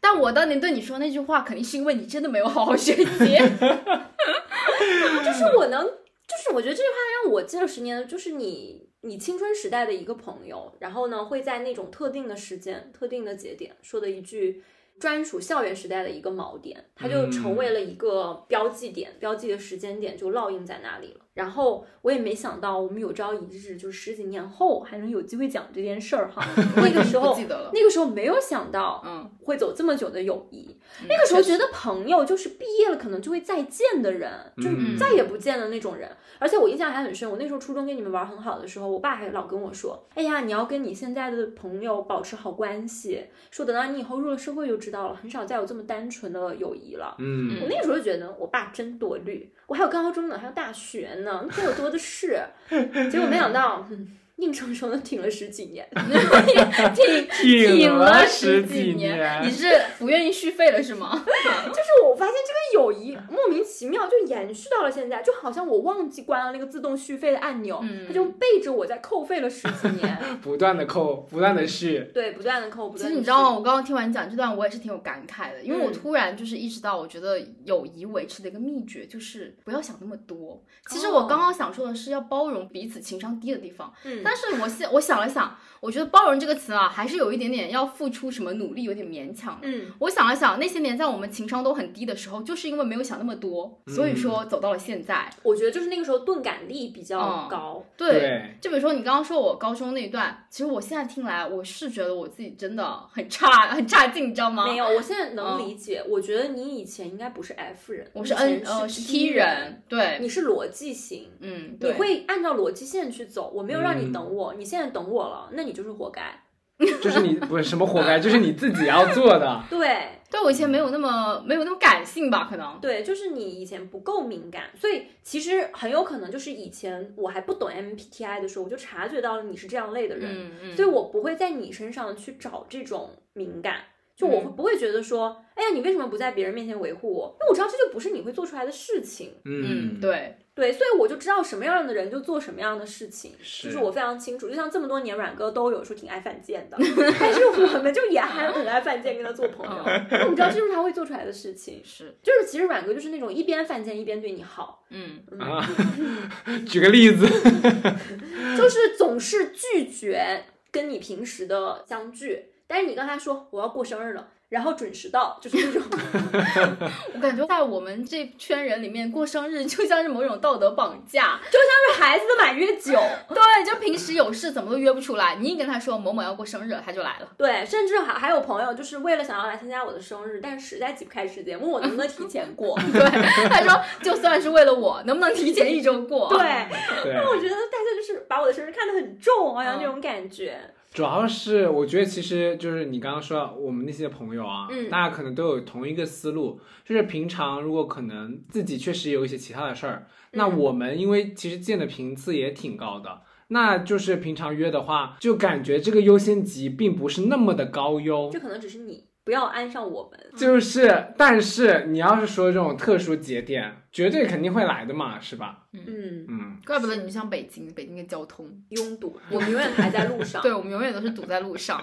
A: 但我当年对你说那句话，肯定是因为你真的没有好好学 *laughs* 习。
B: 就是我能，就是我觉得这句话让我记了十年的，就是你你青春时代的一个朋友，然后呢会在那种特定的时间、特定的节点说的一句。专属校园时代的一个锚点，它就成为了一个标记点，标记的时间点就烙印在那里了。然后我也没想到，我们有朝一日，就是十几年后还能有机会讲这件事儿哈。那个时
A: 不
B: 候
A: 记得了。
B: 那个时候没有想到
A: 嗯，
B: 会走这么久的友谊，那个时候
A: 确
B: 觉
A: 实
B: 得朋友就是毕业了可能就会再见的人，就
C: 嗯
B: 是再也不见的那种人。而且我印象还很深，我那时候初中跟你们玩很好的时候，我爸还老跟我说：“哎呀，你要跟你现在的朋友保持好关系，说等到你以后入了社会就知道了，很少再有这么单纯的友谊了。”
C: 嗯 *laughs*
B: 我那个时候就觉得我爸真多虑，我还有高中呢，还有大学呢，那朋友多的是。
A: *laughs*
B: 结果没想到，嗯硬生生的挺了十几年，挺
A: 挺
C: 了
A: 十
C: 几
A: 你是不愿意续费了是吗？
B: 就是我发现这个友谊
A: 嗯
B: 莫名其妙就延续到了现在，就好像我忘记关了那个自动续费的按钮，
A: 嗯
B: 它就背着我在扣费了十几
A: *laughs*
B: 年，
C: 不断的扣，不断的续。
B: 对，不断的扣，不
A: 其
B: 断
A: 实
B: 的。
A: 你知道吗？？我刚刚听完你讲这段，我也是挺有感慨的，因为我
B: 嗯
A: 突然就是意识到，我觉得友谊维持的一个秘诀就是不要想那么多。其实我刚刚想说的是要包容彼此情商低的地方，
B: 哦嗯
A: 但是我现我想了想，我觉得包容这个词啊，还是有一点点要付出什么努力，有点勉强的。
B: 嗯，
A: 我想了想，那些年在我们情商都很低的时候，就是因为没有想那么多，所
B: 嗯
A: 以说走到了现在。
B: 我觉得就是那个时候钝感力比较
A: 嗯
B: 高，
A: 对，就比如说你刚刚说我高中那一段，其实我现在听来，我是觉得我自己真的很差，很差劲，你知道吗？
B: 没有，我现在能
A: 嗯
B: 理解。我觉得你以前应该不是 F 人，
A: 我
B: 你
A: 是
B: 以
A: N
B: 前
A: 呃
B: 是
A: 是 T，人，对，
B: 你是逻辑型。
A: 嗯，
B: 你
A: 对，
B: 会按照逻辑线去走，我没有让
C: 嗯
B: 你等我，你现在等我了，那你就是活该。
C: 就是你不是什么活该，就是你自己要做的。
B: 对，
A: 对我以前没有那么没有那么感性吧，可能，
B: 对，就是你以前不够敏感，所以其实很有可能就是以前我还不懂 MBTI 的时候，我就察觉到了你是这样类的人，
A: 嗯嗯，
B: 所以我不会在你身上去找这种敏感。就我
A: 嗯
B: 不会觉得说，哎呀，你为什么不在别人面前维护我？因为我知道这就不是你会做出来的事情。
A: 嗯，，对，
B: 对，所以我就知道什么样的人就做什么样的事情，
C: 是
B: 就是我非常清楚。就像这么多年，阮哥都有说挺爱犯
A: *laughs*
B: 贱的，但是我们就也还很爱犯贱，跟他做朋
A: 嗯 *laughs*
B: 友。因为我知道这就是他会做出来的事情。
A: 是，
B: 就是其实阮哥就是那种一边犯贱一边对你好，
A: *laughs* 嗯，
B: 嗯，
C: 啊，举个例子， *laughs*
B: 就是总是拒绝跟你平时的相聚，但是你跟他说我要过生日了，然后准时到，就是那种 *laughs*
A: 我感觉在我们这圈人里面过生日就像是某种道德绑架。
B: 就是孩子的满月酒。
A: 对，就平时有事怎么都约不出来，你一跟他说某某要过生日，他就来了。
B: 对，甚至还还有朋友就是为了想要来参加我的生日，但是实在挤不开时间，问我能不能提前过。
A: 对，他 *laughs* 说就算是为了我，能不能提前一周过？
B: 对， *laughs*
C: 对，
B: 我觉得大家就是把我的生日看得很重，好
A: 嗯
B: 像那种感觉。
C: 主要是我觉得，其实就是你刚刚说到我们那些朋友啊，
B: 嗯
C: 大家可能都有同一个思路，就是平常如果可能自己确实有一些其他的事儿，那
B: 嗯
C: 我们因为其实见的频次也挺高的，那就是平常约的话，就感觉这个优先级并不是那么的高哟。
B: 这可能只是你不要安上我们。
C: 就是，但是你要是说这种特殊节点，绝对肯定会来的嘛，是吧？
B: 嗯，
C: 嗯，
A: 怪不得你像北京，北京的交通，
B: 拥堵，我们永远还在路上。
A: 对我们永远都是堵在路上。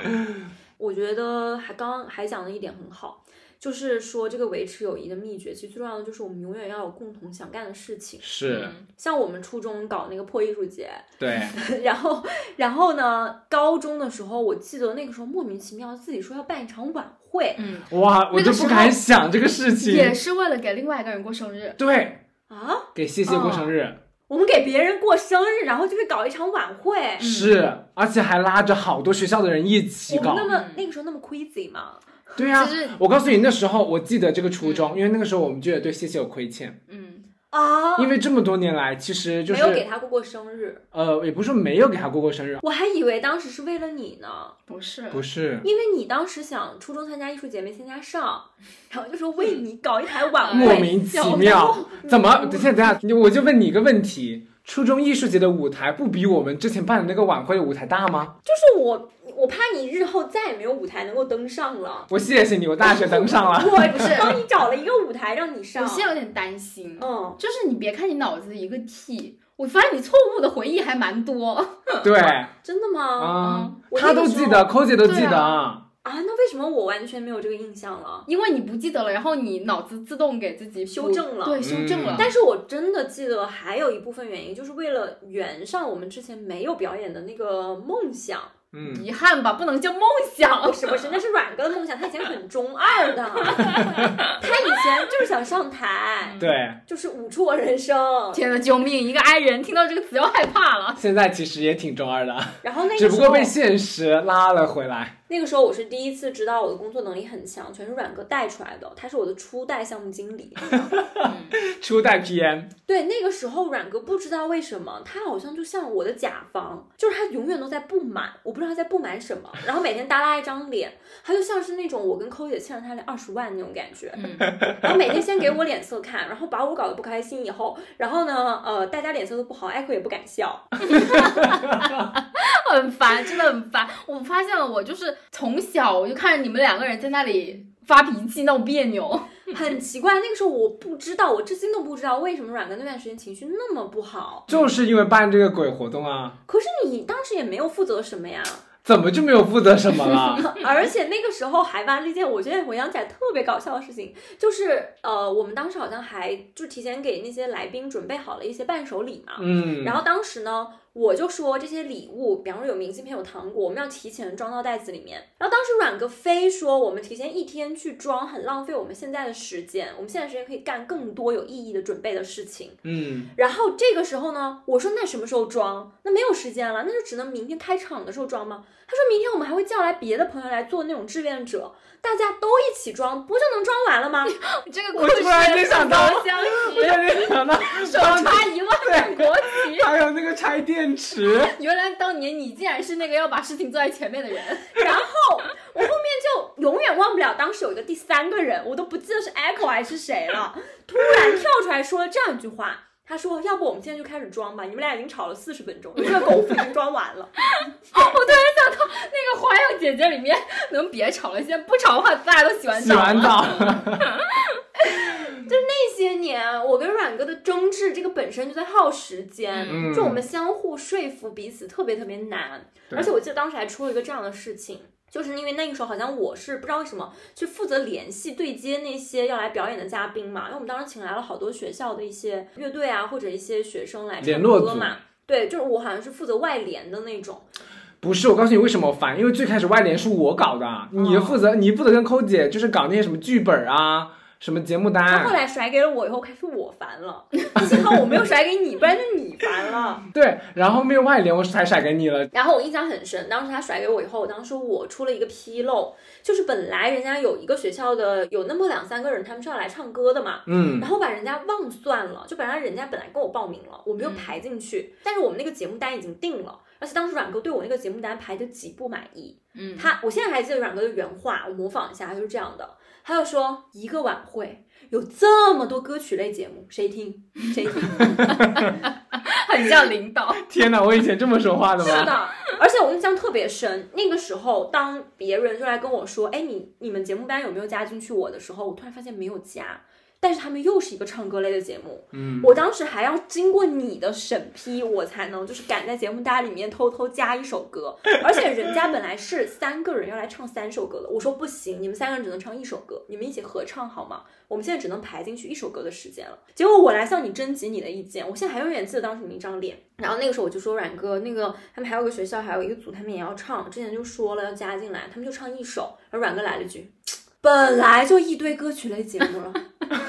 B: 我觉得还刚刚还讲了一点很好，就是说这个维持友谊的秘诀，其实最重要的就是我们永远要有共同想干的事情。
C: 是
A: 嗯
B: 像我们初中搞那个破艺术节， *laughs*
C: 对，
B: 然后然后呢，高中的时候我记得那个时候莫名其妙自己说要办一场晚会
A: 嗯，
C: 哇，
A: 那
C: 我
A: 个
C: 就
A: 时
C: 不
A: 候
C: 敢想这个事
A: 也
C: 情。
A: 是为了给另外一个人过生日。
C: 对，
B: 啊，
C: 给谢谢过
A: 哦
C: 生日。
B: 我们给别人过生日，然后就会搞一场晚会。
C: 是，而且还拉着好多学校的人一
B: 嗯
C: 起
B: 我们
C: 搞
B: 那。么
A: 嗯
B: 那个时候那么 crazy 吗？
C: 对呀、
A: 其实
C: 我告诉你，那时候我记得这个
B: 嗯
C: 初衷，因为那个时候我们觉得对谢谢有亏欠，
A: 嗯，
B: 啊，
C: 因为这么多年来，其实就
B: 没有给
C: 是
B: 他过过生日，
C: 呃，也不是说没有给他过过生日，
B: 我还以为当时是为了你呢，
A: 不是，
C: 不是。
B: 因为你当时想初中参加艺术节没参加上，然后就说为你搞一台晚
A: 嗯
C: *laughs* 莫
B: 会，
C: 名其
A: 小
C: 妙，怎么？等一下，等一下，你我就问你一个问题：初中艺术节的舞台不比我们之前办的那个晚会的舞台大吗？
B: 就是我我怕你日后再也没有舞台能够登上了，
C: 我谢谢你，我大学登上了。
B: 我
A: 不是
B: 帮你找了一个舞台让你上
A: 我，现在有点担心。
B: 嗯，
A: 就是你别看你脑子一个 T，我发现你错误的回忆还蛮多。
C: 对，
B: 真的吗？
C: 啊
A: *laughs* 嗯，
B: 嗯我那
C: 他
B: 个
C: 都
B: 时
C: 记
B: 候
C: 得，抠姐都记
A: 对
C: 得
A: 啊
C: 啊。
B: 啊，那为什么我完全没有这个印象了？
A: 因为你不记得了，然后你脑子自动给自己补
B: 修正了
A: 对，修正
C: 嗯
A: 了。
B: 但是我真的记得还有一部分原因，就是为了圆上我们之前没有表演的那个梦
C: *laughs*
B: 想。
C: 嗯，
A: 遗憾吧，不能叫梦想
B: 不。是不是，那是阮哥的梦想，他以前很中二的， *laughs* 他以前就是想上台，
C: 对，
B: 就是舞出我人生。
A: 嗯天呐，救命！一个 I 人听到这个词要害怕了。
C: 现在其实也挺中二的。
B: 然后那
C: 只
B: 个
C: 不
B: 时
C: 过
B: 候，
C: 被现实拉了回来。
B: 那个时候我是第一次知道我的工作能力很强，全是阮哥带出来的，他是我的初代项目经理。
C: 初代 PM，
B: 对，那个时候阮哥不知道为什么，他好像就像我的甲方，就是他永远都在不满，我不知道他在不满什么，然后每天耷拉一张脸，他就像是那种我跟抠姐欠了他二十万那种感觉。
A: 嗯，
B: 然后每天先给我脸色看，然后把我搞得不开心，以后，然后呢，呃，大家脸色都不好，艾克也不敢笑。
A: *laughs* 很烦，真的很烦。我发现了，我就是从小我就看着你们两个人在那里发脾气、闹别扭。
C: *laughs*
B: 很奇怪，那个时候我不知道，我至今都不知道为什么阮哥那段时间情绪那么不好。
C: 就是因为办这个鬼活动啊，
B: 可是你当时也没有负责什么呀，
C: 怎么就没有负责什
B: *laughs*
C: 么了？
B: 而且那个时候还发生了一件我现在回想起来特别搞笑的事情，就是呃，我们当时好像还就提前给那些来宾准备好了一些伴手礼嘛，
C: 嗯，
B: 然后当时呢，我就说这些礼物，比方说有明信片、有糖果，我们要提前装到袋子里面。然后当时阮哥非说我们提前一天去装，很浪费我们现在的时间，我们现在时间可以干更多有意义的准备的事情。
C: 嗯，
B: 然后这个时候呢，我说那什么时候装？那没有时间了，那就只能明天开场的时候装吗？他说明天我们还会叫来别的朋友来做那种志愿者，大家都一起装，不就能装完了吗？
A: 这个
C: 我
A: 故
C: 突然
A: 事
C: 间想到
A: 相
C: *laughs* 我
A: 识，
C: 也没哎想到，
A: 手插一万种
C: 对
A: 国旗。
C: 还有那个拆
B: *laughs*
C: 电池，
A: 原来当年你竟然是那个要把事情做在前面 *laughs* 的人。
B: 然后我后面就永远忘不了，当时有一个第三个人，我都不记得是 Echo 还是谁了，突然跳出来说了这样一句话。他说：“要不我们现在就开始装吧，你们俩已经吵了四十分钟，这个狗夫已经装完了。 *laughs*
A: 哦那个《花样姐姐》里面能别吵了，现在不吵的话，大家都喜欢
C: 洗完澡，
B: 啊 *laughs* 那些年我跟阮哥的争执，这个本身就在耗时间，
C: 嗯
B: 就我们相互说服彼此特别特别难。
C: 对
B: 而且我记得当时还出了一个这样的事情。”就是因为那个时候，好像我是不知道为什么去负责联系对接那些要来表演的嘉宾嘛，因为我们当时请来了好多学校的一些乐队啊，或者一些学生来唱
C: 联络
B: 歌
C: 组
B: 嘛。对，就是我好像是负责外联的那种，
C: 不是，我告诉你为什么我烦，因为最开始外联是我搞的，你
B: 哦
C: 负责，你负责跟抠姐就是搞那些什么剧本啊，什么节目单
B: 他后来甩给了我以后，开始我烦了。 *laughs* 幸好我没有甩给你，不然就你烦了。
C: 对，然后没有外联，我才甩给你了。
B: 然后我印象很深，当时他甩给我以后，当时我出了一个纰漏，就是本来人家有一个学校的有那么两三个人，他们是要来唱歌的嘛。 *laughs*
C: 嗯，
B: 然后把人家忘算了，就本来人家本来跟我报名了，我没有排进去，但是我们那个节目单已经定了，而且当时阮哥对我那个节目单排的极不满意，
A: 嗯，
B: 他，我现在还记得阮哥的原话，我模仿一下，他就是这样的。他就说，一个晚会有这么多歌曲类节目，谁听谁听？
A: 很像领导。
C: 天哪，我以前这么说话的
B: 是
C: 吗？
B: 的，而且我印象特别深。那个时候，当别人就来跟我说：“哎，你你们节目单有没有加进去我的时候”，我突然发现没有加。但是他们又是一个唱歌类的节目，
C: 嗯，
B: 我当时还要经过你的审批，我才能就是敢在节目单里面偷偷加一首歌。而且人家本来是三个人要来唱三首歌的，我说不行，你们三个人只能唱一首歌，你们一起合唱好吗？我们现在只能排进去一首歌的时间了。结果我来向你征集你的意见，我现在还永远记得当时你那张脸。然后那个时候我就说阮哥，那个他们还有个学校，还有一个组，他们也要唱，之前就说了要加进来，他们就唱一首。然后阮哥来了一句。本来就一堆歌曲类节目了，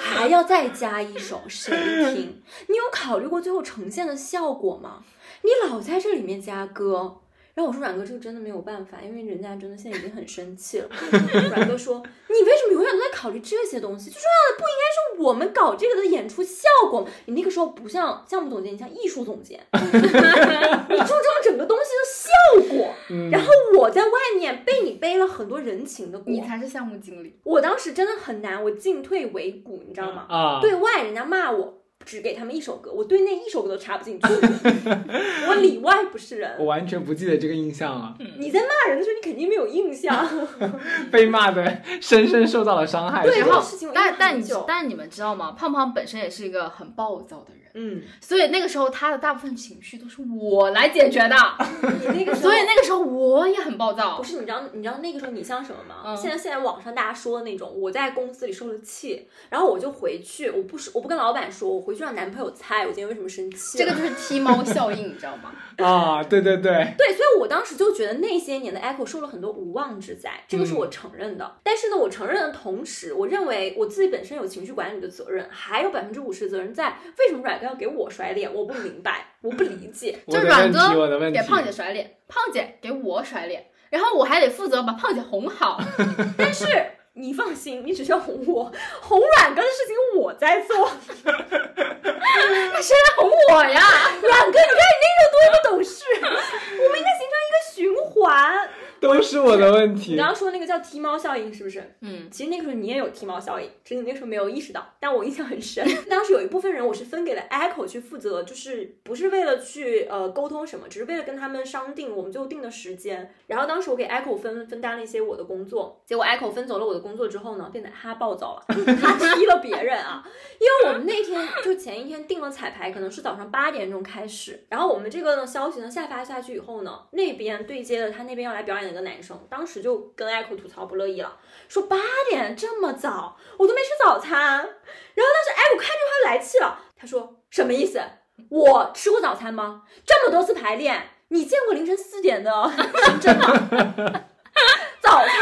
B: 还要再加一首，谁听？你有考虑过最后呈现的效果吗？你老在这里面加歌，然后我说阮哥，这个真的没有办法，因为人家真的现在已经很生气了。 *laughs* 阮哥说：“你为什么永远都在考虑这些东西？最重要的不应该是我们搞这个的演出效果吗？你那个时候不像项目总监，你像艺术总监，你注重整个东西的效果。然后我在外面被你背了很多人情的
A: *laughs*
B: 锅，
A: 你才是项目经理，
B: 我当时真的很难，我进退维谷，你知道吗？
C: 啊，
B: 对外人家骂我，只给他们一首歌，我对内一首歌都插不
C: *laughs*
B: 进去，我里外不是人
C: 我。完全不记得这个印象了，
B: 你在骂人的时候，你肯定没有印象。
C: 被骂的深深受到了伤害。
B: 对
C: 是
A: 然
B: 这
C: 吧
B: 个
A: 后
B: 事情我印
A: *laughs* 但
B: 象
A: 但
B: 很
A: 你
B: 久
A: 但你们知道吗？胖胖本身也是一个很暴躁的人，
B: 嗯，
A: 所以那个时候他的大部分情绪都是我来解 *laughs* 决的，
B: 你那个时候
A: 所以那个时候我也很暴
B: 不
A: 躁。
B: 是你知道你知道那个时候你像什么吗？
A: 嗯
B: 现在现在网上大家说的那种，我在公司里受了气，然后我就回去，我不说我不跟老板说，我回去让男朋友猜我今天为什么生
A: *laughs*
B: 气。
A: 这个就是踢猫效应，你知道 *laughs* 吗？
C: 啊，对对对，
B: 对，所以我当时就觉得那些年的 Echo 受了很多无妄之灾，这个是
C: 嗯
B: 我承认的。但是呢，我承认的同时，我认为我自己本身有情绪管理的责任，还有百分之五十责任在为什么软哥要给我甩脸，我不明白，我不理解。
A: 就
C: 我的
A: 软
C: 问
A: 哥
C: 题，我的问题
A: 给，胖姐甩脸，胖姐给我甩脸，然后我还得负责把胖姐哄好。 *laughs*
B: 但是你放心，你只需要哄我，哄软哥的事情我在做。
A: 那谁来哄我呀？
B: 软哥，你看你那时候多不懂事，我们应该形成一个循环。
C: 都是我的问
B: 你
C: 题
B: 刚。刚说那个叫踢猫效应是不是？
A: 嗯，
B: 其实那个时候你也有踢猫效应，只是你那个时候没有意识到。但我印象很深，当时有一部分人我是分给了 Echo 去负责，就是不是为了去呃沟通什么，只是为了跟他们商定我们就定的时间。然后当时我给 Echo 分分担了一些我的工作，结果 Echo 分走了我的工作之后呢，变得他暴躁了，他踢了别人啊。因为我们那天就前一天定了彩排，可能是早上八点钟开始，然后我们这个呢消息呢下发下去以后呢，那边对接的他那边要来表演的一个男生，当时就跟 Echo 吐槽不乐意了，说八点这么早，我都没吃早餐。然后当时 Echo 看这话就来气了，他说什么意思？我吃过早餐吗？这么多次排练，你见过凌晨四点的 *laughs* 深圳吗？早餐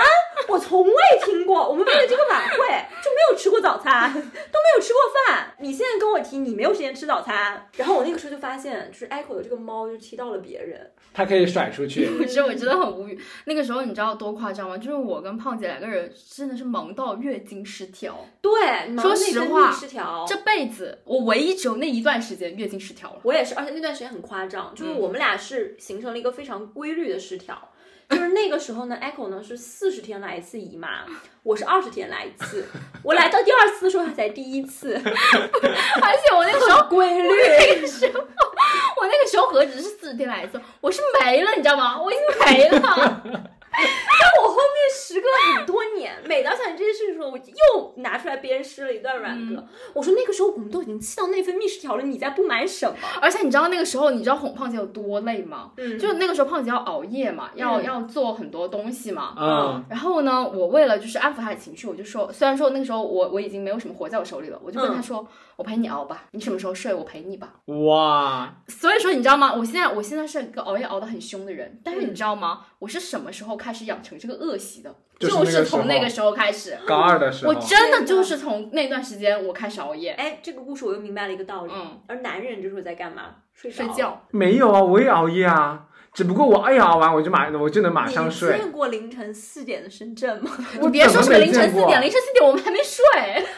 B: 我从未听过，我们为了这个晚会就没有吃过早餐，都没有吃过饭。你现在跟我提你没有时间吃早餐，然后我那个时候就发现，就是 Echo 的这个猫就踢到了别人，
C: 他可以甩出去，
A: *laughs* 可 *laughs* 是我真的很无语。那个时候你知道多夸张吗？就是我跟胖姐两个人真的是忙到月经失调，
B: 对，
A: 说实话
B: 失调，
A: 这辈子我唯一只有那一段时间月经失调了。
B: 嗯我也是，而且那段时间很夸张，就是我们俩是形成了一个非常规律的失调。就是那个时候呢，Echo 呢是四十天来一次姨妈，我是二十天来一次，我来到第二次的时候她才第一次，
A: *laughs* 而且我那个时 *laughs* 候，
B: 规律。
A: 我那个时候何止是四十天来一次，我是没了，你知道吗？我已经没了。
B: 但我后面时隔很多年，每当想起这件事情的时候，我又拿出来鞭尸了一段软歌。我说那个时候我们都已经气到内分泌失调了，你在不满什么？
A: *laughs* 而且你知道那个时候，你知道哄胖姐有多累吗？
B: 嗯
A: 就那个时候胖姐要熬夜嘛，要、
B: 嗯
A: 要做很多东西嘛。
C: 嗯，
A: 然后呢，我为了就是安抚她的情绪，我就说，虽然说那个时候我我已经没有什么活在我手里了，我就跟
C: 嗯
A: 她说，我陪你熬吧，你什么时候睡我陪你吧。
C: 哇，
A: 所以说你知道吗？我现在我现在是一个熬夜熬得很凶的人，但是
B: 嗯
A: 你知道吗？我是什么时候开始养成这个恶习的？
C: 就是那
A: 就
C: 个时候
A: 是从那个时候开始，
C: 高二的时候
A: 我，真的就是从那段时间我开始熬夜，
B: 哎，这个故事我又明白了一个道理。
A: 嗯
B: 而男人这时候在干嘛？睡着
A: 睡。觉。
C: 没有啊，我也熬夜啊，只不过我哎呀熬完我就马我就能马
B: 你
C: 上睡。
B: 见过凌晨四点的深圳吗？
A: 你别说什么凌晨
C: 我
A: 四
C: 怎么没见过
A: 点，凌晨四点我们还没睡。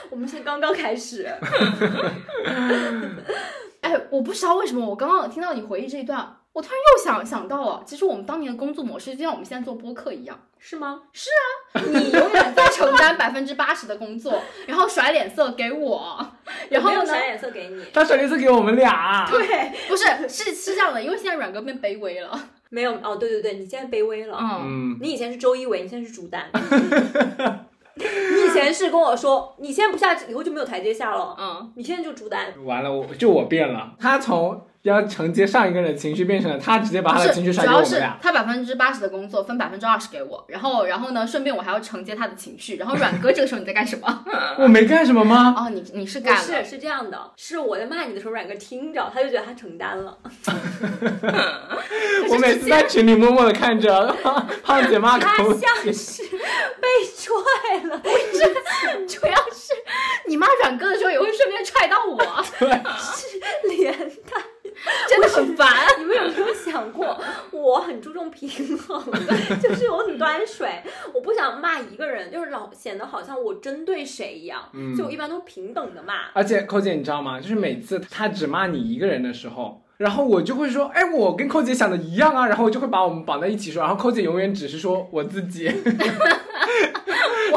B: 我们才刚刚开始。
A: 哎，我不知道为什么，我刚刚听到你回忆这一段，我突然又想想到了，其实我们当年的工作模式就像我们现在做播客一样，
B: *laughs* 是吗？
A: 你永远在承担百分之八十的工作，然后甩脸色给我，然后
B: 我没
A: 呢
B: 有甩，脸色给你。
C: 他甩了一次给我们俩，啊
B: 对，
A: 不是是是这样的，因为现在软哥变卑微了，
B: 没有哦，对对对，你现在卑微了。
A: 嗯，
C: 嗯，
B: 你以前是周一围，你现在是主 *laughs* 蛋。你以前是跟我说，你现在不下，以后就没有台阶下了。
A: 嗯，
B: 你现在就主蛋。
C: 完了，我就我变了，他从要承接上一个人的情绪变成了他直接把
A: 不
C: 他的情绪
A: 是，
C: 甩
A: 主
C: 给我
A: 要
C: 们
A: 是
C: 俩，
A: 他百分之八十的工作分百分之二十给我，然后然后呢，顺便我还要承接他的情绪，然后软哥这个时候你在干什
C: *laughs*
A: 么？
C: 我没干什么
A: *laughs*
C: 吗？
A: 哦，你你是
B: 不
A: 干
B: 是，
A: 了，
B: 是这样的，是我在骂你的时候，阮哥听着，他就觉得他承担了。
C: 我每次在群里默默的看着 *laughs* 胖姐骂
B: 他
C: 狗
B: 像啊是 *laughs* 被踹了，
A: 主要是你骂软哥的时候也会顺便踹
C: *laughs*
A: 到我，
B: 脸。
A: 真的很烦。
B: 你们有没有想过，我很注重平衡， *laughs* 就是我很端水，我不想骂一个人，就是老显得好像我针对谁一样，
C: 嗯
B: 所以我一般都平等的骂。
C: 而且寇姐，你知道吗？就是每次她只骂你一个人的时候，然后我就会说，哎，我跟寇姐想的一样啊，然后我就会把我们绑在一起说，然后寇姐永远只是说我自己， *laughs*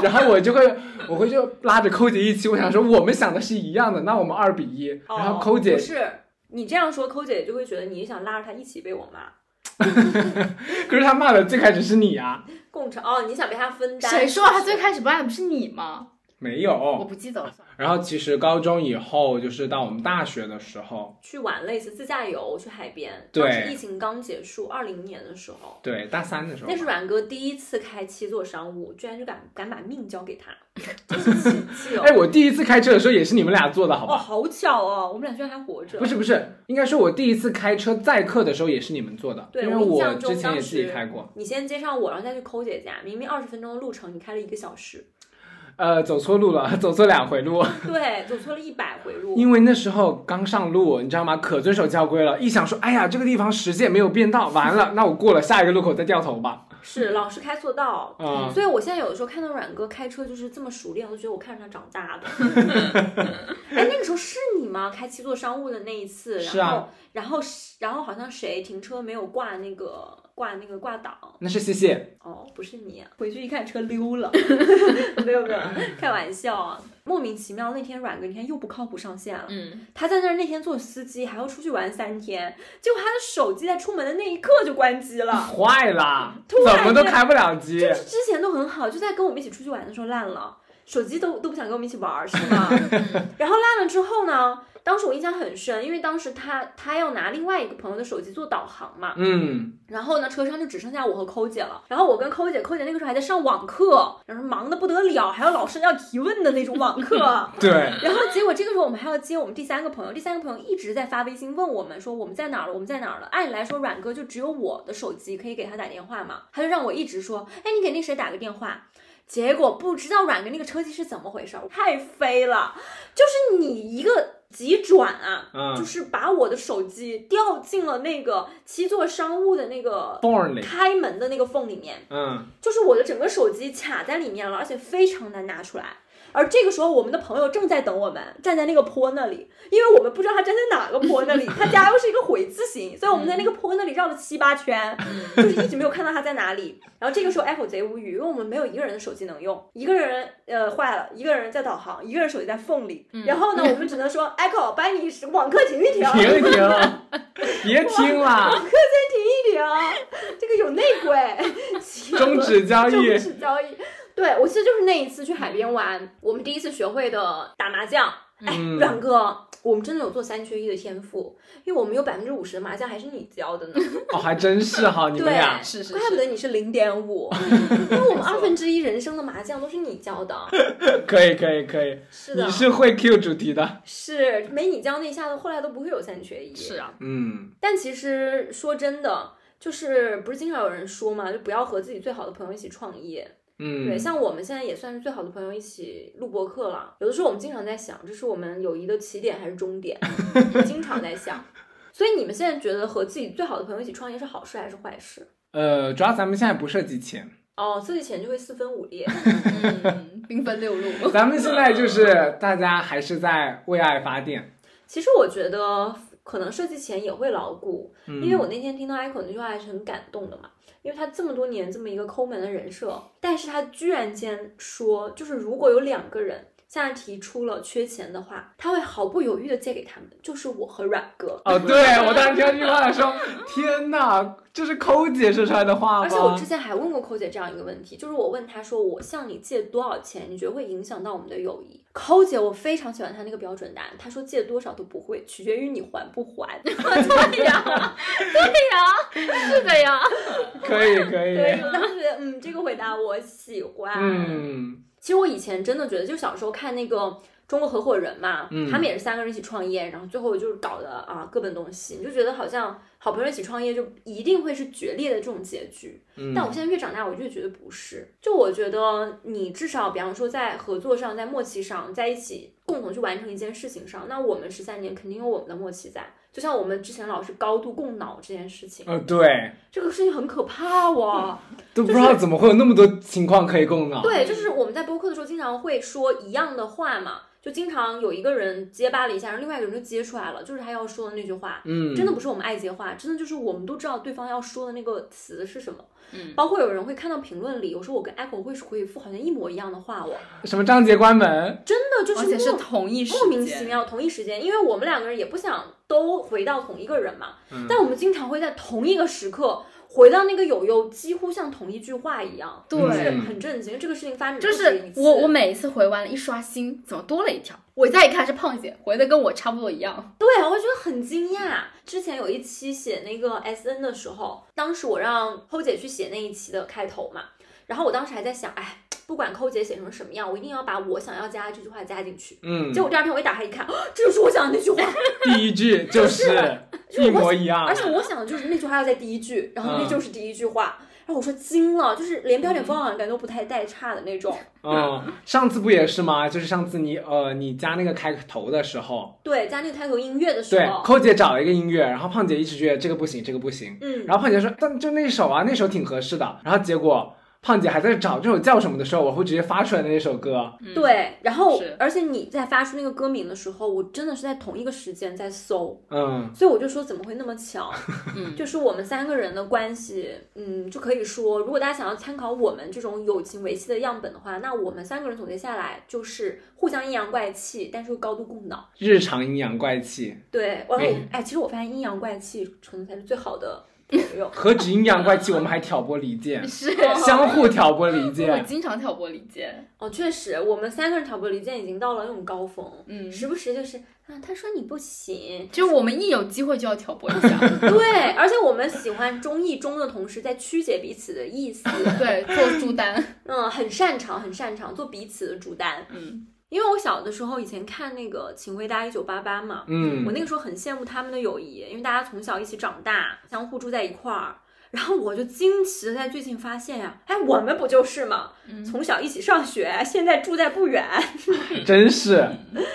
C: 然后我就会，我会就拉着寇姐一起，我想说我们想的是一样的，那我们二比一，然后寇姐
B: 哦不是你这样说，抠姐就会觉得你想拉着她一起被我骂
C: 可是他骂的最开始是你啊，
B: 共乘哦，你想被她分担。
A: 谁说他啊最开始不爱不是你吗？
C: 没
A: 我
C: 有。
A: 不记得了。
C: 然后其实高中以后，就是到我们大学的时候，
B: 去玩了一次自驾游，去海边，
C: 对
B: 当时疫情刚结束，二零年的时候。
C: 对大三的时候
B: 那，是阮哥第一次开七座商务，居然就敢敢把命交给他，
C: *laughs*
B: 真是奇迹哦！
C: 哎，我第一次开车的时候也是你们俩坐的，好
B: 哦，
C: 吧？
B: 好巧哦，我们俩居然还活着。
C: 不是不是，应该说我第一次开车载客的时候也是你们坐的，
B: 对
C: 因为
B: 我印
C: 我
B: 象中
C: 之前也自己开过。
B: 你先接上我，然后再去抠姐家。明明二十分钟的路程，你开了一个小时， *laughs*
C: 呃，走错路了， *laughs* 走错两回路，
B: 对，走错了一百回路。
C: 因为那时候刚上路，你知道吗？可遵守交规了，一想说，哎呀，这个地方实线没有变道，完了， *laughs* 那我过了下一个路口再掉头吧。
B: 是老是开错道，
C: 啊、
B: 所以我现在有的时候看到阮哥开车就是这么熟练，我就觉得我看着他长大
C: *laughs*
B: 的。哎，那个时候是你吗？开七座商务的那一次，然后
C: 是啊
B: 然后是然后好像谁停车没有挂那个挂那个挂档，
C: 那是谢谢。
B: 哦，不是你、回去一看车溜 *laughs* 了，没有没有，开玩笑啊，莫名其妙那天阮哥你看又不靠谱上线了，
A: 嗯，
B: 他在那儿那天做司机，还要出去玩三天，结果他的手机在出门的那一刻就关机 *laughs* 了。
C: 坏啦，
B: 突然
C: 怎么都开不了机
B: 就。是之前都很好，就在跟我们一起出去玩的时候烂了，手机都都不想跟我们一起玩儿，是吗？ *laughs*
A: 嗯
B: 然后烂了之后呢，当时我印象很深，因为当时他他要拿另外一个朋友的手机做导航嘛，
C: 嗯，
B: 然后呢，车上就只剩下我和抠姐了。然后我跟抠姐，抠姐那个时候还在上网课，然后忙得不得了，还有老师要提问的那种网课。
C: 对，
B: 然后结果这个时候我们还要接我们第三个朋友，第三个朋友一直在发微信问我们说我们在哪儿了，我们在哪儿了。按理来说，阮哥就只有我的手机可以给他打电话嘛，他就让我一直说，哎，你给那谁打个电话。结果不知道阮哥那个车技是怎么回事儿，太飞了，就是你一个急转啊。
C: 嗯
B: 就是把我的手机掉进了那个七座商务的那个
C: ，born 里，
B: 开门的那个缝里面，
C: 嗯，
B: 就是我的整个手机卡在里面了，而且非常难拿出来。而这个时候，我们的朋友正在等我们，站在那个坡那里，因为我们不知道他站在哪个坡
C: *laughs*
B: 那里，他家又是一个回字
C: 嗯
B: 形，所以我们在那个坡那里绕了七八
C: *laughs*
B: 圈，就是一直没有看到他在哪里。然后这个时候 Apple 贼无语，因为我们没有一个人的手机能用，一个人呃坏了，一个人在导航，一个人手机在缝里，
C: 嗯
B: 然后呢，我们只能
C: *laughs*
B: 说 Apple 把你网课停一停，
C: 停一
B: *laughs*
C: 停，别听
B: 网
C: 了，
B: 课先停一停，这个有内
C: *laughs*
B: 鬼，
C: 终止交易
B: 终。止交易。对，我其实就是那一次去海边玩，我们第一次学会的打麻将。哎，
C: 嗯
B: 阮哥，我们真的有做三缺一的天赋，因为我们有百分之五十的麻将还是你教的呢，
C: 哦，还真是哈，你们
B: 对
C: 俩
A: *laughs* 是是
B: 怪不
A: 是，
B: 得你是零点五， *laughs* 因为我们二分之一人生的麻将都是你教的。
C: 可以可以可以，
B: 是的
C: 你，是会 Q 主题的，
B: 是没你教那一下子，后来都不会有三缺一。
A: 是啊，
C: 嗯，
B: 但其实说真的，就是不是经常有人说嘛，就不要和自己最好的朋友一起创业。
C: 嗯，
B: 对，像我们现在也算是最好的朋友一起录播课了。有的时候我们经常在想，这是我们友谊的起点还是终点？经常在想。所以你们现在觉得和自己最好的朋友一起创业是好事还是坏事？
C: 呃，主要咱们现在不涉及钱，
B: 哦，自己钱就会四分五裂。
A: 嗯，兵分六路，
C: 咱们现在就是大家还是在为爱发电，
B: 其实我觉得可能设计前也会牢固，因为我那天听到 Echo 那句话还是很感动的嘛，因为他这么多年这么一个抠门的人设，但是他居然间说，就是如果有两个人现在提出了缺钱的话，他会毫不犹豫的借给他们，就是我和阮哥。
C: *laughs* 哦，对我当时听到这句话的时候，天哪，这是抠姐说出来的话吗？
B: 而且我之前还问过寇姐这样一个问题，就是我问她说，我向你借多少钱，你觉得会影响到我们的友谊？寇姐，我非常喜欢她那个标准答案，她说借多少都不会，取决于你还不还。
A: *laughs* 对呀，对呀，是的呀，
C: 可以可
B: 对，
C: 以，
B: 我当时觉得，嗯，这个回答我喜欢。，
C: 嗯
B: 其实我以前真的觉得，就小时候看那个《中国合伙人》嘛，
C: 嗯
B: 他们也是三个人一起创业，然后最后就是搞得啊各奔东西，你就觉得好像好朋友一起创业就一定会是决裂的这种结局。
C: 嗯，
B: 但我现在越长大，我越觉得不是。就我觉得你至少，比方说在合作上、在默契上、在一起共同去完成一件事情上，那我们十三年肯定有我们的默契在。就像我们之前老是高度共脑这件事情，
C: 呃，对，
B: 这个事情很可怕哦。
C: 都不知道怎么会有那么多情况可以供脑，
B: 对，就是我们在播客的时候经常会说一样的话嘛，就经常有一个人结巴了一下，然后另外一个人就接出来了，就是他要说的那句话。
C: 嗯，
B: 真的不是我们爱接话，真的就是我们都知道对方要说的那个词是什么。
A: 嗯，
B: 包括有人会看到评论里，有时候我跟 Apple 会回复好像一模一样的话，我
C: 什么张杰关门，
B: 真的就
A: 而
B: 是
A: 且是
B: 莫
A: 同一时
B: 莫名其
A: 间，
B: 妙同一时间，因为我们两个人也不想都回到同一个人嘛，
C: 嗯
B: 但我们经常会在同一个时刻回到那个友友，几乎像同一句话一样，就是
A: 对。
C: 嗯
B: 很震惊。这个事情发生
A: 就
B: 不止
A: 是
B: 一次
A: 我，我每一次回完了，一刷新，怎么多了一条？我再一看是胖姐回的，跟我差不多一样。
B: 对，我觉得很惊讶。之前有一期写那个 S N 的时候，当时我让抠姐去写那一期的开头嘛，然后我当时还在想，哎，不管抠姐写成什么样，我一定要把我想要加的这句话加进去。
C: 嗯
B: 结，果第二天我一打开一看，啊这就是我想的那句话，
C: 第一句就是 *laughs* 一模一样嗯
B: 而，且我想的就是那句话要在第一句，然后那就是第一句话。然后我说惊了，就是连标点符号好像感觉都不太带差的那
C: *laughs*
B: 种。
C: 嗯，上次不也是吗？就是上次你呃你加那个开头的时候，
B: 对，加那个开头音乐的时
C: 对，
B: 候，
C: 寇姐找了一个音乐，然后胖姐一直觉得这个不行，这个不行，
B: 嗯，
C: 然后胖姐说，但就那首啊，那首挺合适的。然后结果胖姐还在找这首叫什么的时候，我会直接发出来的那首歌。
A: 嗯，
B: 对，然后
A: 是
B: 而且你在发出那个歌名的时候，我真的是在同一个时间在搜，
C: 嗯，
B: 所以我就说怎么会那么巧？
A: 嗯 *laughs*
B: 就是我们三个人的关系，嗯，就可以说，如果大家想要参考我们这种友情维系的样本的话，那我们三个人总结下来就是互相阴阳怪气，但是又高度共脑。
C: 日常阴阳怪气，
B: 对，然后
C: 嗯。
B: 哎，其实我发现阴阳怪气可能才是最好的朋友 *laughs*
C: 何止阴阳怪气，我们还挑拨离
A: *laughs*
C: 间，
A: 是。
C: 相互挑拨离
A: 我 *laughs*
C: 间。
A: 经常挑拨离间，
B: 哦，确实，我们三个人挑拨离间已经到了那种高峰，
A: 嗯
B: 时不时就是啊，他说你不行， *laughs*
A: 就我们一有机会就要挑拨一下， *laughs*
B: 对，而且我们喜欢中意中的同时，在曲解彼此的意思，
A: 对，做猪单，
B: 嗯，很擅长，很擅长做彼此的主单。
A: 嗯，
B: 因为我小的时候以前看那个《请回答一九八八》嘛，我
C: 嗯，
B: 那个时候很羡慕他们的友谊，因为大家从小一起长大，相互住在一块儿。然后我就惊奇的在最近发现呀、哎，我们不就是嘛，
A: 嗯
B: 从小一起上学，现在住在不远，
C: 真是，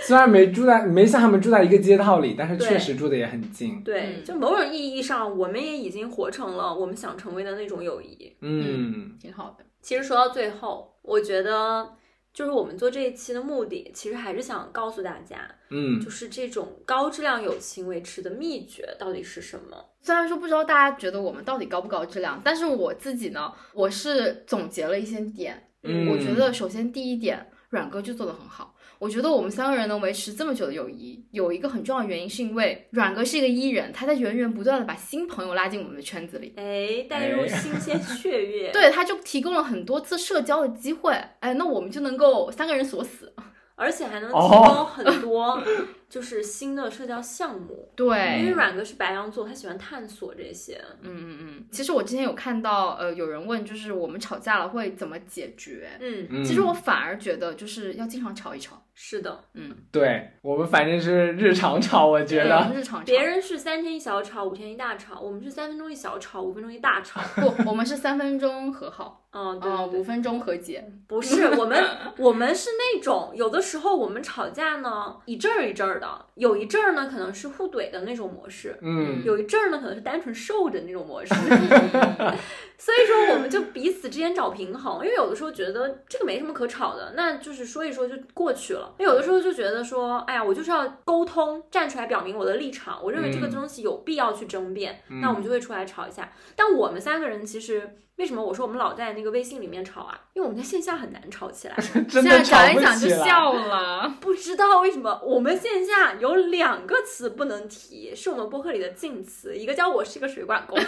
C: 虽然没住在没像他们住在一个街道里，但是
B: 对
C: 确实住的也很近。
B: 对，
A: 嗯
B: 就某种意义上，我们也已经活成了我们想成为的那种友谊。
C: 嗯，
A: 挺好的，
B: 其实说到最后，我觉得就是我们做这一期的目的，其实还是想告诉大家，
C: 嗯
B: 就是这种高质量友情维持的秘诀到底是什么。
A: 虽然说不知道大家觉得我们到底高不高质量，但是我自己呢，我是总结了一些点。
C: 嗯
A: 我觉得首先第一点，阮哥就做得很好。我觉得我们三个人能维持这么久的友谊，有一个很重要的原因，是因为阮哥是一个 E 人，他在源源不断的把新朋友拉进我们的圈子里。
B: 哎，带入
C: 哎
B: 新鲜血液。
A: *laughs* 对，他就提供了很多次社交的机会，哎，那我们就能够三个人锁死。
B: 而且还能提
C: 哦
B: 供很多就是新的社交项目。因为
C: 嗯
A: 对，
B: 阮哥是白羊座，他喜欢探索这些。
A: 嗯嗯嗯。其实我之前有看到，呃，有人问，就是我们吵架了会怎么解决？
B: 嗯，
C: 嗯，
A: 其实我反而觉得，就是要经常吵一吵，
B: 是的，
A: 嗯，
C: 对我们反正是日常吵，我觉
A: 对
C: 得。
A: 日常吵
B: 别人是三天一小吵，五天一大吵，我们是三分钟一小吵，五分钟一大吵。
A: 不，我们是三分钟和
C: *laughs*
A: 好，
B: 嗯，对
A: 啊，
B: 对
A: 五
B: 对，
A: 分钟和解，
B: 不是我们，我们是那种有的时候我们吵架呢，一阵儿一阵儿的，有一阵儿呢可能是互怼的那种模式。
C: 嗯，
B: 有一阵儿呢，可能是单纯受着那种模式，
A: 嗯
B: 所以说我们
C: 嗯
B: 就彼此之间找平衡，因为有的时候觉得这个没什么可吵的，那就是说一说就过去了；因为有的时候就觉得说，哎呀，我就是要沟通，站出来表明我的立场，我认为这个
C: 嗯
B: 东西有必要去争辩，
C: 嗯
B: 那我们就会出来吵一下。但我们三个人其实为什么我说我们老在那个微信里面吵啊？因为我们在线下很难吵起来，
C: *laughs*
A: 现
C: 真的
A: 在
C: 吵
A: 想一
C: 不
A: 想就
C: 起来。
A: 笑了， *laughs*
B: 不知道为什么我们线下有两个词不能提，是我们播客里的禁词，一个叫我是个水管工，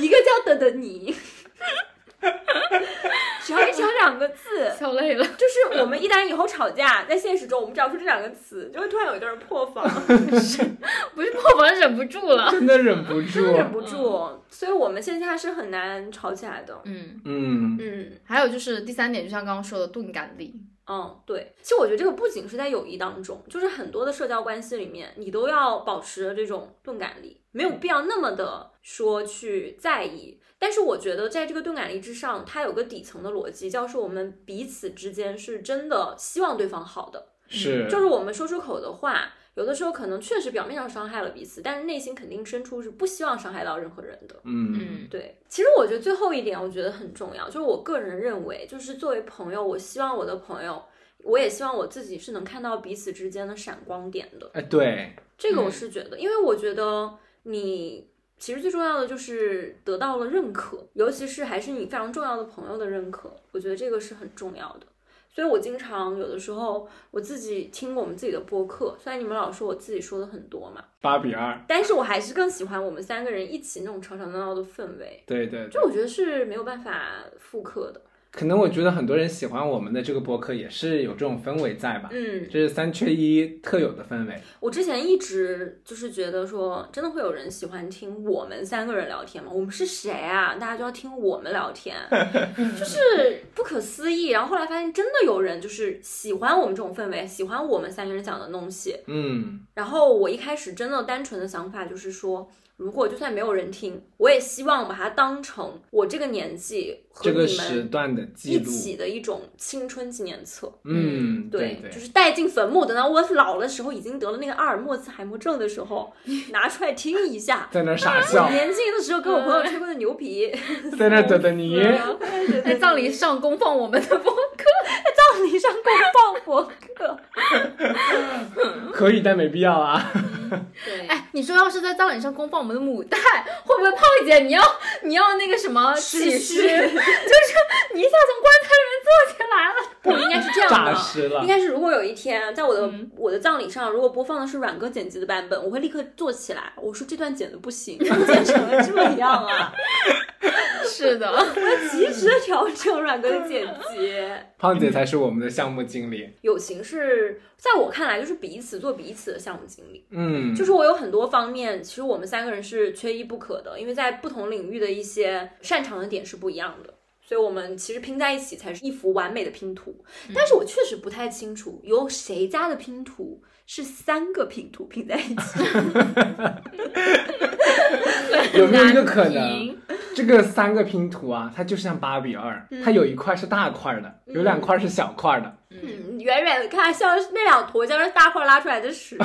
B: 一个叫等等你。只要一只有两个字，
A: 笑累了。
B: 就是我们一旦以后吵架，在现实中我们只要说这两个词，就会突然有一个人破防，
A: 不是破防忍不住了。
C: 真的忍不
B: 真的
C: 住，
B: 忍不住。所以我们线下是很难吵起来的。
A: 嗯，
C: 嗯
B: 嗯
A: 还有就是第三点，就像刚刚说的钝感力，
B: 嗯，对。其实我觉得这个不仅是在友谊当中，就是很多的社交关系里面，你都要保持这种钝感力，没有必要那么的说去在意。但是我觉得，在这个钝感力之上，它有个底层的逻辑，叫是我们彼此之间是真的希望对方好的，
C: 是，
B: 嗯就是我们说出口的话，有的时候可能确实表面上伤害了彼此，但是内心肯定深处是不希望伤害到任何人的。
C: 嗯
A: 嗯
B: 对，其实我觉得最后一点，我觉得很重要，就是我个人认为，就是作为朋友，我希望我的朋友，我也希望我自己是能看到彼此之间的闪光点的。
C: 哎对，
B: 这个我
A: 嗯
B: 是觉得，因为我觉得你其实最重要的就是得到了认可，尤其是还是你非常重要的朋友的认可，我觉得这个是很重要的。所以我经常有的时候我自己听我们自己的播客，虽然你们老说我自己说的很多嘛，
C: 八比二，
B: 但是我还是更喜欢我们三个人一起那种吵吵闹闹的氛围。
C: 对对，
B: 就我觉得是没有办法复刻的。
C: 可能我觉得很多人喜欢我们的这个博客也是有这种氛围在吧，
B: 嗯，
C: 这是三缺一特有的氛围，
B: 我之前一直就是觉得说，真的会有人喜欢听我们三个人聊天吗？我们是谁啊？大家就要听我们聊天，
C: *laughs*
B: 就是不可思议。然后后来发现，真的有人就是喜欢我们这种氛围，喜欢我们三个人讲的东西。
C: 嗯
B: 然后我一开始真的单纯的想法就是说，如果就算没有人听，我也希望把它当成我这个年纪和
C: 这个
B: 你
C: 时
B: 们
C: 段的记
B: 一
C: 录，
B: 起的一种青春纪念册。
C: 嗯
B: 对，
C: 对
B: 就，是带进坟墓。等到我老的时候，已经得了那个阿尔默茨海默症的时候，拿出来听一下。
C: 在那傻
B: 我 *laughs*
C: *laughs* 笑，
B: 年轻的时候跟我朋友吹过的牛皮， *laughs* 啊哎
C: 在那等着你，
B: 嗯
A: 嗯在葬礼上供奉我们的播，
B: 葬礼上公放博客。
C: 可以但没必要啊，
B: 对，
A: 哎，你说要是在葬礼上供奉我们的母带，会不会胖姐你要你要那个什么起
B: 尸
A: 尸？ *laughs* 就是你一下从棺材里面坐起来了，
B: 不应该是这样
C: 诈
B: 的。
C: 尸了
B: 应，该是，如果有一天在我的、
A: 嗯
B: 我的葬礼上，如果播放的是阮哥剪辑的版本，我会立刻坐起来，我说这段剪的不行，怎么剪成了这样啊！
A: 是 *laughs* 的，
B: 及时的调整阮哥的剪辑。
C: 胖姐才是我们的项目经理，
B: 友情是在我看来就是彼此做彼此的项目经理，
C: 嗯，
B: 就是我有很多方面，其实我们三个人是缺一不可的，因为在不同领域的一些擅长的点是不一样的，所以我们其实拼在一起才是一幅完美的拼图。
A: 嗯
B: 但是我确实不太清楚有谁家的拼图是三个拼图拼在一起，
C: 有没有一个可
A: 难
C: 能
A: 评？，
C: 这个三个
B: 嗯
C: 拼图啊，它就像八比二，它有一块是大块的，有两块是小块的。
A: 嗯，
B: 远远的看，像是那两坨像是大炮拉出来
A: *laughs*
B: 的屎。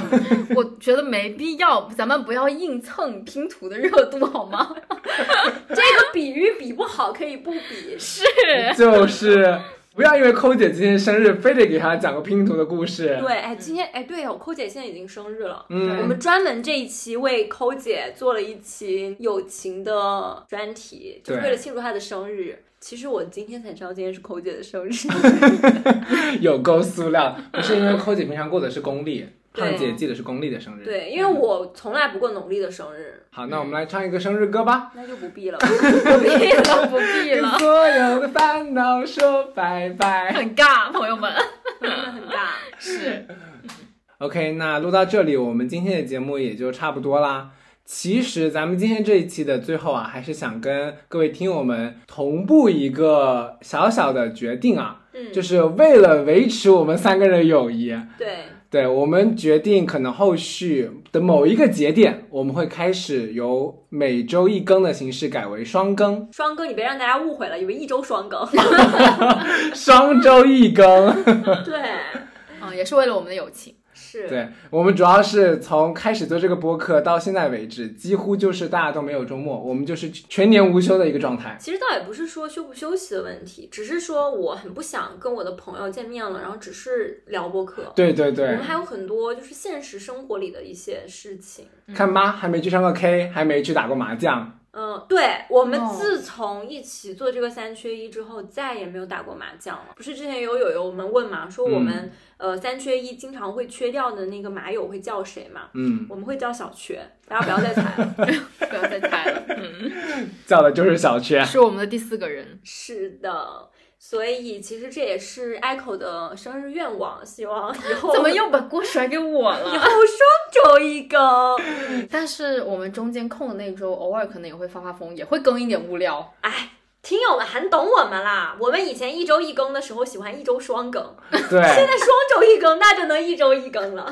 A: 我觉得没必要，咱们不要硬蹭拼图的热度好吗？
B: 这个比喻比不好，可以不比。
A: 是，
C: 就是不要因为抠姐今天生日，非得给她讲个拼图的故事。
B: 对，哎，今天哎，对哦，抠姐现在已经生日了，
C: 嗯
B: 我们专门这一期为抠姐做了一期友情的专题，就是
C: 对
B: 为了庆祝她的生日。其实我今天才知道今天是抠姐的
C: *laughs*
B: 生日，
C: 有够塑料，不是因为抠姐平常过的是公历，
B: 对
C: 胖姐记的是公历的生日。，
B: 对，因为我从来不过农历的生日，
C: 好，那我们来唱一个生日歌吧。
B: 那就不必 *laughs* 了。
A: 不必了，不必
C: 跟
A: 了，
C: 所有的烦恼说拜拜。
A: 很尬，朋友们。
B: 真的很大。
A: 是，
C: OK，那录到这里，我们今天的节目也就差不多啦。其实咱们今天这一期的最后啊，还是想跟各位听友们同步一个小小的决定啊，
B: 嗯，
C: 就是为了维持我们三个人的友谊，
B: 对，
C: 对我们决定可能后续的某一个节点，我们会开始由每周一更的形式改为双
B: *laughs*
C: 更，
B: 双更，你别让大家误会了，以为一周双
C: *laughs*
B: 更。
C: 双周一更。
B: 对，
A: 嗯，也是为了我们的友情。
B: 是，
C: 对我们主要是从开始做这个播客到现在为止，几乎就是大家都没有周末，我们就是全年无休的一个状态。
B: 其实倒也不是说休不休息的问题，只是说我很不想跟我的朋友见面了，然后只是聊播客。
C: 对对
B: 我
C: 对
B: 们，还有很多就是现实生活里的一些事情。
C: 看妈还没去上过 K，还没去打过麻将，
B: 嗯，对，我们
A: 哦
B: 自从一起做这个三缺一之后，再也没有打过麻将了。不是之前有友友们问嘛，说我们、呃三缺一经常会缺掉的那个麻友会叫谁嘛？
C: 嗯，
B: 我们会叫小缺，大家不要再猜了。 *laughs*
A: 不要再猜了，嗯，
C: 叫的就是
B: *laughs*
C: 小
A: *laughs*
C: 缺。
A: 是我们的第四个人。
B: 是的，所以其实这也是 Echo 的生日愿望，希望以后
A: 怎么又把锅甩给我
B: 以
A: 了？
B: 后双周一更。
A: *laughs* 但是我们中间空的那周，偶尔可能也会发发疯，也会更一点物料。
B: 哎，听友们很懂我们啦。我们以前一周一更的时候喜欢一周双更，现
C: 对，
B: 在双周一更，那就能一周一更了。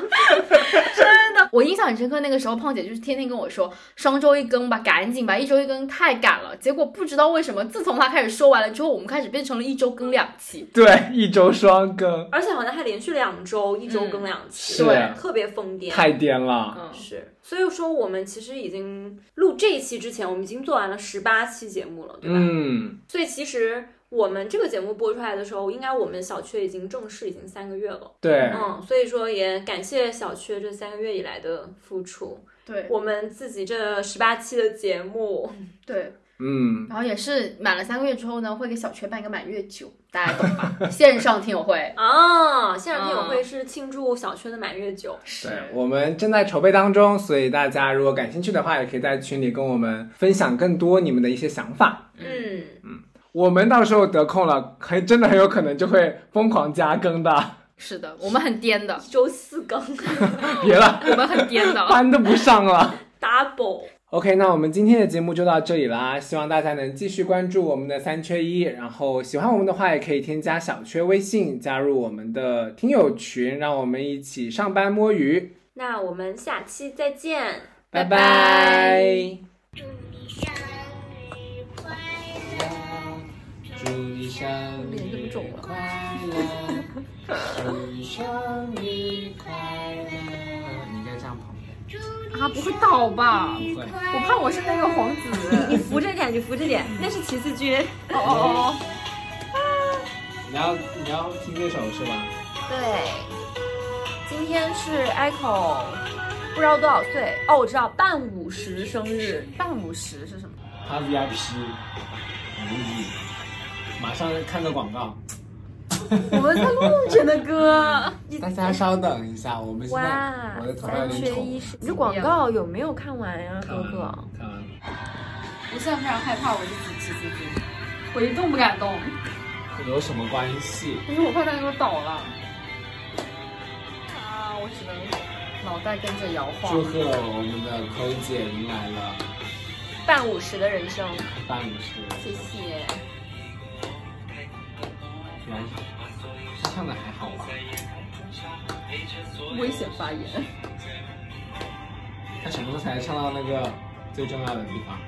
A: 我印象很深刻，那个时候胖姐就是天天跟我说双周一更吧，赶紧吧，一周一更太赶了。结果不知道为什么，自从她开始说完了之后，我们开始变成了一周更两期。
C: 对，一周双更，
B: 而且好像还连续两周一周更两期，
C: 嗯
B: 对，
C: 是
B: 特别疯癫。
C: 太颠了。
A: 嗯，
B: 是，所以说我们其实已经录这一期之前，我们已经做完了十八期节目了，对吧？
C: 嗯，
B: 所以其实我们这个节目播出来的时候，应该我们小缺已经正式已经三个月了。
C: 对，
B: 嗯，所以说也感谢小缺这三个月以来的付出。
A: 对
B: 我们自己这十八期的节目，
A: 对。
C: 嗯，
A: 然后也是满了三个月之后呢，会给小缺办一个满月酒，大家懂吧？线上听友会。
B: 啊，现场听友会是庆祝小缺的满月酒。
A: 是
C: 对，我们正在筹备当中，所以大家如果感兴趣的话，也可以在群里跟我们分享更多你们的一些想法。
B: 嗯，
C: 我们到时候得空了，很真的很有可能就会疯狂加更的。 *laughs*
A: 是的，我们很颠的，
B: 一周四更
C: 别了，
A: 我们很颠
C: *laughs*
A: 的。
C: 班都不上了。
B: ，double。
C: OK，那我们今天的节目就到这里啦，希望大家能继续关注我们的三缺一，然后喜欢我们的话，也可以添加小缺微信，加入我们的听友群，让我们一起上班摸鱼。
B: 那我们下期再见。
C: 拜
A: 拜拜
E: 祝你生日快乐，
C: 祝你
A: 脸
C: 生
A: 这么肿了
C: 快乐，祝你生日快乐。 *laughs* 你应该这样捧的，
E: 祝
A: 啊，不会倒吧？
C: 不会。
A: 我怕我是那个皇子。
B: 你扶着点，你扶着点，那是骑士军。
A: 哦哦哦。
C: 你要你要听这首是吧？
B: 对，今天是 Echo，不知道多少岁哦，我知道半五十生日，
A: 半五十是什么？
C: 他 VIP，无语。马上看个广告，
B: 我们在录着呢，哥。
C: 大家稍等一下，我们现
B: 哇
C: 在我的，头有
B: 三
C: 点
B: 缺
C: 痛
B: 一。是你这广告有没有看完啊呀、
C: 嗯
B: 哥哥？
C: 看完了，
A: 我现在非常害怕，我是紫棋司机，我一动不敢动，
C: 有什么关系？
A: 可是我快快给我倒了。啊，我只能脑袋跟着摇
C: 祝
A: 晃。
C: 贺我们的抠姐迎来了
B: 半五十的人生，
C: 半十，
B: 谢谢。
C: 然后她唱的还好吧？
A: 危险发言。
C: 她什么时候才唱到那个最重要的地方？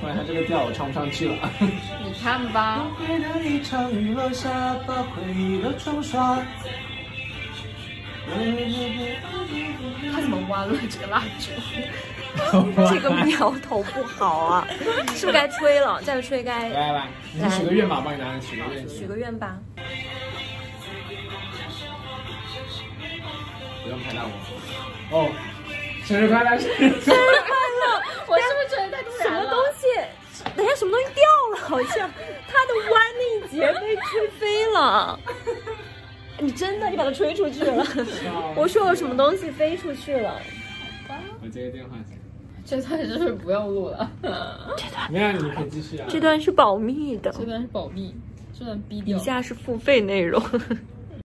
C: 突然他这个调我唱不上去了。
A: 你看吧，
F: 会的一场雨落下，把回忆都冲刷。
A: 他怎么弯了这个蜡烛？
B: *laughs* 这个苗头不好啊，是不是该吹了？再吹该
C: 来来来，你去许个愿吧，我帮你拿着许个愿。
B: 许个愿吧。
C: 不用拍到我。哦，生日快乐！生日快
B: *laughs*
C: 乐！
A: 我是不是觉得太突
B: 什
A: 然
B: 么
A: 了？
B: 东西？等一下，什么东西掉了？好像它的弯那一节被吹飞了。你真的，你把它吹出去了。我说有什么东西飞出去了？
C: 我接个电话先。
A: 这段是不是不用录了？
C: 没有，你可以继续啊。
B: 这段是保密的，
A: 这段是保密，这段逼掉
B: 以。下是付费内容。